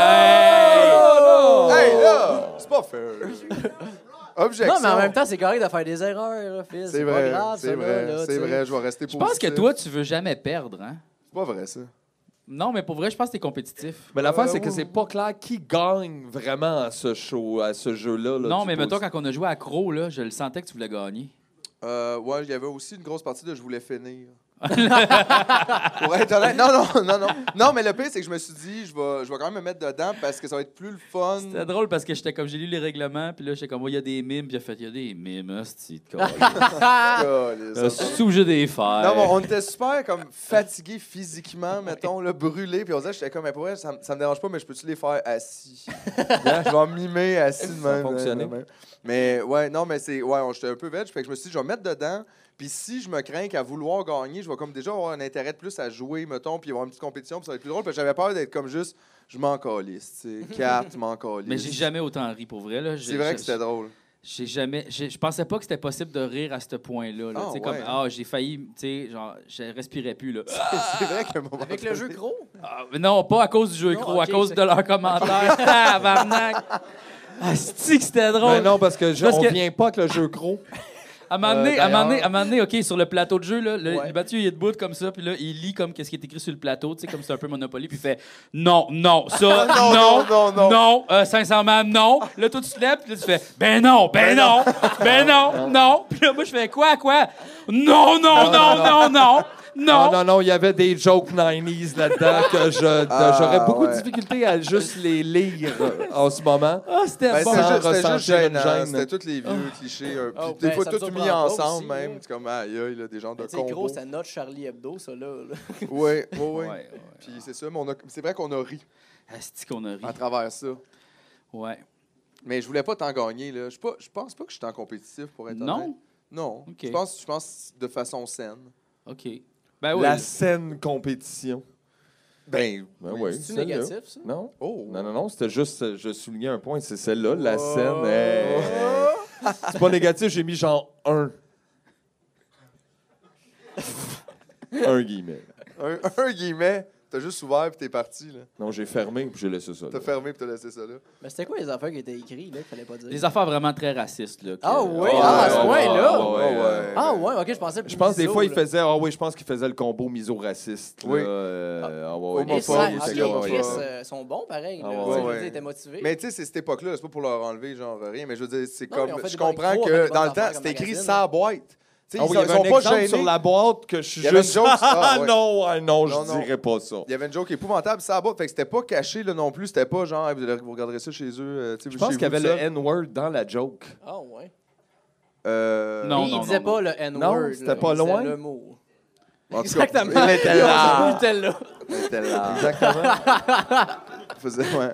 dégueulasse. négatif. Hey, là, c'est pas fair. Objection. Non, mais en même temps, c'est correct de faire des erreurs, là, fils. c'est pas vrai, grave, ça, c'est là, vrai, là, tu c'est sais. vrai. Je vais rester Je pense que positif. toi, tu veux jamais perdre, hein? C'est pas vrai, ça. Non, mais pour vrai, je pense que t'es compétitif. Mais l'affaire, Euh, c'est que oui. c'est pas clair qui gagne vraiment à ce show, à ce jeu-là. là, non, du mais mettons, positif. quand on a joué à Crow, là, je le sentais que tu voulais gagner. Euh, ouais, il y avait aussi une grosse partie de je voulais finir. Pour être honnête, non, non, non, non. Non, mais le pire, c'est que je me suis dit, je vais, je vais quand même me mettre dedans parce que ça va être plus le fun. C'était drôle parce que j'étais comme j'ai lu les règlements, puis là, j'étais comme, oh, il y a des mimes, puis j'ai fait, il y a des mimes, hostie, de con. Calisse, Euh, Ah, ça. C'est obligé des faire. Non, mais on était super comme fatigués physiquement, mettons, là, brûlés. Puis on disait, j'étais comme, mais pour vrai, ça, me- ça me dérange pas, mais je peux-tu les faire assis? je vais en mimer assis de Ça a même. fonctionné. de même. Mais ouais, non, mais c'est. Ouais, on- j'étais un peu veg. Fait que je me suis dit, je vais me mettre dedans. Puis si je me crains qu'à vouloir gagner, je vais comme déjà avoir un intérêt de plus à jouer, mettons, puis avoir une petite compétition, puis ça va être plus drôle. Puis j'avais peur d'être comme juste, je m'en calisse, tu sais. Quatre, je m'en calisse. Mais j'ai jamais autant ri pour vrai. Là. J'ai- C'est vrai j'ai- que c'était drôle. J'ai jamais. j'ai- Je pensais pas que c'était possible de rire à ce point-là. là. Tu Ah, sais, ouais, comme, hein? ah, j'ai failli. Tu sais, genre, je respirais plus. Là. C'est vrai qu'à un moment Avec le donné- jeu gros? Ah, mais non, pas à cause du jeu Non, gros, ok, à cause c'est- de leurs commentaires. Tabarnak! Ah, c'est que c'était drôle. Ben non, parce que je, Parce on que- vient pas avec le jeu gros. À un moment donné, Euh, à un moment donné- d'ailleurs- à un moment donné, OK, sur le plateau de jeu, là, le, Ouais. le Mathieu, il est debout comme ça, puis là, il lit comme qu'est-ce qui est écrit sur le plateau, tu sais, comme c'est un peu Monopoly, puis il fait « Non, non, ça, Non, non, non, non, non. euh, sincèrement, non. » Là, toi, tu te lèves, puis là, tu fais « Ben non, ben non, ben non, non. » Puis là, moi, je fais « Quoi, quoi? »« Non, non, non, non, non, Non, non. Ah, non, non, il y avait des jokes 90s là-dedans que je- de- Ah, j'aurais beaucoup ouais. de difficulté à juste les lire euh, en ce moment. » Ah, c'était Ben, bon. c'était sans juste, c'était juste ressentir une gênant. gêne. C'était tous les vieux clichés. euh, puis Oh, des ben, fois, ça me tous mis surprend pas ensemble, aussi, même. là. C'est comme, aïe, aïe, là, des gens de Tu sais, combo. gros, ça note Charlie Hebdo, ça, là. là. Ouais, ouais, ouais. Ouais, ouais. Puis c'est ça, mais on a- c'est vrai qu'on a ri Asti qu'on a ri. à travers ça. Ouais. Mais je voulais pas t'en gagner, là. Je, suis pas- je pense pas que je suis en compétitif, pour être honnête. Non? Non. Ok. Je, pense, je pense de façon saine. OK. Ben oui. La saine compétition. Ben, Ben oui, C'est-tu celle-là. négatif, ça? Non? oh. Non, non, non, c'était juste, euh, je soulignais un point, c'est celle-là, la Oh. scène. hey. C'est pas négatif, j'ai mis genre un. un guillemet. Un, un guillemet, t'as juste ouvert puis t'es parti, là. Non, j'ai fermé puis j'ai laissé ça. là. T'as fermé puis t'as laissé ça, là. Mais c'était quoi les affaires qui étaient écrites, là, qu'il fallait pas dire? Des affaires vraiment très racistes, là. que- Ah oui, Oh, ah, à ce ouais, point-là? ouais, ouais, ouais. Ah ouais, ok, je pensais... Je pense des miso, fois, il là. faisait. Ah oui, je pense qu'il faisait le combo miso-raciste. là, Oui. euh, ah ouais, ouais, Homophobe, Les homophobe, Israël, c'est ok, ça, homophobe. Chris, ouais. euh, sont bons, pareil. Ah là. ouais. Tu sais, je veux Ouais. dire, Ils étaient motivés. Mais tu sais, c'est cette époque-là, c'est pas pour leur enlever genre rien, mais je veux dire, c'est Non, comme mais on fait je des bons comprends micros, on fait que des dans le bonnes temps, affaires c'était comme écrit magazine. ça à boîte. Tu sais, Ah oui, ils, il y sont- avait un ils sont pas exemple gênés. sur la boîte que je suis Il y avait une juste. joke, ah, Ah ouais. non, ah non, Non, je non. dirais pas ça. Il y avait une joke épouvantable, ça à boîte. Fait que c'était pas caché là non plus, c'était pas genre Hey, vous allez- vous regarderez ça chez eux, euh, tu sais, Je pense chez qu'il y vous, avait ça. le N-word dans la joke. Ah ouais. Euh, Non, Mais il non, disait non, pas le N-word. Non, c'était là, pas il disait loin. le mot. en tout cas, Exactement. Il était là. Il était là. Il était là. Exactement. Il faisait- ouais.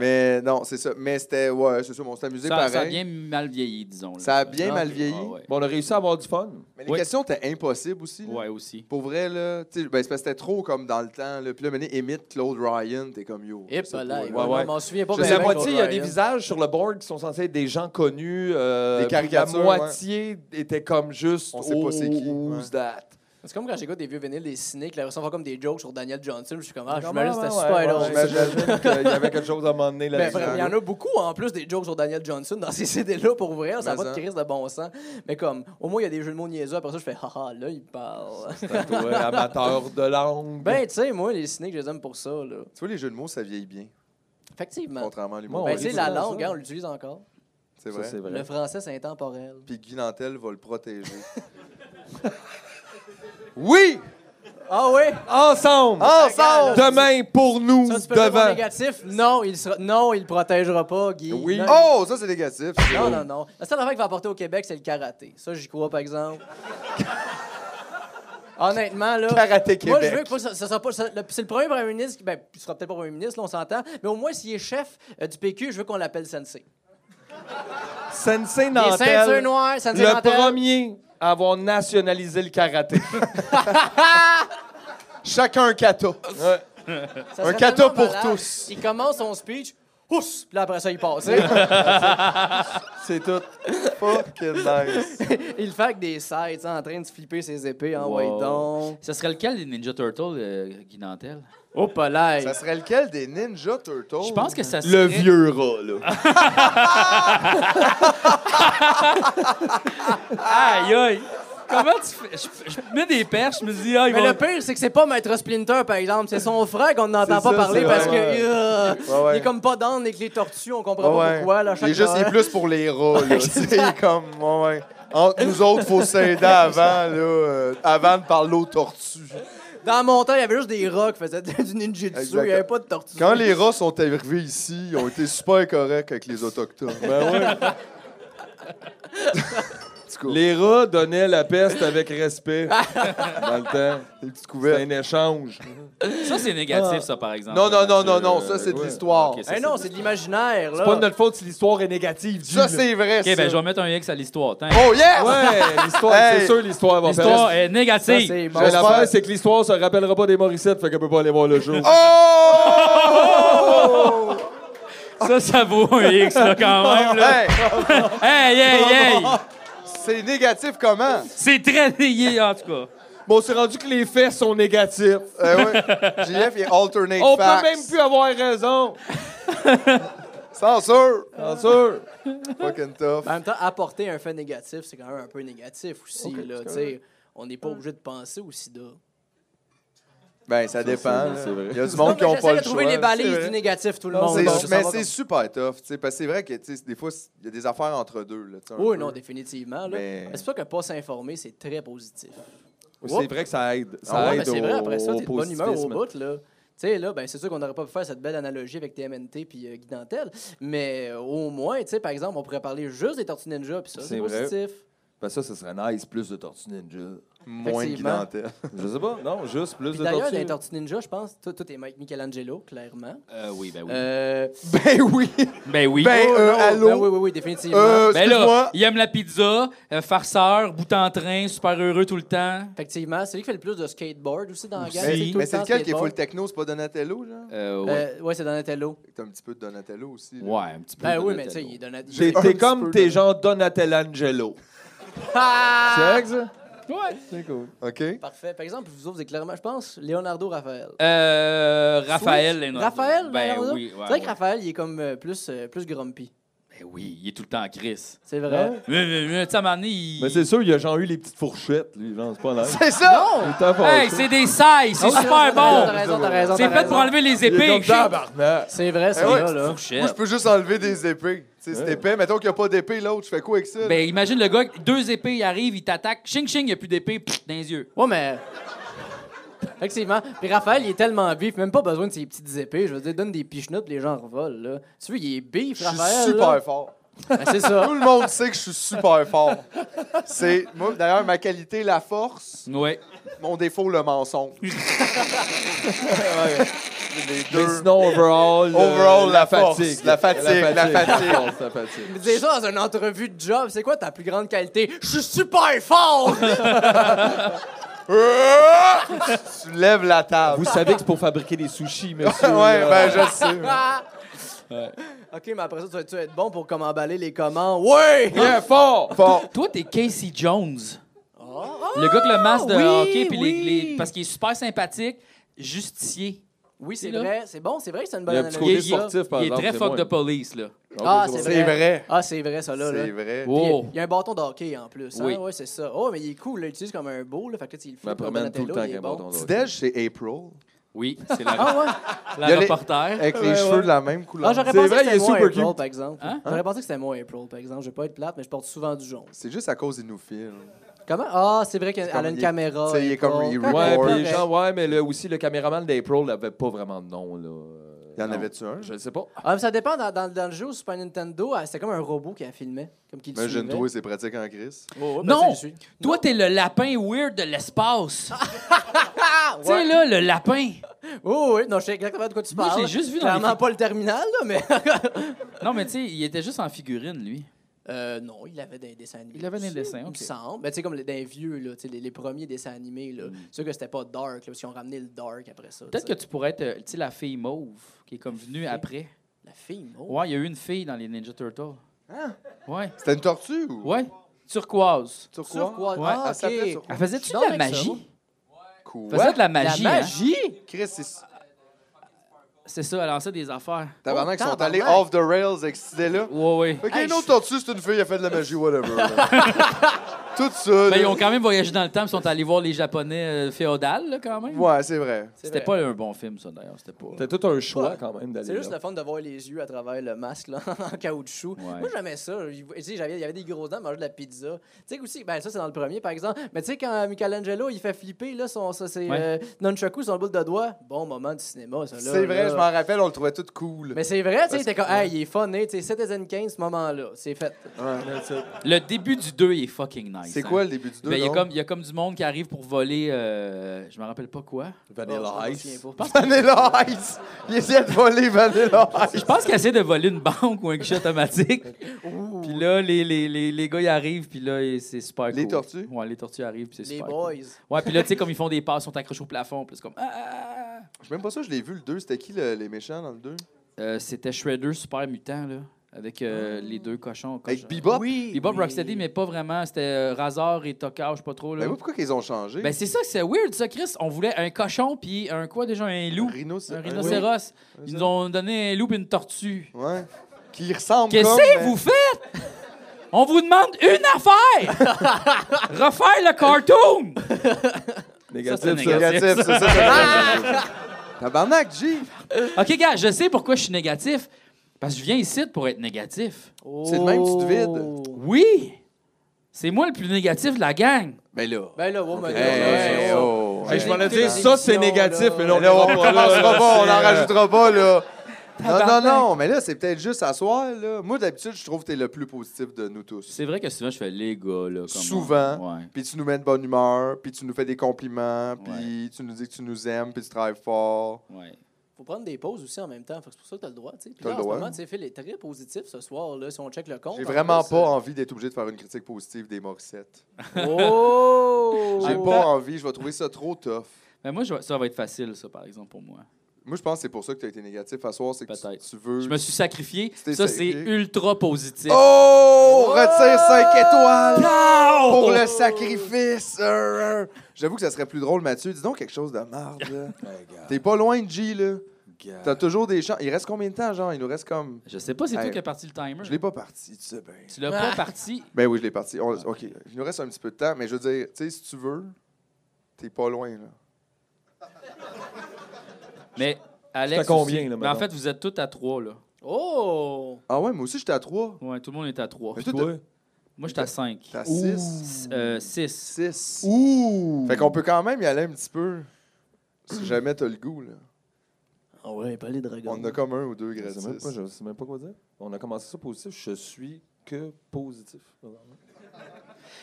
Mais non, c'est ça. Mais c'était ouais, c'est ça, on s'est amusé Ça, pareil. ça a bien mal vieilli, disons. là. Ça a bien Ah, mal ok. vieilli. Ah, ouais. Bon, on a réussi à avoir du fun. Mais les Oui. questions étaient impossibles aussi. là. Ouais, aussi. Pour vrai, là, tu sais, ben, c'est parce que c'était trop comme dans le temps. Là. Puis là, mené, imite Claude Ryan, t'es comme yo. Et c'est pas là. pas- ouais, ouais, ouais. ouais. Je m'en souviens pas. Je ben, sais La ben, pas, moitié, il y a des Ryan. visages sur le board qui sont censés être des gens connus. euh, Des puis caricatures, La moitié était comme juste. oh, On sait pas c'est qui, Who's ouais. that? C'est comme quand j'écoute des vieux vinyles des cyniques, là, ils font comme des jokes sur Daniel Johnson. Je suis comme, ah, Comment, j'imagine que c'était ouais, super ouais, drôle. ça. J'imagine hein. qu'il y avait quelque chose à un moment donné Ben, là-dessus. vraiment, il y en a beaucoup en plus des jokes sur Daniel Johnson dans ces CD-là pour vrai. Ça Mais va de ça. crise de bon sens. Mais comme, au moins, il y a des jeux de mots niaiseux. Après ça, je fais haha, là, il parle. Toi, amateur de langue. ben, tu sais, moi, les cyniques, je les aime pour ça. là. Tu vois, les jeux de mots, ça vieillit bien, Effectivement. contrairement à l'humour. Bon, Ben, on tu sais, dit la ça, langue, ça. hein, on l'utilise encore. c'est Ça, vrai. c'est Le vrai. français, c'est intemporel. Puis Guy Nantel va le protéger. Oui! Ah oui? Ensemble! Ah, Ensemble! Demain pour nous, Ça, tu peux le voir devant. négatif? Non, il sera... non, il protégera pas, Guy. Oui. Ah, Non, Oh, ça, c'est négatif. Non, non, non. La seule affaire qu'il va apporter au Québec, c'est le karaté. Ça, j'y crois, par exemple. Honnêtement, là. Karaté Moi, je Québec. veux que ça, ça soit pas. ça- le- c'est le premier premier ministre. qui- Ben, il sera peut-être pas premier ministre, là, on s'entend. Mais au moins, s'il est chef euh, du PQ, je veux qu'on l'appelle Sensei. Sensei Les ceintures Nantel, noires, Sensei le Nantel. premier à avoir nationalisé le karaté. Chacun un kata. Ça serait Un kata tellement pour malade. tous. Il commence son speech. Oups! Puis là, après ça, il passe. tu sais. C'est tout. Fucking nice. il fait avec des sides, en train de flipper ses épées en Wow. way donc. Ce serait lequel des Ninja Turtles, euh, Guy Nantel? Oh, pas l'air. Ça serait lequel des Ninja Turtles? Je pense que Oh, ça serait... le vieux rat, là. Aïe, aïe! Comment tu fais? Je, je mets des perches, je me dis, ah, il Mais va... le pire, c'est que c'est pas Maître Splinter, par exemple. C'est son frère qu'on n'entend C'est pas ça, parler c'est parce que. vrai. euh, Ouais, ouais. Il est comme pas d'âne avec les tortues, on comprend Ouais, pas ouais. pourquoi. Là, Il chaque est juste, il est Noël. plus pour les rats, là. Tu sais, il est comme, ouais, ouais. Entre nous autres, faut s'aider avant, là, euh, avant de parler aux tortues. Dans mon temps, il y avait juste des rats qui faisaient du ninjutsu. Exactement. Il y avait pas de tortues. Quand les rats sont arrivés ici, ils ont été super corrects avec les Autochtones. Ben ouais. Les rats donnaient la peste avec respect dans le temps. Les petites C'était couvertes. un échange. Ça, c'est négatif, ça, par exemple. Non, non, non, non, non, ça, Euh, c'est de ouais. l'histoire. Ok, ça, Eh non, c'est de l'imaginaire. C'est là. pas de notre faute si l'histoire est négative. dis-le. Ça, c'est vrai, OK, ben, je ça. vais mettre un X à l'histoire. Tant- Oh, yes! Ouais, l'histoire, Hey. c'est sûr, l'histoire va L'histoire faire. est Ça, négative. c'est bon. Mais l'affaire, c'est que l'histoire se rappellera pas des Morissettes, fait qu'elle peut pas aller voir le jour. Oh! Ça, ça vaut un X, là, quand même. Là. Hey, Hey, hey, hey! c'est négatif comment? C'est très négué, en tout cas. Bon, on s'est rendu que les faits sont négatifs. Euh, ouais. JF, il est alternate On facts. peut même plus avoir raison. Censure! Bien sûr. Fucking tough. En même temps, apporter un fait négatif, c'est quand même un peu négatif aussi. là, tu sais. on n'est pas obligé de penser au sida. Ben, ça dépend. c'est vrai. Il y a du Non, monde mais qui n'ont j'essaie pas de le trouver choix. les C'est balises vrai. du négatif, tout le Non, monde. c'est- Bon, je mais sais c'est pas super tough, tu sais, parce que c'est vrai que tu sais, des fois, il y a des affaires entre deux. Là, tu sais, un comment- Oui, peu. non, définitivement. là. Mais- C'est pour ça que pas s'informer, c'est très positif. C'est vrai que ça aide. Ça Ah ouais, mais aide c'est au- vrai, après ça, au t'es de bonne humeur au positivisme. bout, là. Tu sais, là, ben, c'est sûr qu'on n'aurait pas pu faire cette belle analogie avec TMNT puis euh, Guy Dantel, mais euh, au moins, tu sais, par exemple, on pourrait parler juste des Tortues Ninja, puis ça, c'est C'est vrai. positif. Ben ça, ça serait nice, plus de Tortue Ninja. Moins de Effectivement. clientèle. Je sais pas, non, juste plus Puis de d'ailleurs, Tortue. dans les Tortues Ninja, je pense, tout, tout est Mike Michelangelo, clairement. Euh, oui, ben oui. Euh, Ben oui! ben oui. Ben, oh, euh, allô? non, ben oui, oui, oui, définitivement. Euh, Ben excuse-moi. là, il aime la pizza, euh, farceur, bout en train, super heureux tout le temps. Effectivement, c'est lui qui fait le plus de skateboard aussi dans la gang. Aussi. c'est tout Mais le c'est temps lequel qui est full skateboard. techno, c'est pas Donatello, genre? Euh, ouais. Euh, ouais, c'est Donatello. T'as un petit peu de Donatello aussi. là. ouais, un petit peu. Ben Donatello. oui, mais tu sais, il est Donatello. T'es un t'es petit comme peu tes de- gens Donatelangelo. Ah! Check ça? Ouais. C'est cool. OK? Parfait. Par exemple, vous autres, vous êtes clairement, je pense, Leonardo Raphaël. Euh, Raphaël, Switch. Leonardo. Raphaël, Ben Leonardo? oui, ouais, C'est vrai que ouais. Raphaël, il est comme euh, plus, euh, plus grumpy. Ben oui, il est tout le temps en crise. C'est Hein? vrai? Mais, mais, mais, tu sais, à un moment donné, il... Mais c'est sûr, il a genre eu les petites fourchettes, lui, genre, c'est pas l'air. C'est ça! Il est en Hey, fâché. c'est des sailles, c'est Ah oui, super T'as bon. raison, t'as raison. C'est t'as fait raison. pour enlever les Il est épées. comme ben, tabarnak. C'est vrai, c'est Eh ouais, là, là. Moi, je peux juste enlever des épées. Tu sais, c'est Ouais. épais. Mettons qu'il n'y a pas d'épée, l'autre, je fais quoi avec ça? Ben imagine le gars, deux épées, il arrive, il t'attaque, ching ching, il n'y a plus d'épée, pff, dans les yeux. Ouais, mais. Effectivement. Puis Raphaël, il est tellement vif, même pas besoin de ses petites épées. Je veux dire, donne des pichenots, puis les gens revolent, là. Tu veux, il est bif, je suis Raphaël. super là. fort. Ben, c'est ça. Tout le monde sait que je suis super fort. C'est, moi, d'ailleurs, ma qualité, la force. Ouais. Mon défaut, le mensonge. Les Mais deux. sinon, overall, euh, Overall, la force, fatigue. la fatigue, la fatigue. La force, la fatigue. Mais Déjà, dans une entrevue de job, c'est quoi ta plus grande qualité? Je suis super fort! Ah! tu lèves la table. Vous savez que c'est pour fabriquer des sushis, monsieur. ouais, là. ben je le sais. ok, mais après ça, tu vas- tu vas être bon pour comme emballer les commandes. Ouais! Bien fort! Fort. Toi, t'es Casey Jones. Ah, ah, Le gars avec le masque de oui, hockey, puis les- oui. les- parce qu'il est super sympathique, justicier. Oui, c'est Là. vrai, c'est bon, c'est vrai, c'est une bonne Il y a un petit Il côté est, analogie. il est- sportif, par il est exemple. très c'est fuck moi. de police, là. Ah, c'est c'est C'est vrai. vrai. Ah, c'est vrai, ça, là. là. C'est vrai. Puis, Wow. Il y a un bâton de hockey en plus. hein, Oui. ouais, c'est ça. Oh, mais il est cool, là, il l'utilise comme un beau. Là, fait que là, tu le flippes Je me comme promène Ben, tout le Donatello, temps il avec est un bon. bâton de Petit hockey. déj, c'est April. Oui, c'est la, Ah ouais? la Il y a les- reporter. Avec les Ouais, cheveux ouais. de la même couleur. Ah, j'aurais C'est pensé vrai, que il est c'était moi super April, cute. par exemple. Hein? J'aurais pensé que c'était moi April, par exemple. Je vais pas être plate, mais je porte souvent du jaune. C'est juste à cause des nous films. Comment? Ah, c'est vrai qu'elle comme- a une il est- caméra. tu sais, il est April. comme- il Correct, Ouais, Or- puis correct. les gens, ouais, mais là aussi, le caméraman d'April n'avait pas vraiment de nom, là. Euh, Il y en non. avait-tu un? Je ne sais pas. Ah, mais ça dépend. Dans, dans- dans le jeu au Super Nintendo, ah, c'était comme un robot qui la filmait. Comme qui le Ben, Imagine-toi, suivait. c'est pratique en crise. Oh, ouais, ben, Non! Ah, c'est- c'est- Toi, t'es le lapin weird de l'espace. Tu sais, là, le lapin. Ah, Oh, oui, non, je sais exactement de quoi tu Moi, parles. je l'ai juste vu dans Clairement les- pas le terminal, là, mais. Non, mais tu sais, il était juste en figurine, lui. Euh, non, il avait des dessins animés. Il avait des aussi, dessins, Il me ok. semble. Ben, tu sais, comme les- dans les vieux, là, tu sais, les, les premiers dessins animés, là. C'est sûr que c'était pas dark, là, parce qu'ils ont ramené le dark après ça. Mm. Peut-être que tu tu pourrais être, euh, tu sais, la fille mauve qui est comme venue après. sais. La fille, oh. Ouais, il y a eu une fille dans les Ninja Turtles. Hein? Ouais. C'était une tortue ou? Ouais. Turquoise. Sur quoi? Sur quoi? Ouais. Ah, Elle s'appelait ok. sur quoi? Elle faisait-tu Non, de la avec ça, magie? moi. Quoi? Elle faisait de la La magie, hein? magie? Chris, c'est... C'est ça, elle lançait des affaires. Tabarnak, ils Oh, sont allés tabarnak. off the rails avec cette idée-là. Ouais, ouais. Fait qu'il y a Hey, une autre je- tortue, c'est une fille, elle fait de la magie, whatever. là. Tout ça. Mais là. Ben, ils ont quand même voyagé dans le temps, ils sont allés voir les Japonais euh, féodales, là, quand même. Ouais, c'est vrai. C'était pas un bon film, ça, d'ailleurs. C'était pas. T'as tout un choix, Ouais. quand même, d'aller C'est juste là. le fun de voir les yeux à travers le masque là, en caoutchouc. Ouais. Moi, j'aimais ça. Il tu sais, j'avais- il y avait des grosses dents, manger de la pizza. Tu sais aussi, ben ça, c'est dans le premier, par exemple. Mais tu sais, quand Michelangelo, il fait flipper, là, son, ça, c'est Ouais. euh, Nunchaku, son bout de doigt. Bon moment du cinéma, ça, là. C'est vrai, là. je m'en rappelle, on le trouvait tout cool. Mais c'est vrai, tu sais, Parce t'es comme, hey, il est fun, hein, tu sais, 7h15, ce moment-là. C'est fait. Ouais, that's it. Le début du 2 est fucking nice. c'est hein. quoi le début du 2? Ben, il y, a comme- il y a comme du monde qui arrive pour voler, euh, je me rappelle pas quoi. Ah, Oh, Vanilla je me Ice. souviens pas. Vanilla Ice! Il essayait de voler Vanilla Ice! Je pense qu'elle essaie de voler une banque ou un guichet automatique. puis là, les, les, les, les gars, ils arrivent, puis là, et c'est super cool. Les tortues? Ouais, les tortues arrivent, puis c'est Les super boys. cool. Ouais, puis là, tu sais, comme ils font des passes, ils sont accrochés au plafond, puis c'est comme... Ah, ah, ah. Je suis même pas sûr, je l'ai vu le 2. C'était qui le- les méchants dans le 2? Euh, C'était Shredder, super mutant, là, avec euh, Ah. les deux cochons. Avec cochons. Bebop? Oui. Bebop oui. Rocksteady, mais pas vraiment. C'était euh, Razor et Tokar, je sais pas trop, là. Ben oui, pourquoi qu'ils ont changé? Ben, c'est ça, c'est weird, ça, Chris. On voulait un cochon, puis un quoi, déjà, un loup. Un Rhinocéros. rhinocéros. Ils nous ont donné un loup et une tortue. Ouais. Qui ressemble Qu'est-ce comme... euh, ben que mais- vous faites? On vous demande une affaire! Refaire le cartoon! Ça, Négatif, c'est ça. négatif. Négatif, c'est ça. Tabarnak, G! OK, gars, je sais pourquoi je suis négatif. Parce que je viens ici pour être négatif. C'est le même, tu te Oh. Oui! C'est moi le plus négatif de la gang. Ben là. Ben là, wow, ben là, Hey, ouais, ouais. oh. Hey, je m'allais Des dire, ça, c'est émissions, négatif, là. mais là, on Mais là, on ira pas là, commencera là, pas, on c'est, n'en euh, rajoutera pas, là. Non, non, Tabarnak. non, mais là, c'est peut-être juste à soir, là. Moi, d'habitude, je trouve que t'es le plus positif de nous tous. C'est vrai que souvent, je fais les gars, là. comme- Souvent. Ouais. Puis tu nous mets de bonne humeur, puis tu nous fais des compliments, puis tu nous dis que tu nous aimes, puis tu travailles fort. ouais. Faut prendre des pauses aussi en même temps. Fait que C'est pour ça que t'as le droit, tu sais. Puis T'as le là, en ce droit. moment, tu sais, Phil est très positif ce soir, là, si on check le compte. J'ai en vraiment plus, pas hein. envie d'être obligé de faire une critique positive des Morissettes. euh, Oh! J'ai pas envie, je vais trouver ça trop tough. Mais Ben, moi, je- ça va être facile, ça, par exemple, pour moi. Moi, je pense que c'est pour ça que t'as été négatif à soir, c'est que tu, Peut-être. tu veux... Je me suis sacrifié. t'es Ça, c'est sacrifié. ultra positif. Oh! Retire 5 étoiles! Pow! pour le sacrifice. Euh, euh. J'avoue que ça serait plus drôle, Mathieu. Dis donc quelque chose de marde. là. T'es pas loin de G, là. T'as toujours des chances. Il reste combien de temps, genre? Il nous reste comme. Je sais pas, c'est toi Hey. qui as parti le timer. Je l'ai pas parti, tu sais bien. Tu l'as Ah! pas parti. Ben oui, je l'ai parti. On- OK. Il nous reste un petit peu de temps, mais je veux dire, tu sais, si tu veux, t'es pas loin, là. Mais Alex. J'étais à combien, aussi. là, Mais en mettons? fait, vous êtes tous à trois, là. Oh! Ah ouais, moi aussi, j'étais à 3. Ouais, tout le monde est à trois. Mais Toi, toi, t'as- Moi, j'étais à cinq. t'es à 6. Euh, six. 6. Ouh! Fait qu'on peut quand même y aller un petit peu. Si jamais t'as le goût, là. Ah ouais, pas les dragons. On en a comme un ou deux Je sais, même gratis. pas, je sais même pas quoi dire. On a commencé ça positif. Je suis que positif.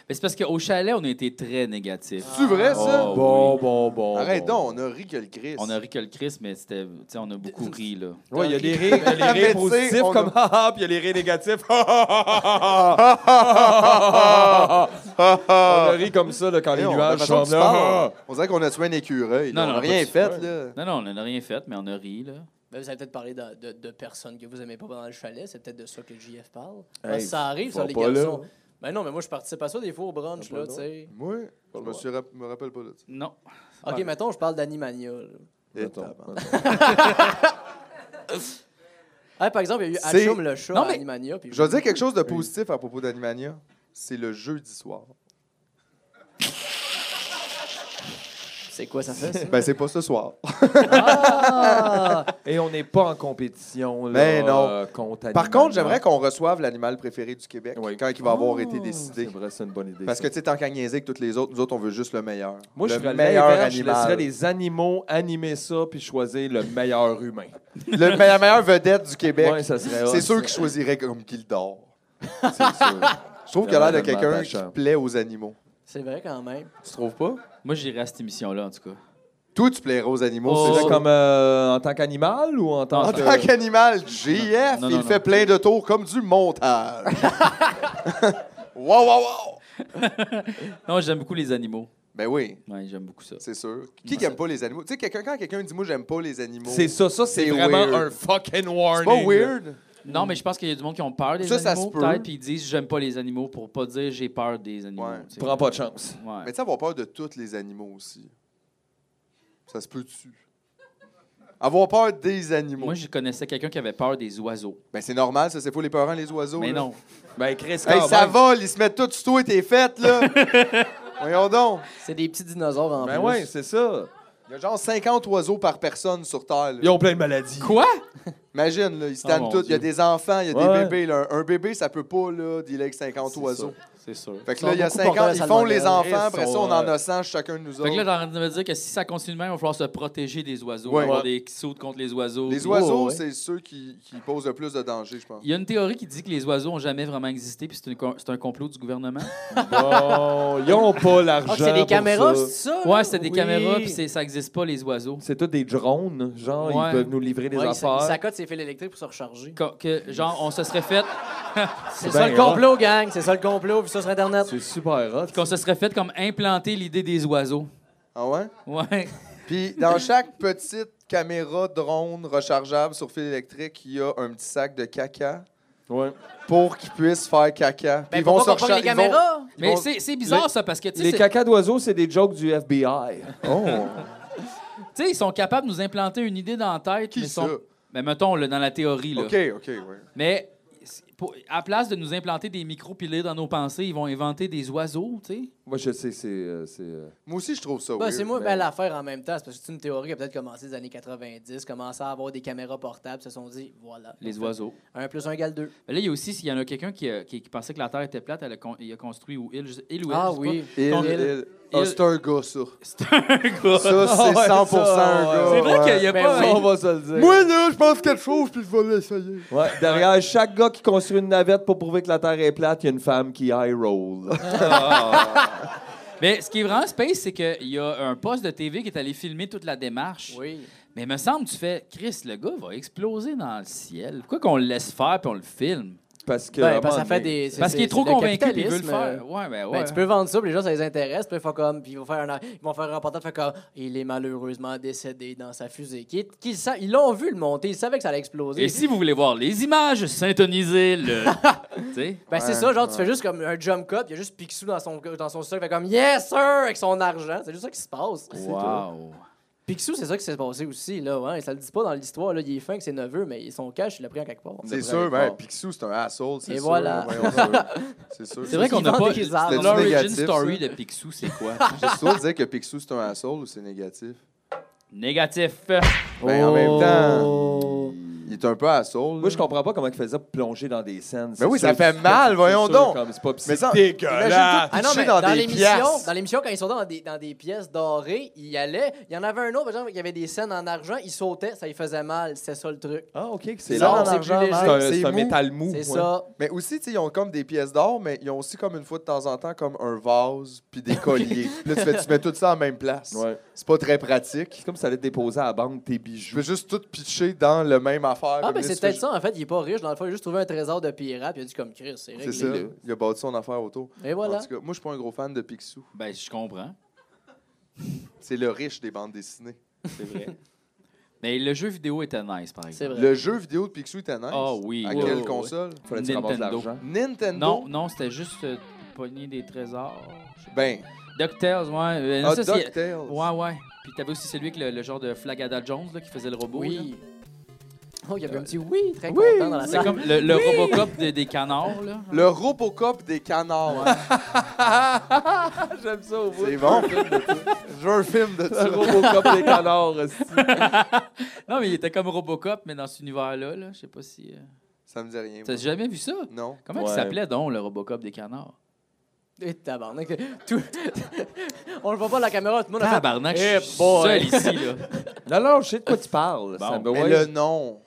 Mais c'est parce qu'au chalet, on a été très négatifs. C'est Ah, vrai, ça? Oh, Bon, oui. bon, bon. Arrête bon. donc, on a ri que le Christ. On a ri que le Christ, mais c'était. Tu sais, on a beaucoup ri, là. Ouais, il y a des rires, il y a des Mais tu sais, rires positifs on a- comme ha ha, puis il y a les rires négatifs. on a ri comme ça là, quand les Hey, on- nuages la façon sont que tu là. parles, On dirait qu'on a tué un écureuil. Non, là. non, on pas n'a rien du- fait, ouais. Non, là. non, on n'a rien fait, mais on a ri, là. Ben, vous avez peut-être parlé de, de- de personnes que vous aimez pas pendant le chalet. C'est peut-être de ça que JF parle. Hey, ça arrive, va ça, les pas garçons. Ben non, mais moi, je participe à ça des fois au T'as brunch, pas là, le tu droit. sais. Moi, je me, suis rap- me rappelle pas de ça. Non. OK, Ouais. mettons, je parle d'Animania, là. Et Mettons, tabarnak. Ah, par exemple, il y a eu C'est- Hachum le chat Non, à mais- Animania. puis- Je vais dire quelque chose de positif à propos d'Animania. C'est le jeudi soir. C'est quoi ça fait, ça? Ben, c'est pas ce soir. Ah! Et on n'est pas en compétition. Là, Mais Ben non. euh, contre Par Animal, contre, j'aimerais là. qu'on reçoive l'animal préféré du Québec Oui. quand il va Oh. avoir été Ah, C'est décidé. vrai, c'est une bonne idée. Parce que, ça. tu sais, tant qu'à niaiser que toutes les autres, nous autres, on veut juste le meilleur. moi, je le ferais meilleur l'inverse, Je laisserais animal. les animaux animer ça puis choisir le meilleur humain. Le, la meilleure vedette du Québec. Ouais, ça serait c'est hot, sûr ça. qu'il choisirait comme qu'il dort. C'est sûr. Je trouve qu'il a l'air de Vraiment quelqu'un attachant. qui plaît aux animaux. C'est vrai, quand même. Tu trouves pas? Moi, j'irai à cette émission-là, en tout cas. Toi, tu plairais aux animaux. Oh. c'est C'est ça. comme euh, en tant qu'animal ou en tant En que... tant qu'animal, JF, euh, Non, non, il non. fait plein de tours comme du montage. wow, wow, wow! Non, j'aime beaucoup les animaux. Ben oui, Ouais, j'aime beaucoup ça. c'est sûr. Qui n'aime pas les animaux? Tu sais, quelqu'un, quand quelqu'un dit, moi, j'aime pas les animaux. C'est ça, ça c'est C'est vraiment weird. un fucking C'est warning. pas weird? Non, mais je pense qu'il y a du monde qui ont peur des Ça, ça animaux, se peut. peut-être, puis ils disent j'aime pas les animaux pour pas dire j'ai peur des animaux. Ouais. tu sais. Prends pas de chance. Ouais. Mais tu sais, avoir peur de tous les animaux aussi. Ça se peut-tu? Avoir peur des animaux. Moi, je connaissais quelqu'un qui avait peur des oiseaux. Ben c'est normal, ça, c'est pour les peurants, les oiseaux. mais là. non. Ah, Ben, Chris, Hey, quand ça même. vole, ils se mettent tout sur toi et t'es faite, là. Voyons donc. C'est des petits dinosaures en Ben plus. ouais, c'est ça. Il y a genre 50 oiseaux par personne sur Terre. là. Ils ont plein de maladies. Quoi? Imagine, là, ils se Oh, tannent mon tous. Il y a Dieu. des enfants, il y a Ouais, ouais. des bébés. là. Un bébé, ça peut pas, là, dealer avec 50 oiseaux. C'est sûr. Fait que Ils là, sont il y a beaucoup porteurs 50. de Ils font les salmonelle. enfants, après Ils ça, sont, on en euh, a 100 chacun de nous Fait que là, autres. t'es en train de me dire que si ça continue de même, il va falloir se protéger des oiseaux, Ouais. avoir Ouais. des sauts contre les oiseaux. Les puis- oiseaux, Oh, ouais. c'est ceux qui, qui posent le plus de danger, je pense. Il y a une théorie qui dit que les oiseaux ont jamais vraiment existé, puis c'est une co- c'est un complot du gouvernement. Bon, ils ont pas l'argent. Ah, c'est des pour caméras, ça. c'est ça? là? Ouais, c'était des Oui. caméras, puis c'est- ça n'existe pas, les oiseaux. C'est tout des drones, genre, Ouais. ils peuvent nous livrer des Ouais, ils sa- ils affaires. s'accotent ses fils électriques pour se recharger. Co- Que, genre, on se serait fait, Ben, C'est bien ça le rare. complot, gang. C'est ça le complot, vu ça sur Internet. C'est super hot. qu'on se serait fait comme implanter l'idée des oiseaux. Ah ouais? Ouais. Puis dans chaque petite caméra drone rechargeable sur fil électrique, il y a un petit sac de caca Ouais. pour qu'ils puissent faire caca. Puis Ben, ils vont se pas qu'on prenne recharger- les ils vont- caméras. Mais vont- c'est c'est bizarre, ça, parce que, tu sais, Les c'est- cacas d'oiseaux, c'est des jokes du FBI. Oh! tu sais, ils sont capables de nous implanter une idée dans la tête. Qui mais ça? sont... Mais mettons, là, dans la théorie, là. OK, OK, oui. Mais c'est pour- à place de nous implanter des micro-pilés dans nos pensées, ils vont inventer des oiseaux, tu sais. Moi, je sais, c'est. euh, c'est, euh, Moi aussi, je trouve ça Ben, weird, c'est moi, mais- ben, l'affaire en même temps. C'est parce que c'est une théorie qui a peut-être commencé des années 90, commencé à avoir des caméras portables, se sont dit, voilà. Les oiseaux. 1 plus 1 égale 2. Mais là, il y a aussi, s'il y en a quelqu'un qui, a- qui- qui pensait que la Terre était plate, elle a con- il a construit ou il, je sais- il ou elle, Ah je sais oui. Il- Ton- il- Ah, il- c'est un gars, ça. pas. C'est un gars. Ça, c'est 100 un ouais. gars. C'est vrai qu'il n'y a Ben pas... oui. On va se le dire. Moi, là, je pense quelque chose, puis je vais l'essayer. Ouais, derrière chaque gars qui construit une navette pour prouver que la Terre est plate, il y a une femme qui high roll. Mais ce qui est vraiment space, c'est qu'il y a un poste de TV qui est allé filmer toute la démarche. Oui. Mais me semble, tu fais, Chris, le gars va exploser dans le ciel. Pourquoi qu'on le laisse faire puis on le filme? Parce que. à Ben, un parce que ça moment fait donné- des. c'est- Parce c'est- qu'il est trop c'est le convaincu puis il veut le capitalisme, faire. euh, Ouais, ben ouais. Ben, tu peux vendre ça, puis les gens, ça les intéresse, puis ils font comme, puis ils vont faire un, ils vont faire un reportage, fait comme, il est malheureusement décédé dans sa fusée. Qui, est- qui sa- ils l'ont vu le monter, ils savaient que ça allait exploser. Et si vous voulez voir les images, syntonisez le. tu sais? Ben, c'est Ouais, ça, genre, tu ouais. fais juste comme un jump cut, il y a juste Picsou dans son, dans son sol, fait comme, yes, sir, avec son argent. C'est juste ça qui se passe. Wow. Picsou, c'est ça qui s'est passé aussi, là, ouais. Ça le dit pas dans l'histoire, là. Il est fin que ses neveux, mais son cash, il l'a pris en quelque part. C'est sûr, ben, Picsou, c'est un asshole, c'est Et sûr. ben, voilà. voyons ça. C'est sûr. C'est vrai qu'on n'a vendent pas. des armes. C'était du L'origin négatif, story ça. de Picsou, c'est quoi? J'ai sûr de dire que Picsou, c'est un asshole ou c'est négatif. Négatif. Ben, en même temps, Oh. il est un peu asshole. Moi, je comprends pas comment il faisait pour plonger dans des scènes. Ben oui, C'est ça sûr, fait c'est mal, pas- voyons c'est sûr, donc. Comme c'est pas Mais c'est ça, dégueulasse. Ah non, mais Pitché dans dans des l'émission, pièces. dans l'émission, quand ils sautaient dans des, dans des pièces dorées, il y allait. Il y en avait un autre, par exemple, il y avait des scènes en argent, il sautait, ça lui faisait mal. C'était ça le truc. Ah, ok, que c'est Non, là. c'est C'est plus léger. un, C'est c'est un mou. métal mou. C'est ouais. ça. Mais aussi, tu sais, ils ont comme des pièces d'or, mais ils ont aussi comme une fois de temps en temps comme un vase puis des colliers. là, tu, fais, tu mets tout ça en même place. Ouais. C'est pas très pratique. C'est comme si t'allais déposer à la banque tes Je bijoux. veux juste tout pitcher dans le même affaire. Ah, Comme ben là, c'est tu peut-être fais- ça, en fait. Il est pas riche. Dans le fond, il a juste trouvé un trésor de pirate, puis il a dit comme Chris, c'est C'est réglé. ça. Il a bâti son affaire autour. Et voilà. En tout cas, moi, je suis pas un gros fan de Picsou. Ben, je comprends. C'est le riche des bandes dessinées. C'est vrai. Mais le jeu vidéo était nice, par C'est exemple. vrai. Le jeu vidéo de Picsou était nice. Ah oui. À oui, quelle oui, console Fallait que tu ramasses de Nintendo. l'argent. oui. Nintendo Non, non, c'était juste euh, pogner des trésors. je sais pas. Ben, DuckTales, ouais. euh, ah, ça, c'est- DuckTales. Ouais, ouais. Puis t'avais aussi celui avec le, le genre de Flagada Jones là, qui faisait le robot. là. Oui. Oh, il y avait un petit oui très content dans la C'est salle. comme le, le Robocop de- des canards, là. Le Robocop des canards. J'aime ça au bout. C'est bon. Je veux un film de ça. Le Robocop des canards. hostie. Non, mais il était comme Robocop, mais dans cet univers-là, là. Je sais pas si. euh, Ça me dit rien. T'as jamais vu ça? Non. Comment il Ouais. s'appelait donc le Robocop des canards? Et Eh, tabarnak. Tout... On le voit pas à la caméra, tout le monde a fait- Tabarnak, Eh je suis boy. seul ici, là. Non, non, je sais de quoi tu parles. Bon. Sam Mais Boyd. le nom,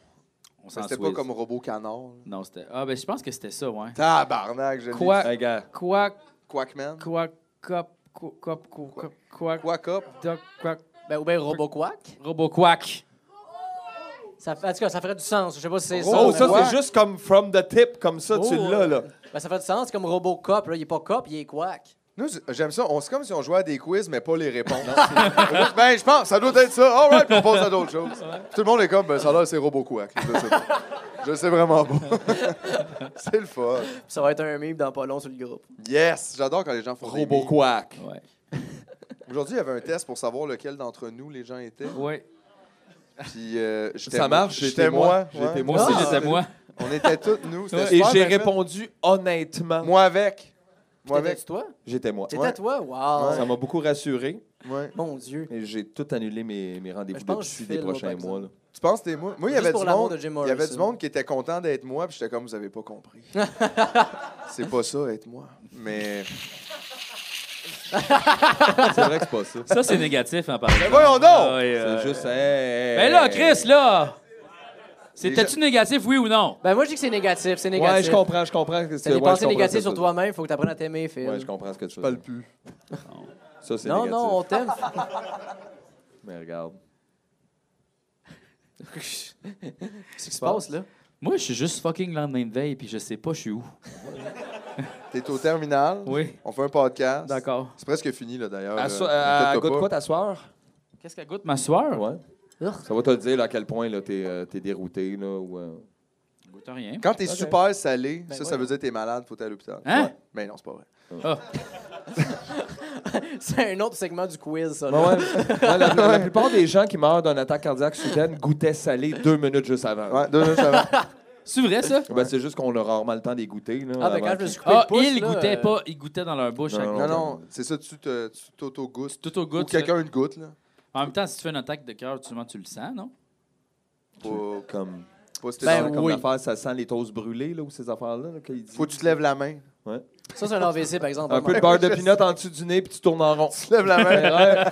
On s'en c'était pas souhaite. comme Robot Canard. là. Non, c'était. Ah, ben, je pense que c'était ça, ouais. Tabarnak, je l'ai Quoi, Hey, gars. quoi, Quackman. quoi, cop, quoi, cop, quoi, cop, quoi, quoi, Quackop. doc, quoi, Ben, ou ben Roboquack. Roboquack. Ça, fait- en tout cas, ça ferait du sens. Je sais pas si c'est Oh, ça. ça, mais- ouais. c'est juste comme from the tip, comme ça, tu Oh, l'as, là. Ben, ça ferait du sens. C'est comme Robocop. Là. Il est pas cop, il est quack. Nous, c'est- j'aime ça. On, c'est comme si on jouait à des quiz, mais pas les réponses. ben, je pense, ça doit être ça. All right, puis on passe à d'autres choses. Puis Tout le monde est comme, ben, ça a l'air, c'est Roboquack. Je sais pas. Je sais vraiment pas. c'est le fun. Puis ça va être un meme dans pas long sur le groupe. Yes! J'adore quand les gens font des memes. Roboquack. Ouais. Aujourd'hui, il y avait un test pour savoir lequel d'entre nous les gens étaient. Ouais. Puis, euh, j'étais Oh. Ça moi. marche, J'étais moi. J'étais ouais. moi Moi aussi, Ah. j'étais moi. On était tous nous. c'était Et super j'ai bien fait. répondu honnêtement. Moi avec. Moi C'était avec. toi? J'étais moi. C'était Ouais. toi? Wow! Ça m'a beaucoup rassuré. Ouais. Mon Dieu. Et j'ai tout annulé mes, mes rendez-vous Je pense depuis que je les file, moi, prochains par mois. là. Tu penses que t'es moi? Moi, il y Juste avait pour du l'amour monde. de Jim Il y avait du Morrison. monde qui était content d'être moi, puis j'étais comme, vous avez pas compris. c'est pas ça, être moi. Mais. C'est vrai que c'est pas ça. Ça, c'est négatif, en Ah, parlant. Mais voyons donc! C'est juste. Hey, Mais hey, euh, ben là, hey. Chris, là! Les C'était-tu négatif, oui ou non? Ben, moi, je dis que c'est négatif. C'est négatif. Ouais, je comprends, je comprends. ce que tu- T'as des ouais, je pensées comprends négatives ce que sur tu- toi-même. Faut que t'apprennes à t'aimer, Phil. Ouais, je comprends ce que tu Pas le veux. plus. Ça, c'est non, négatif. non, on t'aime. Mais regarde. Qu'est-ce qui se passe, là? Moi, je suis juste fucking lendemain de veille, puis je sais pas, je suis où. T'es au terminal. Oui. On fait un podcast. D'accord. C'est presque fini, là, d'ailleurs. À, Euh, so- inquiète-toi à- à- goûte pas. quoi t'asseoir? Qu'est-ce qu'elle goûte, ma soeur? Ouais. Urgh. Ça va te le dire là, à quel point là, t'es euh, t'es dérouté. Là, ou, euh, Goûte rien. Quand t'es super salé, ça, ça ouais. veut dire que t'es malade, faut aller à l'hôpital. Hein? Ouais. Mais non, c'est pas vrai. C'est un autre segment du quiz, ça. Ouais, Là. ouais. Ouais, la, la- la plupart des gens qui meurent d'une attaque cardiaque soudaine goûtaient salé deux minutes juste avant. Ouais, deux minutes avant. C'est vrai, Euh, ça? Ben, C'est juste qu'on a rarement le temps d'y goûter. Là, Ah, ben, avant quand je me qu'ils- suis coupé Ah, le pouce, ils là, goûtaient euh, pas, ils goûtaient dans leur bouche. Non, à non, goût. Non, non, c'est ça, tu te- tu t'auto-goûtes. Tout au goût. Ou quelqu'un une goutte, là. En même temps, si tu fais une attaque de cœur, tu, tu le sens, non? Pas- Comme, pas si t'es Ben dans- genre, comme oui. l'affaire, ça sent les toasts brûlés, là, ou ces affaires-là. là, qu'il dit. Faut que tu te lèves la main. euh, Ça, c'est un AVC, par exemple. Un peu de beurre de pinot en dessous du nez, puis tu tournes en rond. Tu te lèves la Ouais, main. ouais.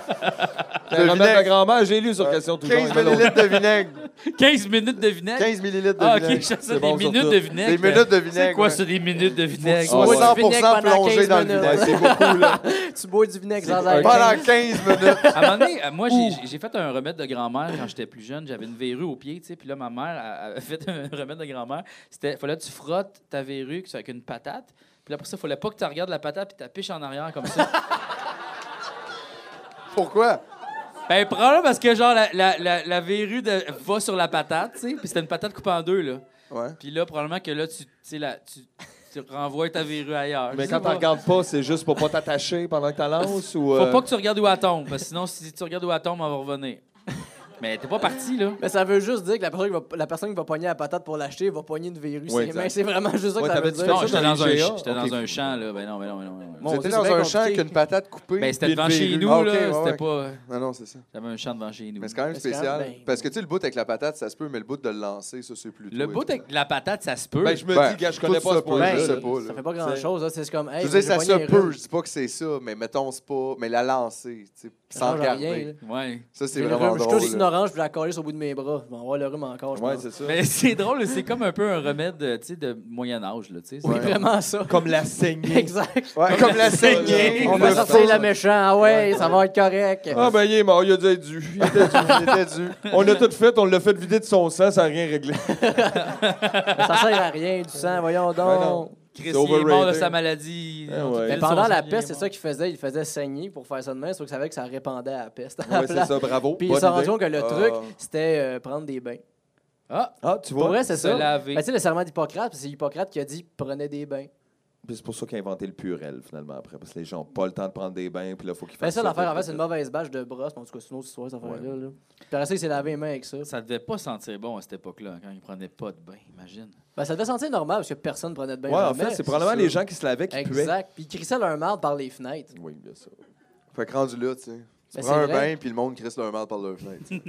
C'est un Ben, Le remède de vinaigre. grand-mère, j'ai lu sur Question Toujours. 15 millilitres de vinaigre. 15 minutes de vinaigre? 15 millilitres de ah, ok, vinaigre. je sais, C'est des bon, minutes surtout. de vinaigre. Des minutes de C'est vinaigre. hein. quoi, ouais. ça, des minutes de vinaigre? Ah, Faut ouais. 100 Du vinaigre pendant plongé 15 dans le minutes. vinaigre. C'est beaucoup, là. Tu bois du vinaigre sans un- arrêt. Pendant 15 minutes. À un moment donné, euh, moi, j'ai- j'ai- j'ai fait un remède de grand-mère quand j'étais plus jeune. J'avais une verrue au pied, tu sais. Puis là, ma mère a, a fait un remède de grand-mère. C'était, fallait que tu frottes ta verrue que c'est avec une patate. Puis là, après ça, fallait pas que tu regardes la patate puis tu la piches en arrière comme ça. Pourquoi? ben, probablement parce que, genre, la, la, la, la verrue de- va sur la patate, tu sais. Puis c'était une patate coupée en deux, là. Ouais. Puis là, probablement que là, tu, tu sais, la- tu, tu renvoies ta verrue ailleurs. Mais Je quand sais t'en pas. regardes pas, c'est juste pour pas t'attacher pendant que t'en lances ou. Faut euh, pas que tu regardes où elle tombe, parce que sinon, si tu regardes où elle tombe, elle va revenir. Mais t'es pas parti, là. Mais ça veut juste dire que la personne qui va, la personne qui va pogner la patate pour l'acheter va pogner une verrue. Ouais, c'est, exact. mais c'est vraiment juste ça Ouais, que ça t'avais veut dit dire. faire Non, ça j'étais dans dans, un les ch- GA? j'étais dans Ok. un champ, là. Ben non, ben non, ben non. Ben non. Mon T'étais Dieu, dans c'est bien un champ avec compliqué. une patate coupée. Ben, c'était puis une devant chez verrue. nous, Ah, ok, là. ouais, C'était ouais. pas. euh, Non, non, c'est ça. J'avais un champ devant chez nous. Mais c'est quand même Mais c'est quand spécial. même- Parce que, tu sais, le bout avec la patate, ça se peut, mais le bout de le lancer, ça, c'est plus Le bout avec la patate, ça se peut. Ben, je me dis, gars, je connais pas ce Je point-là. sais là. pas, là. Ça fait pas grand chose, là. C'est comme. Hey, Je veux dire, j'ai ça pogné se une peut, rue. je dis pas que c'est ça, mais mettons, c'est pas. Mais la lancer, tu sais, sans change rien, là. regarder. Ouais. Ça, c'est J'ai le vraiment rhume, Je drôle. touche une là. orange, je vais la coller sur le bout de mes bras. Je vais avoir le rhume encore. je Ouais, pense. c'est ça. Mais c'est drôle, c'est comme un peu un remède euh, tu sais, de Moyen-Âge, là. tu sais. C'est vraiment ça. Comme la saignée. Exact. Ah, Ouais, comme la saignée. On va sortir le méchant. Ah ouais, ça va être correct. Ah ben il est mort, il a dû être dû. Il était dû. Il était dû. On a tout fait, on l'a fait vider de son sang, ça n'a rien réglé. Ça sert à rien, du sang, voyons non. donc. Chris, il est overrated. mort de sa maladie. Eh En tout ouais. cas, Mais le pendant son- la il est peste, c'est mort. ça qu'il faisait. Il faisait saigner pour faire ça de main, sauf qu'il savait que ça répandait à la peste. à la Ouais, c'est place. ça, bravo. Puis il bonne s'est rendu idée. compte que le Ah. truc, c'était euh, prendre des bains. Ah, tu Pour vois. vrai, c'est Se ça. laver. Ben, tu sais, le serment d'Hippocrate, c'est Hippocrate qui a dit prenez des bains. Puis C'est pour ça qu'il a inventé le purel, finalement, après. Parce que les gens n'ont pas le temps de prendre des bains, puis là, il faut qu'ils Fait fassent ça, l'affaire, en fait, c'est une mort. mauvaise bâche de brosse. mais En tout cas, c'est une autre histoire, cette affaire-là. là. Puis après ça, il s'est lavé les mains avec ça. Ça devait pas sentir bon à cette époque-là, hein, quand il prenait pas de bain, imagine. Ben, ça devait sentir normal parce que personne prenait de bain. Ouais, en jamais. fait, c'est probablement ça. les gens qui se lavaient qui puaient. Exact. Puis ils crissaient leur marde par les fenêtres. Oui, bien sûr. Fait que rendu là, tu sais. Tu prends Ben, c'est un vrai. bain, puis le monde crisse leur merde par leur fenêtre.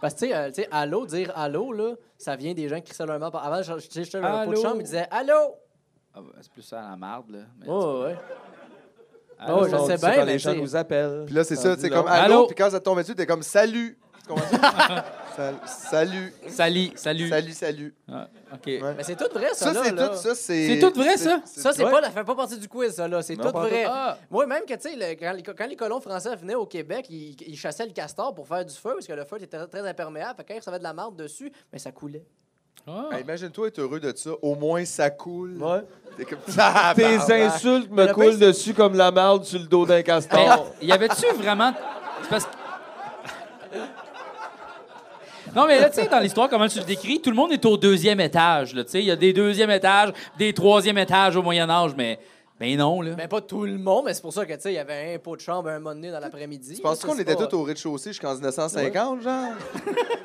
Parce que, tu sais, euh, tu sais, allô, dire allô, là, ça vient des gens qui crissaient leur marde. par- Avant, je- je- j'étais dans le pot de Allô. chambre, ils disaient allô. Ah, ben, c'est plus ça à la marde, là. mais- Ah, Oh, ouais. Allô, oh, je On sais dit ça bien, quand mais les gens t'sais- nous appellent. Puis là, c'est ça, tu sais, Rendu comme là. Allô? allô, puis quand ça te tombe dessus, t'es comme salut. Tu comprends ça? Sal- Salut. Sali, salut. Salut, salut. Ah, OK. Ouais. Mais c'est tout vrai, ça. Ça, là, c'est là. tout, ça, c'est. C'est tout vrai, ça? c'est- Ça, c'est Ouais. pas, la- fait pas partie du quiz, ça, là. C'est Non, tout pas vrai. Ah, Moi, même que, tu sais, le- quand, les co- quand les colons français venaient au Québec, ils, ils chassaient le castor pour faire du feu parce que le feu était très, très imperméable. Fait que quand ils recevaient de la marde dessus, mais ça coulait. ah. Ah, Imagine-toi être heureux de ça. Au moins, ça coule. Ouais. T'es comme. Ah, Tes bah, insultes me le coulent pire, c'est- dessus comme la marde sur le dos d'un Mais castor. y avait-tu vraiment. c'est parce que- Non, mais là, tu sais, dans l'histoire, comment tu le décris, tout le monde est au deuxième étage. là, Tu sais, il y a des deuxième étages, des troisième étages au Moyen-Âge, mais. Ben non, là. Mais pas tout le monde, mais c'est pour ça que, tu sais, il y avait un pot de chambre un moment donné dans l'après-midi. Tu penses Ça, qu'on c'est était pas- tous au rez-de-chaussée jusqu'en 1950, genre?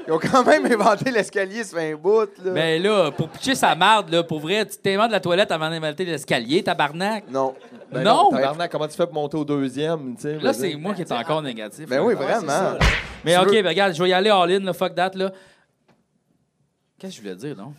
Ils ont quand même inventé l'escalier, ça fait un bout, là. Ben là, pour pitcher sa marde, là, pour vrai, tu t'éventes de la toilette avant d'inventer l'escalier, tabarnak. Non. Ben non! tabarnak, comment tu fais pour monter au deuxième, tu sais? Là, vas-y. c'est moi qui est encore négatif. Ben oui, là. Ouais, c'est ça, vraiment. là. Mais tu OK, veux- ben regarde, je vais y aller all-in, là, fuck that, là. Qu'est-ce que je voulais dire, non?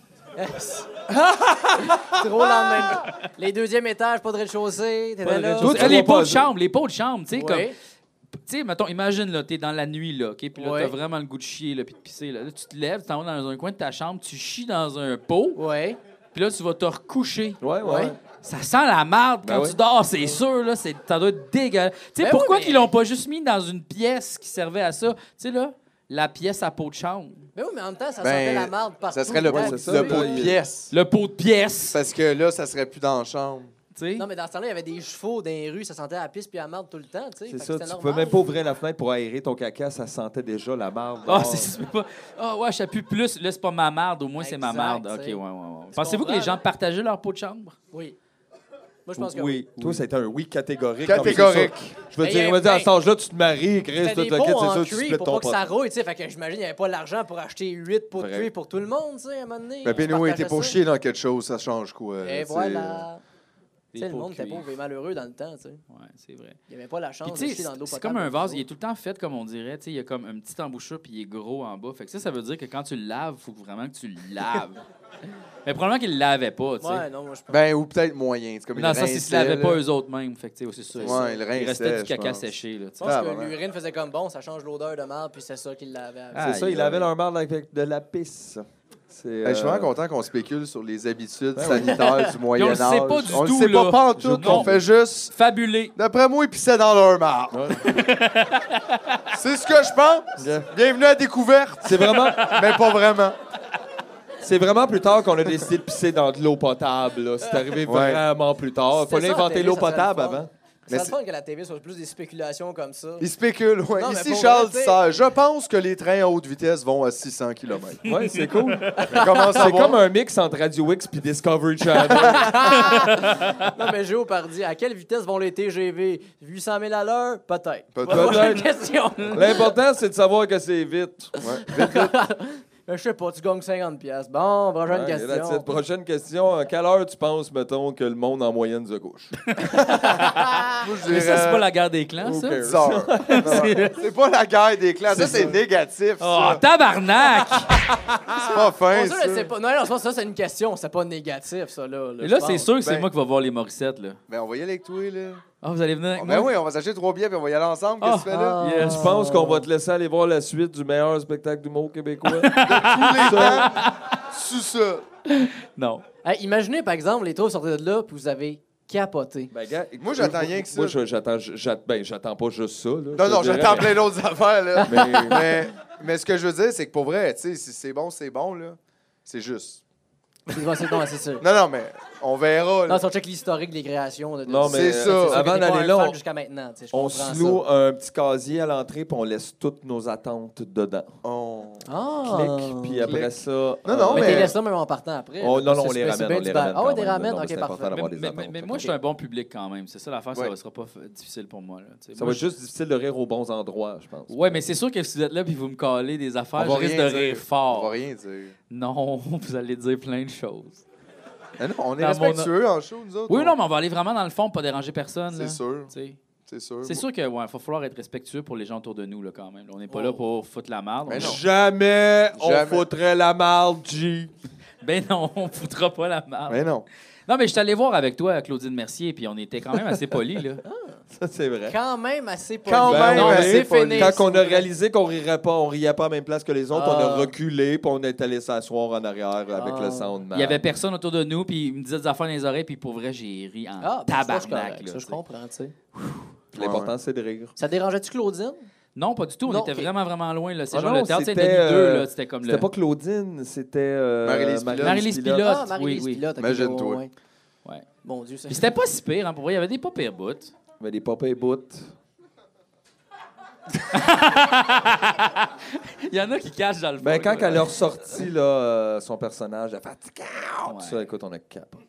Trop lendemain. Les deuxièmes étages, pas de rez-de-chaussée. T'étais Ben, là. Toi, rez-de-chaussée. les pots de Proposer. chambre, les pots de chambre, tu sais, Ouais. comme... Tu sais, mettons, imagine, là, t'es dans la nuit, là, OK? Puis là, Ouais. t'as vraiment le goût de chier, là, puis de pisser, là. Là, tu te lèves, tu t'en vas dans un coin de ta chambre, tu chies dans un pot, Ouais. puis là, tu vas te recoucher. Ouais, ouais. Ouais. Ça sent la marde quand Ben tu oui. dors, c'est sûr, là. C'est, ça doit être dégueulasse. Tu sais, Ben pourquoi oui, mais- qu'ils l'ont pas juste mis dans une pièce qui servait à ça? Tu sais, là, la pièce à pot de chambre. Mais oui, mais en même temps, ça Ben, sentait la marde partout. Ça serait le, Ouais, pot- c'est ça, le là, pot il- de pièce. Le pot de pièce, Parce que là, ça serait plus dans la chambre. tu sais. Ben, Non, mais dans ce temps-là, il y avait des chevaux dans les rues, ça sentait la pisse puis la marde tout le temps, tu sais. C'est fait que ça, c'était tu normal. peux même pas ouvrir la fenêtre pour aérer ton caca, ça sentait déjà la marde. Ah, dehors. c'est c'est pas. Ah, ouais, je pue plus. Là, c'est pas ma marde, au moins, c'est ma Exact, marde. tu Ok, ouais, sais. ouais, ouais. Pensez-vous que comprends, les gens là? partageaient leur pot de chambre? Oui. Moi, je pense que oui. oui. Toi, ça a été un oui catégorique. Catégorique. Non, mais c'est ça. Je veux Mais dire, il y a- on va dire, à ben, cet âge-là, tu te maries, Chris, C'était tu des te pots quittes, en c'est sûr, tu cuit splites pour ton pas que ça pot. rouille, tu sais. Fait que j'imagine qu'il n'y avait pas l'argent pour acheter 8 pots de Vrai. cuit pour tout le monde, tu sais, à un moment donné. Ben, on se Pénoué, t'es partageait pas ça. chier dans quelque chose, ça change quoi. Et tu sais. voilà. Tu sais, Des le pots monde était cuits. pauvre et malheureux dans le temps, tu sais. Ouais, c'est vrai. Il n'y avait pas la Puis, chance de tu sais, chier dans c'est- l'eau c'est comme un vase, il est tout le temps fait, comme on dirait. Tu sais, il y a comme une petite embouchure, puis il est gros en bas. Fait que ça, ça veut dire que quand tu le laves, faut vraiment que tu le laves. mais probablement qu'ils le lavaient pas, tu sais. Ouais, non, moi, je pense. Ben, ou peut-être moyen. C'est comme Dans le sens, ils se lavaient pas eux. eux autres mêmes. Fait que, tu sais, c'est ça. Ouais, ils il rinçaient, restait du je caca pense. séché, là, tu sais. Je pense Ah, que ben, ben. l'urine faisait comme bon, ça change l'odeur de marde, puis c'est ça qu'il l'avait. avec. C'est ça, Aïe, il avait aïe. leur marde avec de la pisse. C'est, Ben, je suis euh, vraiment content qu'on spécule sur les habitudes sanitaires du Puis Moyen on le Âge. sait pas du on le tout, sait là. pas Je pantoute, on comprends. fait juste... Fabulé. D'après moi, ils pissaient dans leur marre. C'est ce que je pense. Bienvenue à Découverte. C'est vraiment, Mais pas vraiment. c'est vraiment plus tard qu'on a décidé de pisser dans de l'eau potable. là. C'est arrivé Ouais. vraiment plus tard. Il C'était fallait ça, la inventer télé, l'eau ça serait le potable fun. avant. C'est Mais le fun que la TV soit plus des spéculations comme ça. Ils spéculent, ouais. Non, mais Ici, pour Charles vrai, tu sais- Tissard, je pense que les trains à haute vitesse vont à 600 km. Ouais, c'est cool. Comment ça C'est va? comme un mix entre Radio X puis Discovery Channel. Non, mais Géo Pardi, à quelle vitesse vont les TGV 800 000 à l'heure Peut-être. Peut-être. Voilà la Peut-être. question. L'important, c'est de savoir que c'est vite. Je sais pas, tu gagnes 50 pièces. Bon, prochaine Ouais, that's question. it. Hein, Prochaine question. À quelle heure tu penses, mettons, que le monde en moyenne se couche? Moi, je Mais dirais- ça, c'est pas la guerre des clans, ça? Dix heures. Non, C'est pas la guerre des classes. Ça, c'est négatif. Oh, ça. tabarnak! C'est pas fin. Bon, ça, ça. là, c'est pas... Non, non, je pense que ça, c'est une question. C'est pas négatif, ça, là. Et je là, pense. c'est sûr que c'est Ben- moi qui va voir les Morissettes, là. Ben, on va y aller avec toi, là. Ah, vous allez venir avec Ah, moi? Ben oui, on va s'acheter trois billets puis on va y aller ensemble. Qu'est-ce que tu fais là? Ah. Je Oh. pense qu'on va te laisser aller voir la suite du meilleur spectacle d'humour québécois? Ah. Tous les temps, sous ça. Non. Hey, imaginez, par exemple, les trois sortaient de là, puis vous avez capoté. Ben, gars, Moi, j'attends rien que ça. Moi, je- j'attends, j'attends, ben, j'attends pas juste ça. là. Non, Je non, dirais, j'attends mais- plein d'autres affaires, là. Mais- Mais, mais, ce que je veux dire, c'est que pour vrai, tu sais, si c'est bon, c'est bon, là. C'est juste. C'est bon, c'est bon, c'est sûr. Non, non, mais On verra. Non, là. si on check l'historique des créations. De, de- Non, mais euh, C'est ça. sûr que avant t'es pas d'aller un là, fan on- jusqu'à maintenant. tu sais, je on comprends se loue un petit casier à l'entrée puis on laisse toutes nos attentes dedans. On- ça. Ah. Clic, puis après Clique. ça. euh, non, Mais, mais- t'es laissé là même en partant après. Oh, non, là, non, parce que on les c'est- c'est ramène. bien on du les bal. ramène Ah quand ouais, des même. ramènes. Non, mais Ok, c'est important parfait. d'avoir Mais, des mais- attentes. mais moi, je suis un bon public quand même. C'est ça l'affaire, ça Ouais. ne sera pas f- difficile pour moi. là, tu sais. Ça Moi, va être juste difficile de rire aux bons endroits, je pense. je- Ouais, mais c'est sûr que si vous êtes là puis vous me calez des affaires, On je va risque de rien dire. rire On va fort. rien dire. Non, vous allez dire plein de choses. Mais non, on est Dans mon- respectueux en show, nous autres. Oui, on- non, mais on va aller vraiment dans le fond, pas déranger personne. là. C'est sûr. Tu sais. C'est sûr. C'est sûr que ouais, faut falloir être respectueux pour les gens autour de nous là, quand même. On n'est pas Oh. là pour foutre la merde. Ben Mais non. Jamais, Jamais. foutrait la marde, G. Ben non, on foutra pas la Ah. merde. Mais non. Non, mais je suis allé voir avec toi, Claudine Mercier, puis on était quand même assez polis là. Ça, c'est vrai. Quand même assez poli. Quand Ben même, Non, mais assez c'est poli. fini. Quand on a réalisé qu'on rirait pas, on riait pas à la même place que les autres, on a Ah. reculé, puis on est allé s'asseoir en arrière avec Ah. le soundman. Il y avait personne autour de nous, puis ils me disaient des affaires dans les oreilles, puis pour vrai, j'ai ri en Ah, ben, ça, je tabarnak. suis là, correct, Ça, tu je sais. comprends, tu sais. L'important, c'est de rire. Ça dérangeait-tu Claudine? Non, pas du tout. On Non, était ok. vraiment, vraiment loin. Là. C'est Ah genre non, le théâtre c'était, Saint-Denis 2, euh, là, c'était comme C'était le... pas Claudine, c'était... euh, Marie-Lise Pilote. Marie-Lise Pilote. Ah, Marie-Lise oui, oui. Pilote. ok, Imagine-toi. ouais, ouais. Ouais. Bon Dieu, ça. Puis c'était pas si pire, hein, pour vrai. Il y avait des pas pires bouts. Il y avait des papas et bouts. Il y en a qui cachent dans le Ben, fond, quand là. elle a ressorti là, euh, son personnage, elle fatiguée. Ouais. Ça, écoute, on a capoté.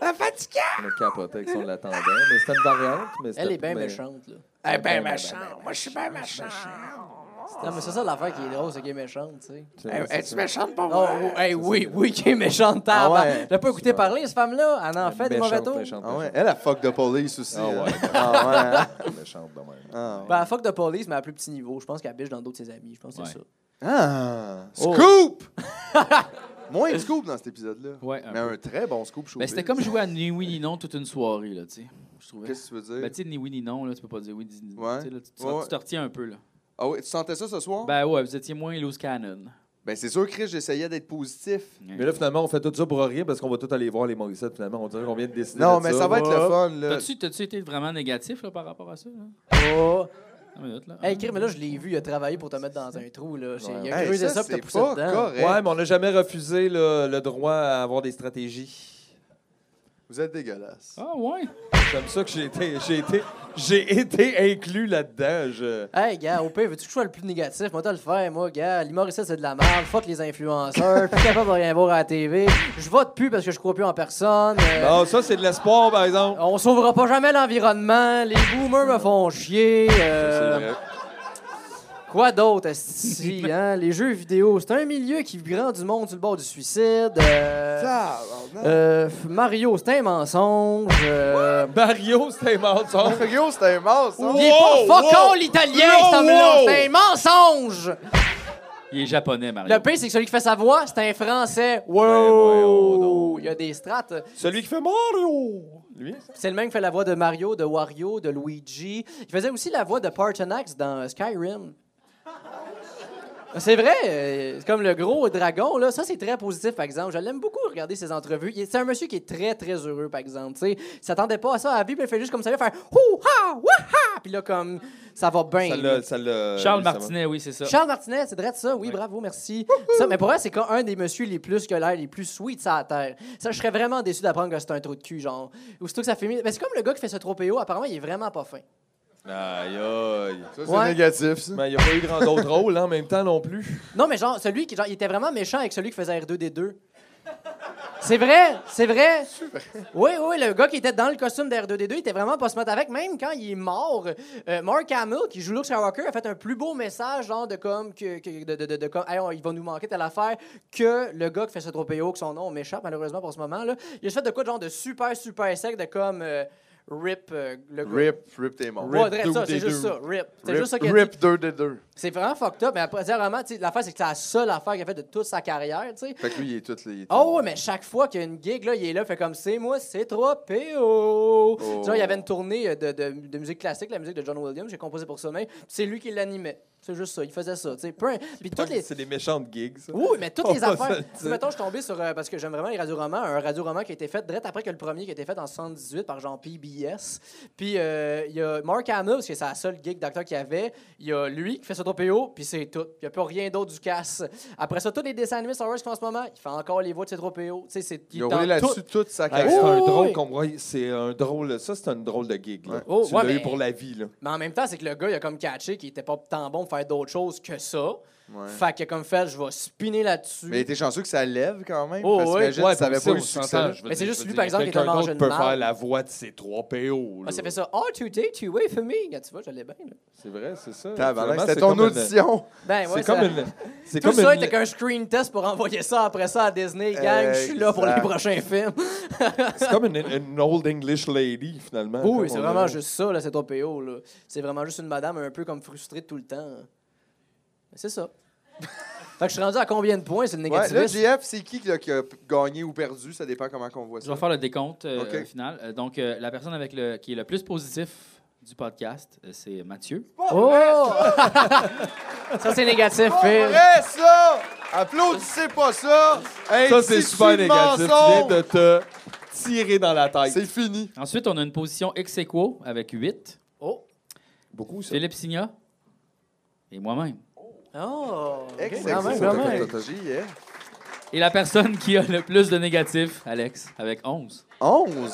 On a capoté avec ça, on l'attendait. Mais c'était une variante. Mais Elle c'était- est bien mais- méchante, là. Elle est bien méchante. Moi, je suis bien méchant. Non, mais c'est ça l'affaire qui est drôle, c'est qu'elle est méchante, tu sais. C'est vrai, Eh, c'est ça. méchante pour Oh, oh, hey, oui, oui, qui est méchante, Ah ouais. tabarnak. J'ai pas écouté parler, cette femme-là. Ah Elle en fait des mauvais Méchante, tours. méchante, Ah ouais, méchante. elle a fuck de police aussi. Ah hein. ouais. Ah ouais. Méchante de même. Ah ouais. Ben, fuck de police, mais à plus petit niveau. Je pense qu'elle biche dans d'autres de ses amis. Je pense que c'est Ouais. Ah! Oh. Scoop! Moins de scoop dans cet épisode-là. Ouais, un Ben, Mais peu. un très bon scoop, je trouve. Ben, c'était comme jouer à Ni oui ni non toute une soirée, là, tu sais. Je trouvais. Qu'est-ce que tu veux dire? Ben, tu sais, ni oui ni non, là, tu peux pas dire oui. Dis, Ouais. tu sais, là, tu, tu- Ouais, ouais. tu te retiens un peu, là. Ah ouais, tu sentais ça ce soir? Ben, Ben ouais, vous étiez moins loose cannon. c'est sûr, Chris, j'essayais d'être positif. Mais là, finalement, on fait tout ça pour rire parce qu'on va tout aller voir les Morissette, finalement. On dirait qu'on vient de décider. Non, de mais ça va être le Hop. fun, euh, là. T'as-tu t'as-tu été vraiment négatif là, par rapport à ça? Là? ça. Oh. Une minute, là. Hey, Chris, mais là, je l'ai vu, il a travaillé pour te mettre dans un trou, là. C'est- Il a Hey, creusé ça, puis c'est t'as poussé pas dedans. correct. Ouais, mais on n'a jamais refusé le, le droit à avoir des stratégies. Vous êtes dégueulasse. Ah ouais? J'aime ça que j'ai été, j'ai été, j'ai été inclus là-dedans. Je... Hey, gars, au pire, veux-tu que je sois le plus négatif? Moi, t'as le faire, moi, gars. L'humoriste, c'est de la merde. Fuck les influenceurs. Plus capable de rien voir à la TV. Je vote plus parce que je crois plus en personne. Euh, Non, Ah, ça, c'est de l'espoir, par exemple. On sauvera pas jamais l'environnement. Les boomers me font chier. euh, Quoi d'autre, esti, hein? Les jeux vidéo, c'est un milieu qui rend du monde sur le bord du suicide. euh, Ah, euh, f- Mario, c'est un mensonge. euh, Mario, c'était mensonge. Mario, c'était hein? mort, ça. Il est pas fuck wow. all italien, Wow, cet homme-là! wow. C'est un mensonge! Il est japonais, Mario. Euh, Le pire, c'est que celui qui fait sa voix, c'est un français. Ben voyons Wow! donc. Il y a des strates. Celui qui fait Mario. Lui, C'est le même qui fait la voix de Mario, de Wario, de Luigi. Il faisait aussi la voix de Parthenax dans Skyrim. C'est vrai, euh, c'est comme le gros dragon, là. Ça, c'est très positif, par exemple. Je l'aime beaucoup regarder ses entrevues. Il- C'est un monsieur qui est très, très heureux, par exemple. tu sais. Il s'attendait pas à ça à la vie, puis il fait juste comme ça, il fait Hou ha, waha! Puis là, comme ça va bien. ça l'a- ça l'a- Charles lui, ça va. Martinet, oui, c'est ça. Charles Martinet, c'est vrai de ça, oui, bravo, merci. Ça, mais pour elle, c'est quand un des messieurs les plus que l'air, les plus sweet sur la terre. Ça, je serais vraiment déçu d'apprendre que c'est un trou de cul, genre. Ou surtout que ça fait. mi- Mais c'est comme le gars qui fait ce tropéo, apparemment, il est vraiment pas fin. Aïe, aïe. Ça, c'est Ouais. négatif, ça. Mais il n'y a pas eu grand d'autre rôle hein, en même temps non plus. Non, mais genre, celui qui, genre, il était vraiment méchant avec celui qui faisait R2D2. C'est vrai, c'est vrai. Oui, oui, le gars qui était dans le costume de R2D2, il était vraiment pas se mettre avec. Même quand il est mort, euh, Mark Hamill, qui joue Luke Skywalker, a fait un plus beau message, genre de comme, que, que- de, de- de- de comme, Hey, on- il va nous manquer telle affaire, que le gars qui fait ce tropéo, que son nom m'échappe malheureusement pour ce moment, là. Il a fait de quoi, de genre de super, super sec, de comme euh, Rip, euh, le gars. Rip, rip, t'es mort. Ouais, vrai, ça, c'est juste ça, Rip. C'est Rip, juste ça qu'il a dit. rip 2 des 2. C'est vraiment fucked up, mais après, vraiment, tu sais, l'affaire, c'est que c'est la seule affaire qu'il a faite de toute sa carrière, tu sais. Fait que lui, il est tout. Il est tout- Oh, ouais, mais chaque fois qu'il y a une gig, là, il est là, fait comme c'est moi, c'est trop PO. euh, Tu vois, il y avait une tournée de, de- de musique classique, la musique de John Williams, j'ai composé pour ça, mais c'est lui qui l'animait. C'est juste ça. Il faisait ça. tu sais. Peu- Puis toutes les. C'est des méchantes gigs. ça. Oui, mais toutes On les va se le affaires. dire. Tu sais, mettons, je suis tombé sur. euh, parce que j'aime vraiment les radioromans. Un radioroman qui a été fait direct après que le premier qui a été fait en 78 par genre PBS. Puis euh, il y a Mark Hamill, parce que c'est la seule gig d'acteur qu'il y avait. Il y a lui qui fait son tropéo, puis c'est tout. Il n'y a plus rien d'autre du casse. Après ça, tous les dessins animés Star Wars qu'on a en ce moment, il fait encore les voix de ses tropéos. Tu sais, c'est. Il a est dans roulé tout. là-dessus toute sa Hey, carrière. c'est un Ah oui, drôle oui. qu'on voit. C'est un drôle. Ça, c'est une drôle de gig. là. Oh, tu ouais, l'as eu mais- pour la vie. Là. Mais en même temps, c'est que le gars, il a comme catché qu'il était pas tant bon pour faire d'autres choses que ça. Ouais. Fait qu'il a comme fait, je vais spinner là-dessus. Mais il était chanceux que ça lève quand même. Oh, parce ouais. qu'imagine, ça avait pas eu le succès. là. Mais c'est juste lui, par exemple, qui est un Quelqu'un d'autre mangeur de peut mal. faire la voix de ses trois PO. Ah, ça là. fait ça. Oh, today, tu wait for me. Regarde, tu vois, j'allais bien. là. C'est vrai, c'est ça. Tabarnak, Finalement, C'était c'est ton comme une- audition. Ben, ouais, C'est comme ça- une. C'est Tout comme ça une- était qu'un screen test pour envoyer ça après ça à Disney. Gang, je suis là pour les Exact. prochains films. c'est comme une, une old English lady, finalement. comme Oui, c'est on vraiment a- juste ça, là, cet OPO. là. C'est vraiment juste une madame un peu comme frustrée tout le temps. Mais C'est ça. fait que je suis rendu à combien de points, c'est le Ouais, là, négatif? GF, c'est qui là, qui a p- gagné ou perdu? Ça dépend comment on voit Je ça. vais faire le décompte euh, OK. au final. Euh, donc, euh, la personne avec le, qui est le plus positif du podcast, euh, c'est Mathieu. oh! ça, c'est négatif, Phil. Vrai, ça! Applaudissez pas ça! Hey, Ça, c'est si super tu négatif. Tu viens mensonges, de te tirer dans la tête. C'est fini. Ensuite, on a une position ex aequo avec 8. Oh! beaucoup, ça. Philippe Signa et moi-même. Oh! Excellent. Vraiment, ça, vraiment. t'as fait ta JF. Et la personne qui a le plus de négatifs, Alex, avec 11. 11.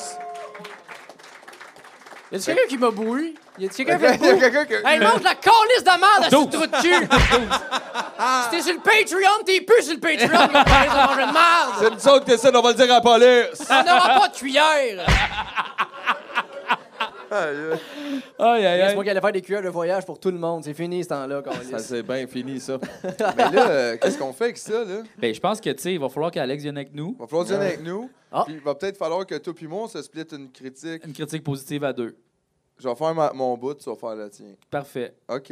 Y a-t-il quelqu'un qui m'a boué? Y a-t-il Il y quelqu'un a qui m'a boué? quelqu'un qui. Hey, mange la calice de merde à ce trou de cul! si t'es sur le Patreon, t'es plus sur le Patreon, la calice de manger de merde! C'est nous autres qui décident, on va le dire à la police. On n'aura pas de cuillère! Ah, Aïe, aïe, C'est moi qui allais faire des cuillères de voyage pour tout le monde. C'est fini ce temps-là, calice. Ça, c'est bien fini, ça. Mais là, euh, qu'est-ce qu'on fait avec ça, là? Ben, je pense que, tu sais, il va falloir qu'Alex vienne avec nous. Il va falloir dire avec nous. Ah. Puis il va peut-être falloir que toi puis moi, on se split une critique. Une critique positive à deux. Je vais faire ma- mon bout, tu vas faire la tienne. Parfait. OK.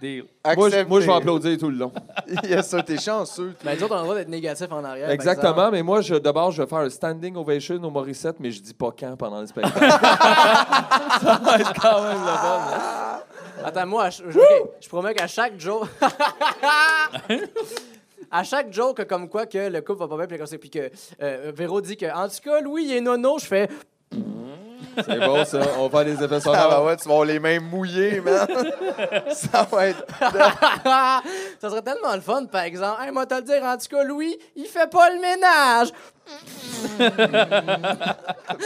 Deal. Moi, je- moi, je vais Accepté. applaudir tout le long. yes, sir, t'es chanceux. Mais nous autres, on a le droit d'être négatif en arrière. par Exactement, exemple. mais moi, je, d'abord, je vais faire un standing ovation au Morissette, mais je dis pas quand pendant le spectacle. Attends, moi, je, je- ok, je promets qu'à chaque joke. À chaque joke, comme quoi que le couple va pas bien, puis comme ça, puis que euh, Véro dit que, en tout cas, Louis, il est nono, je fais, c'est bon, ça. On va faire des effets Ah, bah sonores. ouais, tu vas avoir les mains mouillées, man. ça va être. ça serait tellement le fun, par exemple. Hey, moi, te le dire, en tout cas, Louis, il fait pas le ménage.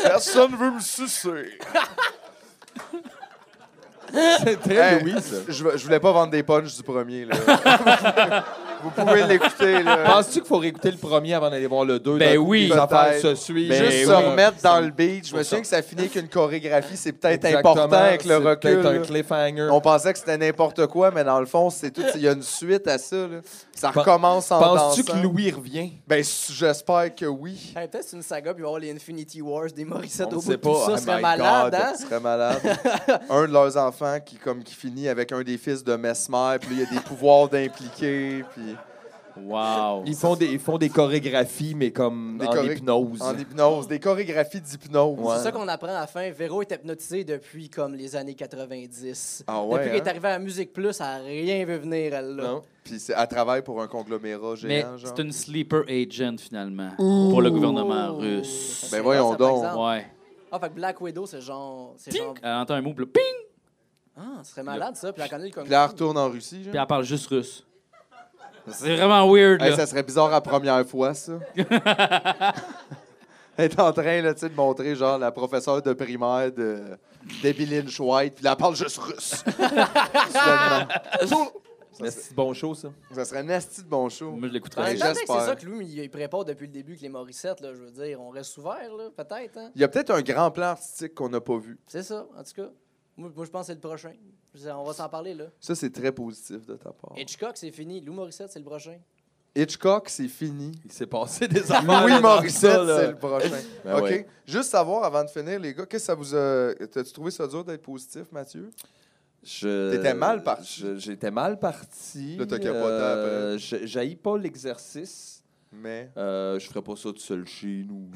Personne veut me sucer. C'est très Hey, Louis, ça. Eh, Je, je voulais pas vendre des punchs du premier, là. Vous pouvez l'écouter, là. Penses-tu qu'il faut réécouter le premier avant d'aller voir le deux? Ben D'un coup, oui. Les affaires se Peut-être. suivent. Juste Ben se oui. remettre dans le beat. Je me Pour souviens ça. que ça finit avec une chorégraphie. C'est peut-être Exactement, important avec le c'est recul. Peut-être un là. cliffhanger. On pensait que c'était n'importe quoi, mais dans le fond, c'est tout. Il y a une suite à ça. Là. Ça Pen- recommence en Penses-tu dansant. que Louis revient? Ben, s- j'espère que oui. Hey, Peut-être c'est une saga, puis il va y avoir les Infinity Wars, des Morissette On ne au bout de sait tout pas. ça, Ah, Oh ce serait my malade, God, hein? ce serait malade. un de leurs enfants qui, comme, qui finit avec un des fils de Mesmer, puis là, il y a des pouvoirs d'impliquer, puis Wow. Ils font des, ils font des chorégraphies, mais comme Des en choré- hypnose. en hypnose, des chorégraphies d'hypnose. Ouais. C'est ça qu'on apprend à la fin. Véro est hypnotisé depuis comme les années 90. Ah ouais, depuis hein? qu'elle est arrivée à Musique Plus, elle a rien vu venir, elle, là. Non. Puis c'est- elle travaille pour un conglomérat Mais géant, genre. c'est une sleeper agent, finalement, pour le gouvernement russe. Ben voyons Oh, Ça, par donc. exemple. Ouais. Ah, fait que Black Widow, c'est genre... c'est Ting! genre- Elle entend un mot, puis là, ping! Ah, ce serait malade, ça, puis elle connaît le Puis là, elle Congo. retourne en Russie, genre. Puis elle parle juste russe. C'est vraiment weird, Hey, là. ça serait bizarre la première fois, ça. Elle est en train là, tu sais, de montrer genre la professeure de primaire de d'Ebeline White, puis là, elle parle juste russe. Soudainement. Mais c'est bon show, ça. ça serait un asti de bon show. Moi, je En l'écouterais. même temps, peut-être que j'espère. c'est ça que Louis, il prépare depuis le début avec les Morissette, là, je veux dire. On reste ouvert, là, peut-être, hein? Il y a peut-être un grand plan artistique qu'on n'a pas vu. C'est ça, en tout cas. Moi, moi, je pense que c'est le prochain. Je veux dire, On va s'en parler, là. Ça, c'est très positif de ta part. Hitchcock, c'est fini. Lou Morissette, c'est le prochain. Hitchcock, c'est fini. Il s'est passé des affaires. Louis dans ça, Morissette, là. c'est le prochain. Ben OK. ouais. Juste savoir, avant de finir, les gars, qu'est-ce que ça vous a... T'as-tu trouvé ça dur d'être positif, Mathieu? Je- T'étais mal parti. je- J'étais mal parti. Là, t'as capoté Euh, je- J'haïs pas l'exercice. Mais. Euh, je ferais pas ça tout seul chez nous.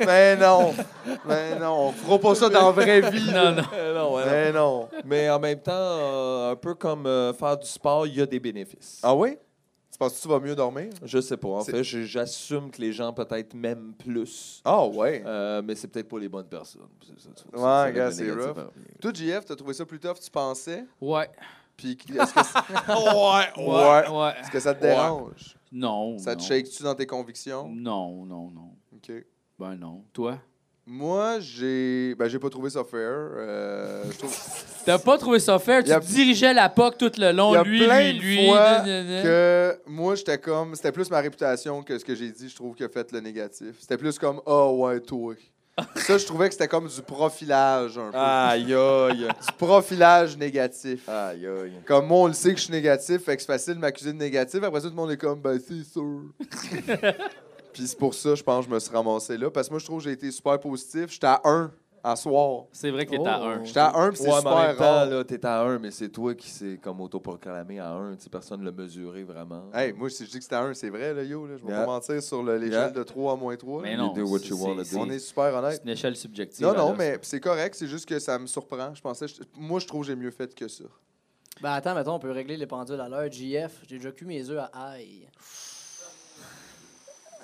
Mais non! Mais non! On fera pas ça dans la vraie vie! Non, non. Euh, non, ouais, non. Mais non! Mais en même temps, euh, un peu comme euh, faire du sport, il y a des bénéfices. Ah oui? Tu penses que tu vas mieux dormir? Je sais pas. En C'est- fait, je- j'assume que les gens peut-être m'aiment plus. Ah ouais! Euh, mais c'est peut-être pas les bonnes personnes. C'est ça, tu vois, Ouais, ça, ça gars, devient c'est négatif, rough. hein. Toi, JF, t'as trouvé ça plus tough, que tu pensais? Ouais. Puis qu- est-ce que, Ouais. Ouais. ouais. est-ce que ça te Ouais. dérange? Non. Ça te non. Mm. shake-tu dans tes convictions? Non, non, non. OK. Ben non. Toi? Moi, j'ai. Ben, j'ai pas trouvé ça fair. Euh, je trouve T'as pas trouvé ça fair? Tu Y a- dirigeais la POC tout le long. Il y a Oh, lui, plein lui, de lui. fois gna, gna, gna. que moi, j'étais comme. C'était plus ma réputation que ce que j'ai dit, je trouve, que fait le négatif. C'était plus comme Ah ouais, toi. ça, je trouvais que c'était comme du profilage un peu. Aïe, aïe. Du profilage négatif. Aïe, aïe. Comme moi, on le sait que je suis négatif, fait que c'est facile de m'accuser de négatif. Après ça, tout le monde est comme, ben, c'est sûr. Puis c'est pour ça, je pense, que je me suis ramassé là. Parce que moi, je trouve que j'ai été super positif. J'étais à 1 à soir. C'est vrai que t'es à Oh. un. J'étais à 1 puis c'est Ouais, mais en super même temps, rare. là, t'es à 1, mais c'est toi qui s'est comme autoproclamé à 1. Personne ne l'a mesuré vraiment. Hey, moi, si je dis que c'était à 1, c'est vrai, là, yo. Là, je vais Yeah. pas mentir sur le- l'échelle Yeah. de 3 à moins 3. Mais non. do what c'est- you wanna c'est- do. On est super C'est honnête. une échelle subjective. Non, non, alors, mais ça. c'est correct. C'est juste que ça me surprend. Je pensais, je- moi, je trouve que j'ai mieux fait que ça. Ben attends, mettons, on peut régler les pendules à l'heure. JF, j'ai déjà cuit mes œufs à ail.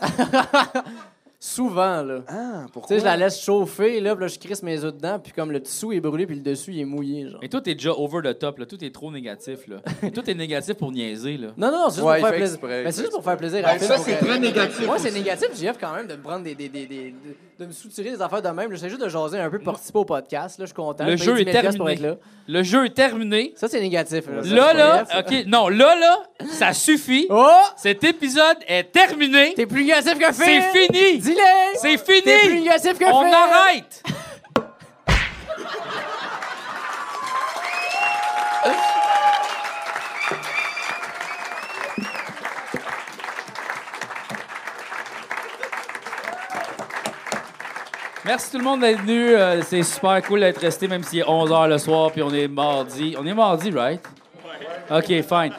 Souvent, là. Ah, Tu sais, je la laisse chauffer, là, puis là, je crisse mes œufs dedans, puis comme le dessous est brûlé, puis le dessus, il est mouillé, genre. Mais toi, t'es déjà over the top, là. Tout est trop négatif, là. Et tout est négatif pour niaiser, là. Non, non, c'est juste Ouais, pour il faire fait plaisir. exprès, Mais il c'est fait juste pour faire Ben, plaisir à Phil, pour que- négatif. Moi, c'est négatif, JF, quand même, de me prendre des. des, des, des- de, de me soutirer des affaires de même. J'essaie juste de jaser un peu, participer au podcast, là, je suis content. Le Je paye jeu est 10 000 piastres terminé. Pour être là. Le jeu est terminé. Ça, c'est négatif. Là, Là, Ça, c'est là, pas négatif. OK. Non, là, là, ça suffit. Oh! Cet épisode est terminé. T'es plus négatif que Phil! C'est fini. Dis-le! C'est T'es plus fini. négatif que On Phil! arrête. Merci tout le monde d'être venu. Euh, c'est super cool d'être resté, même s'il est 11h le soir, puis on est mardi. On est mardi, right? OK, fine.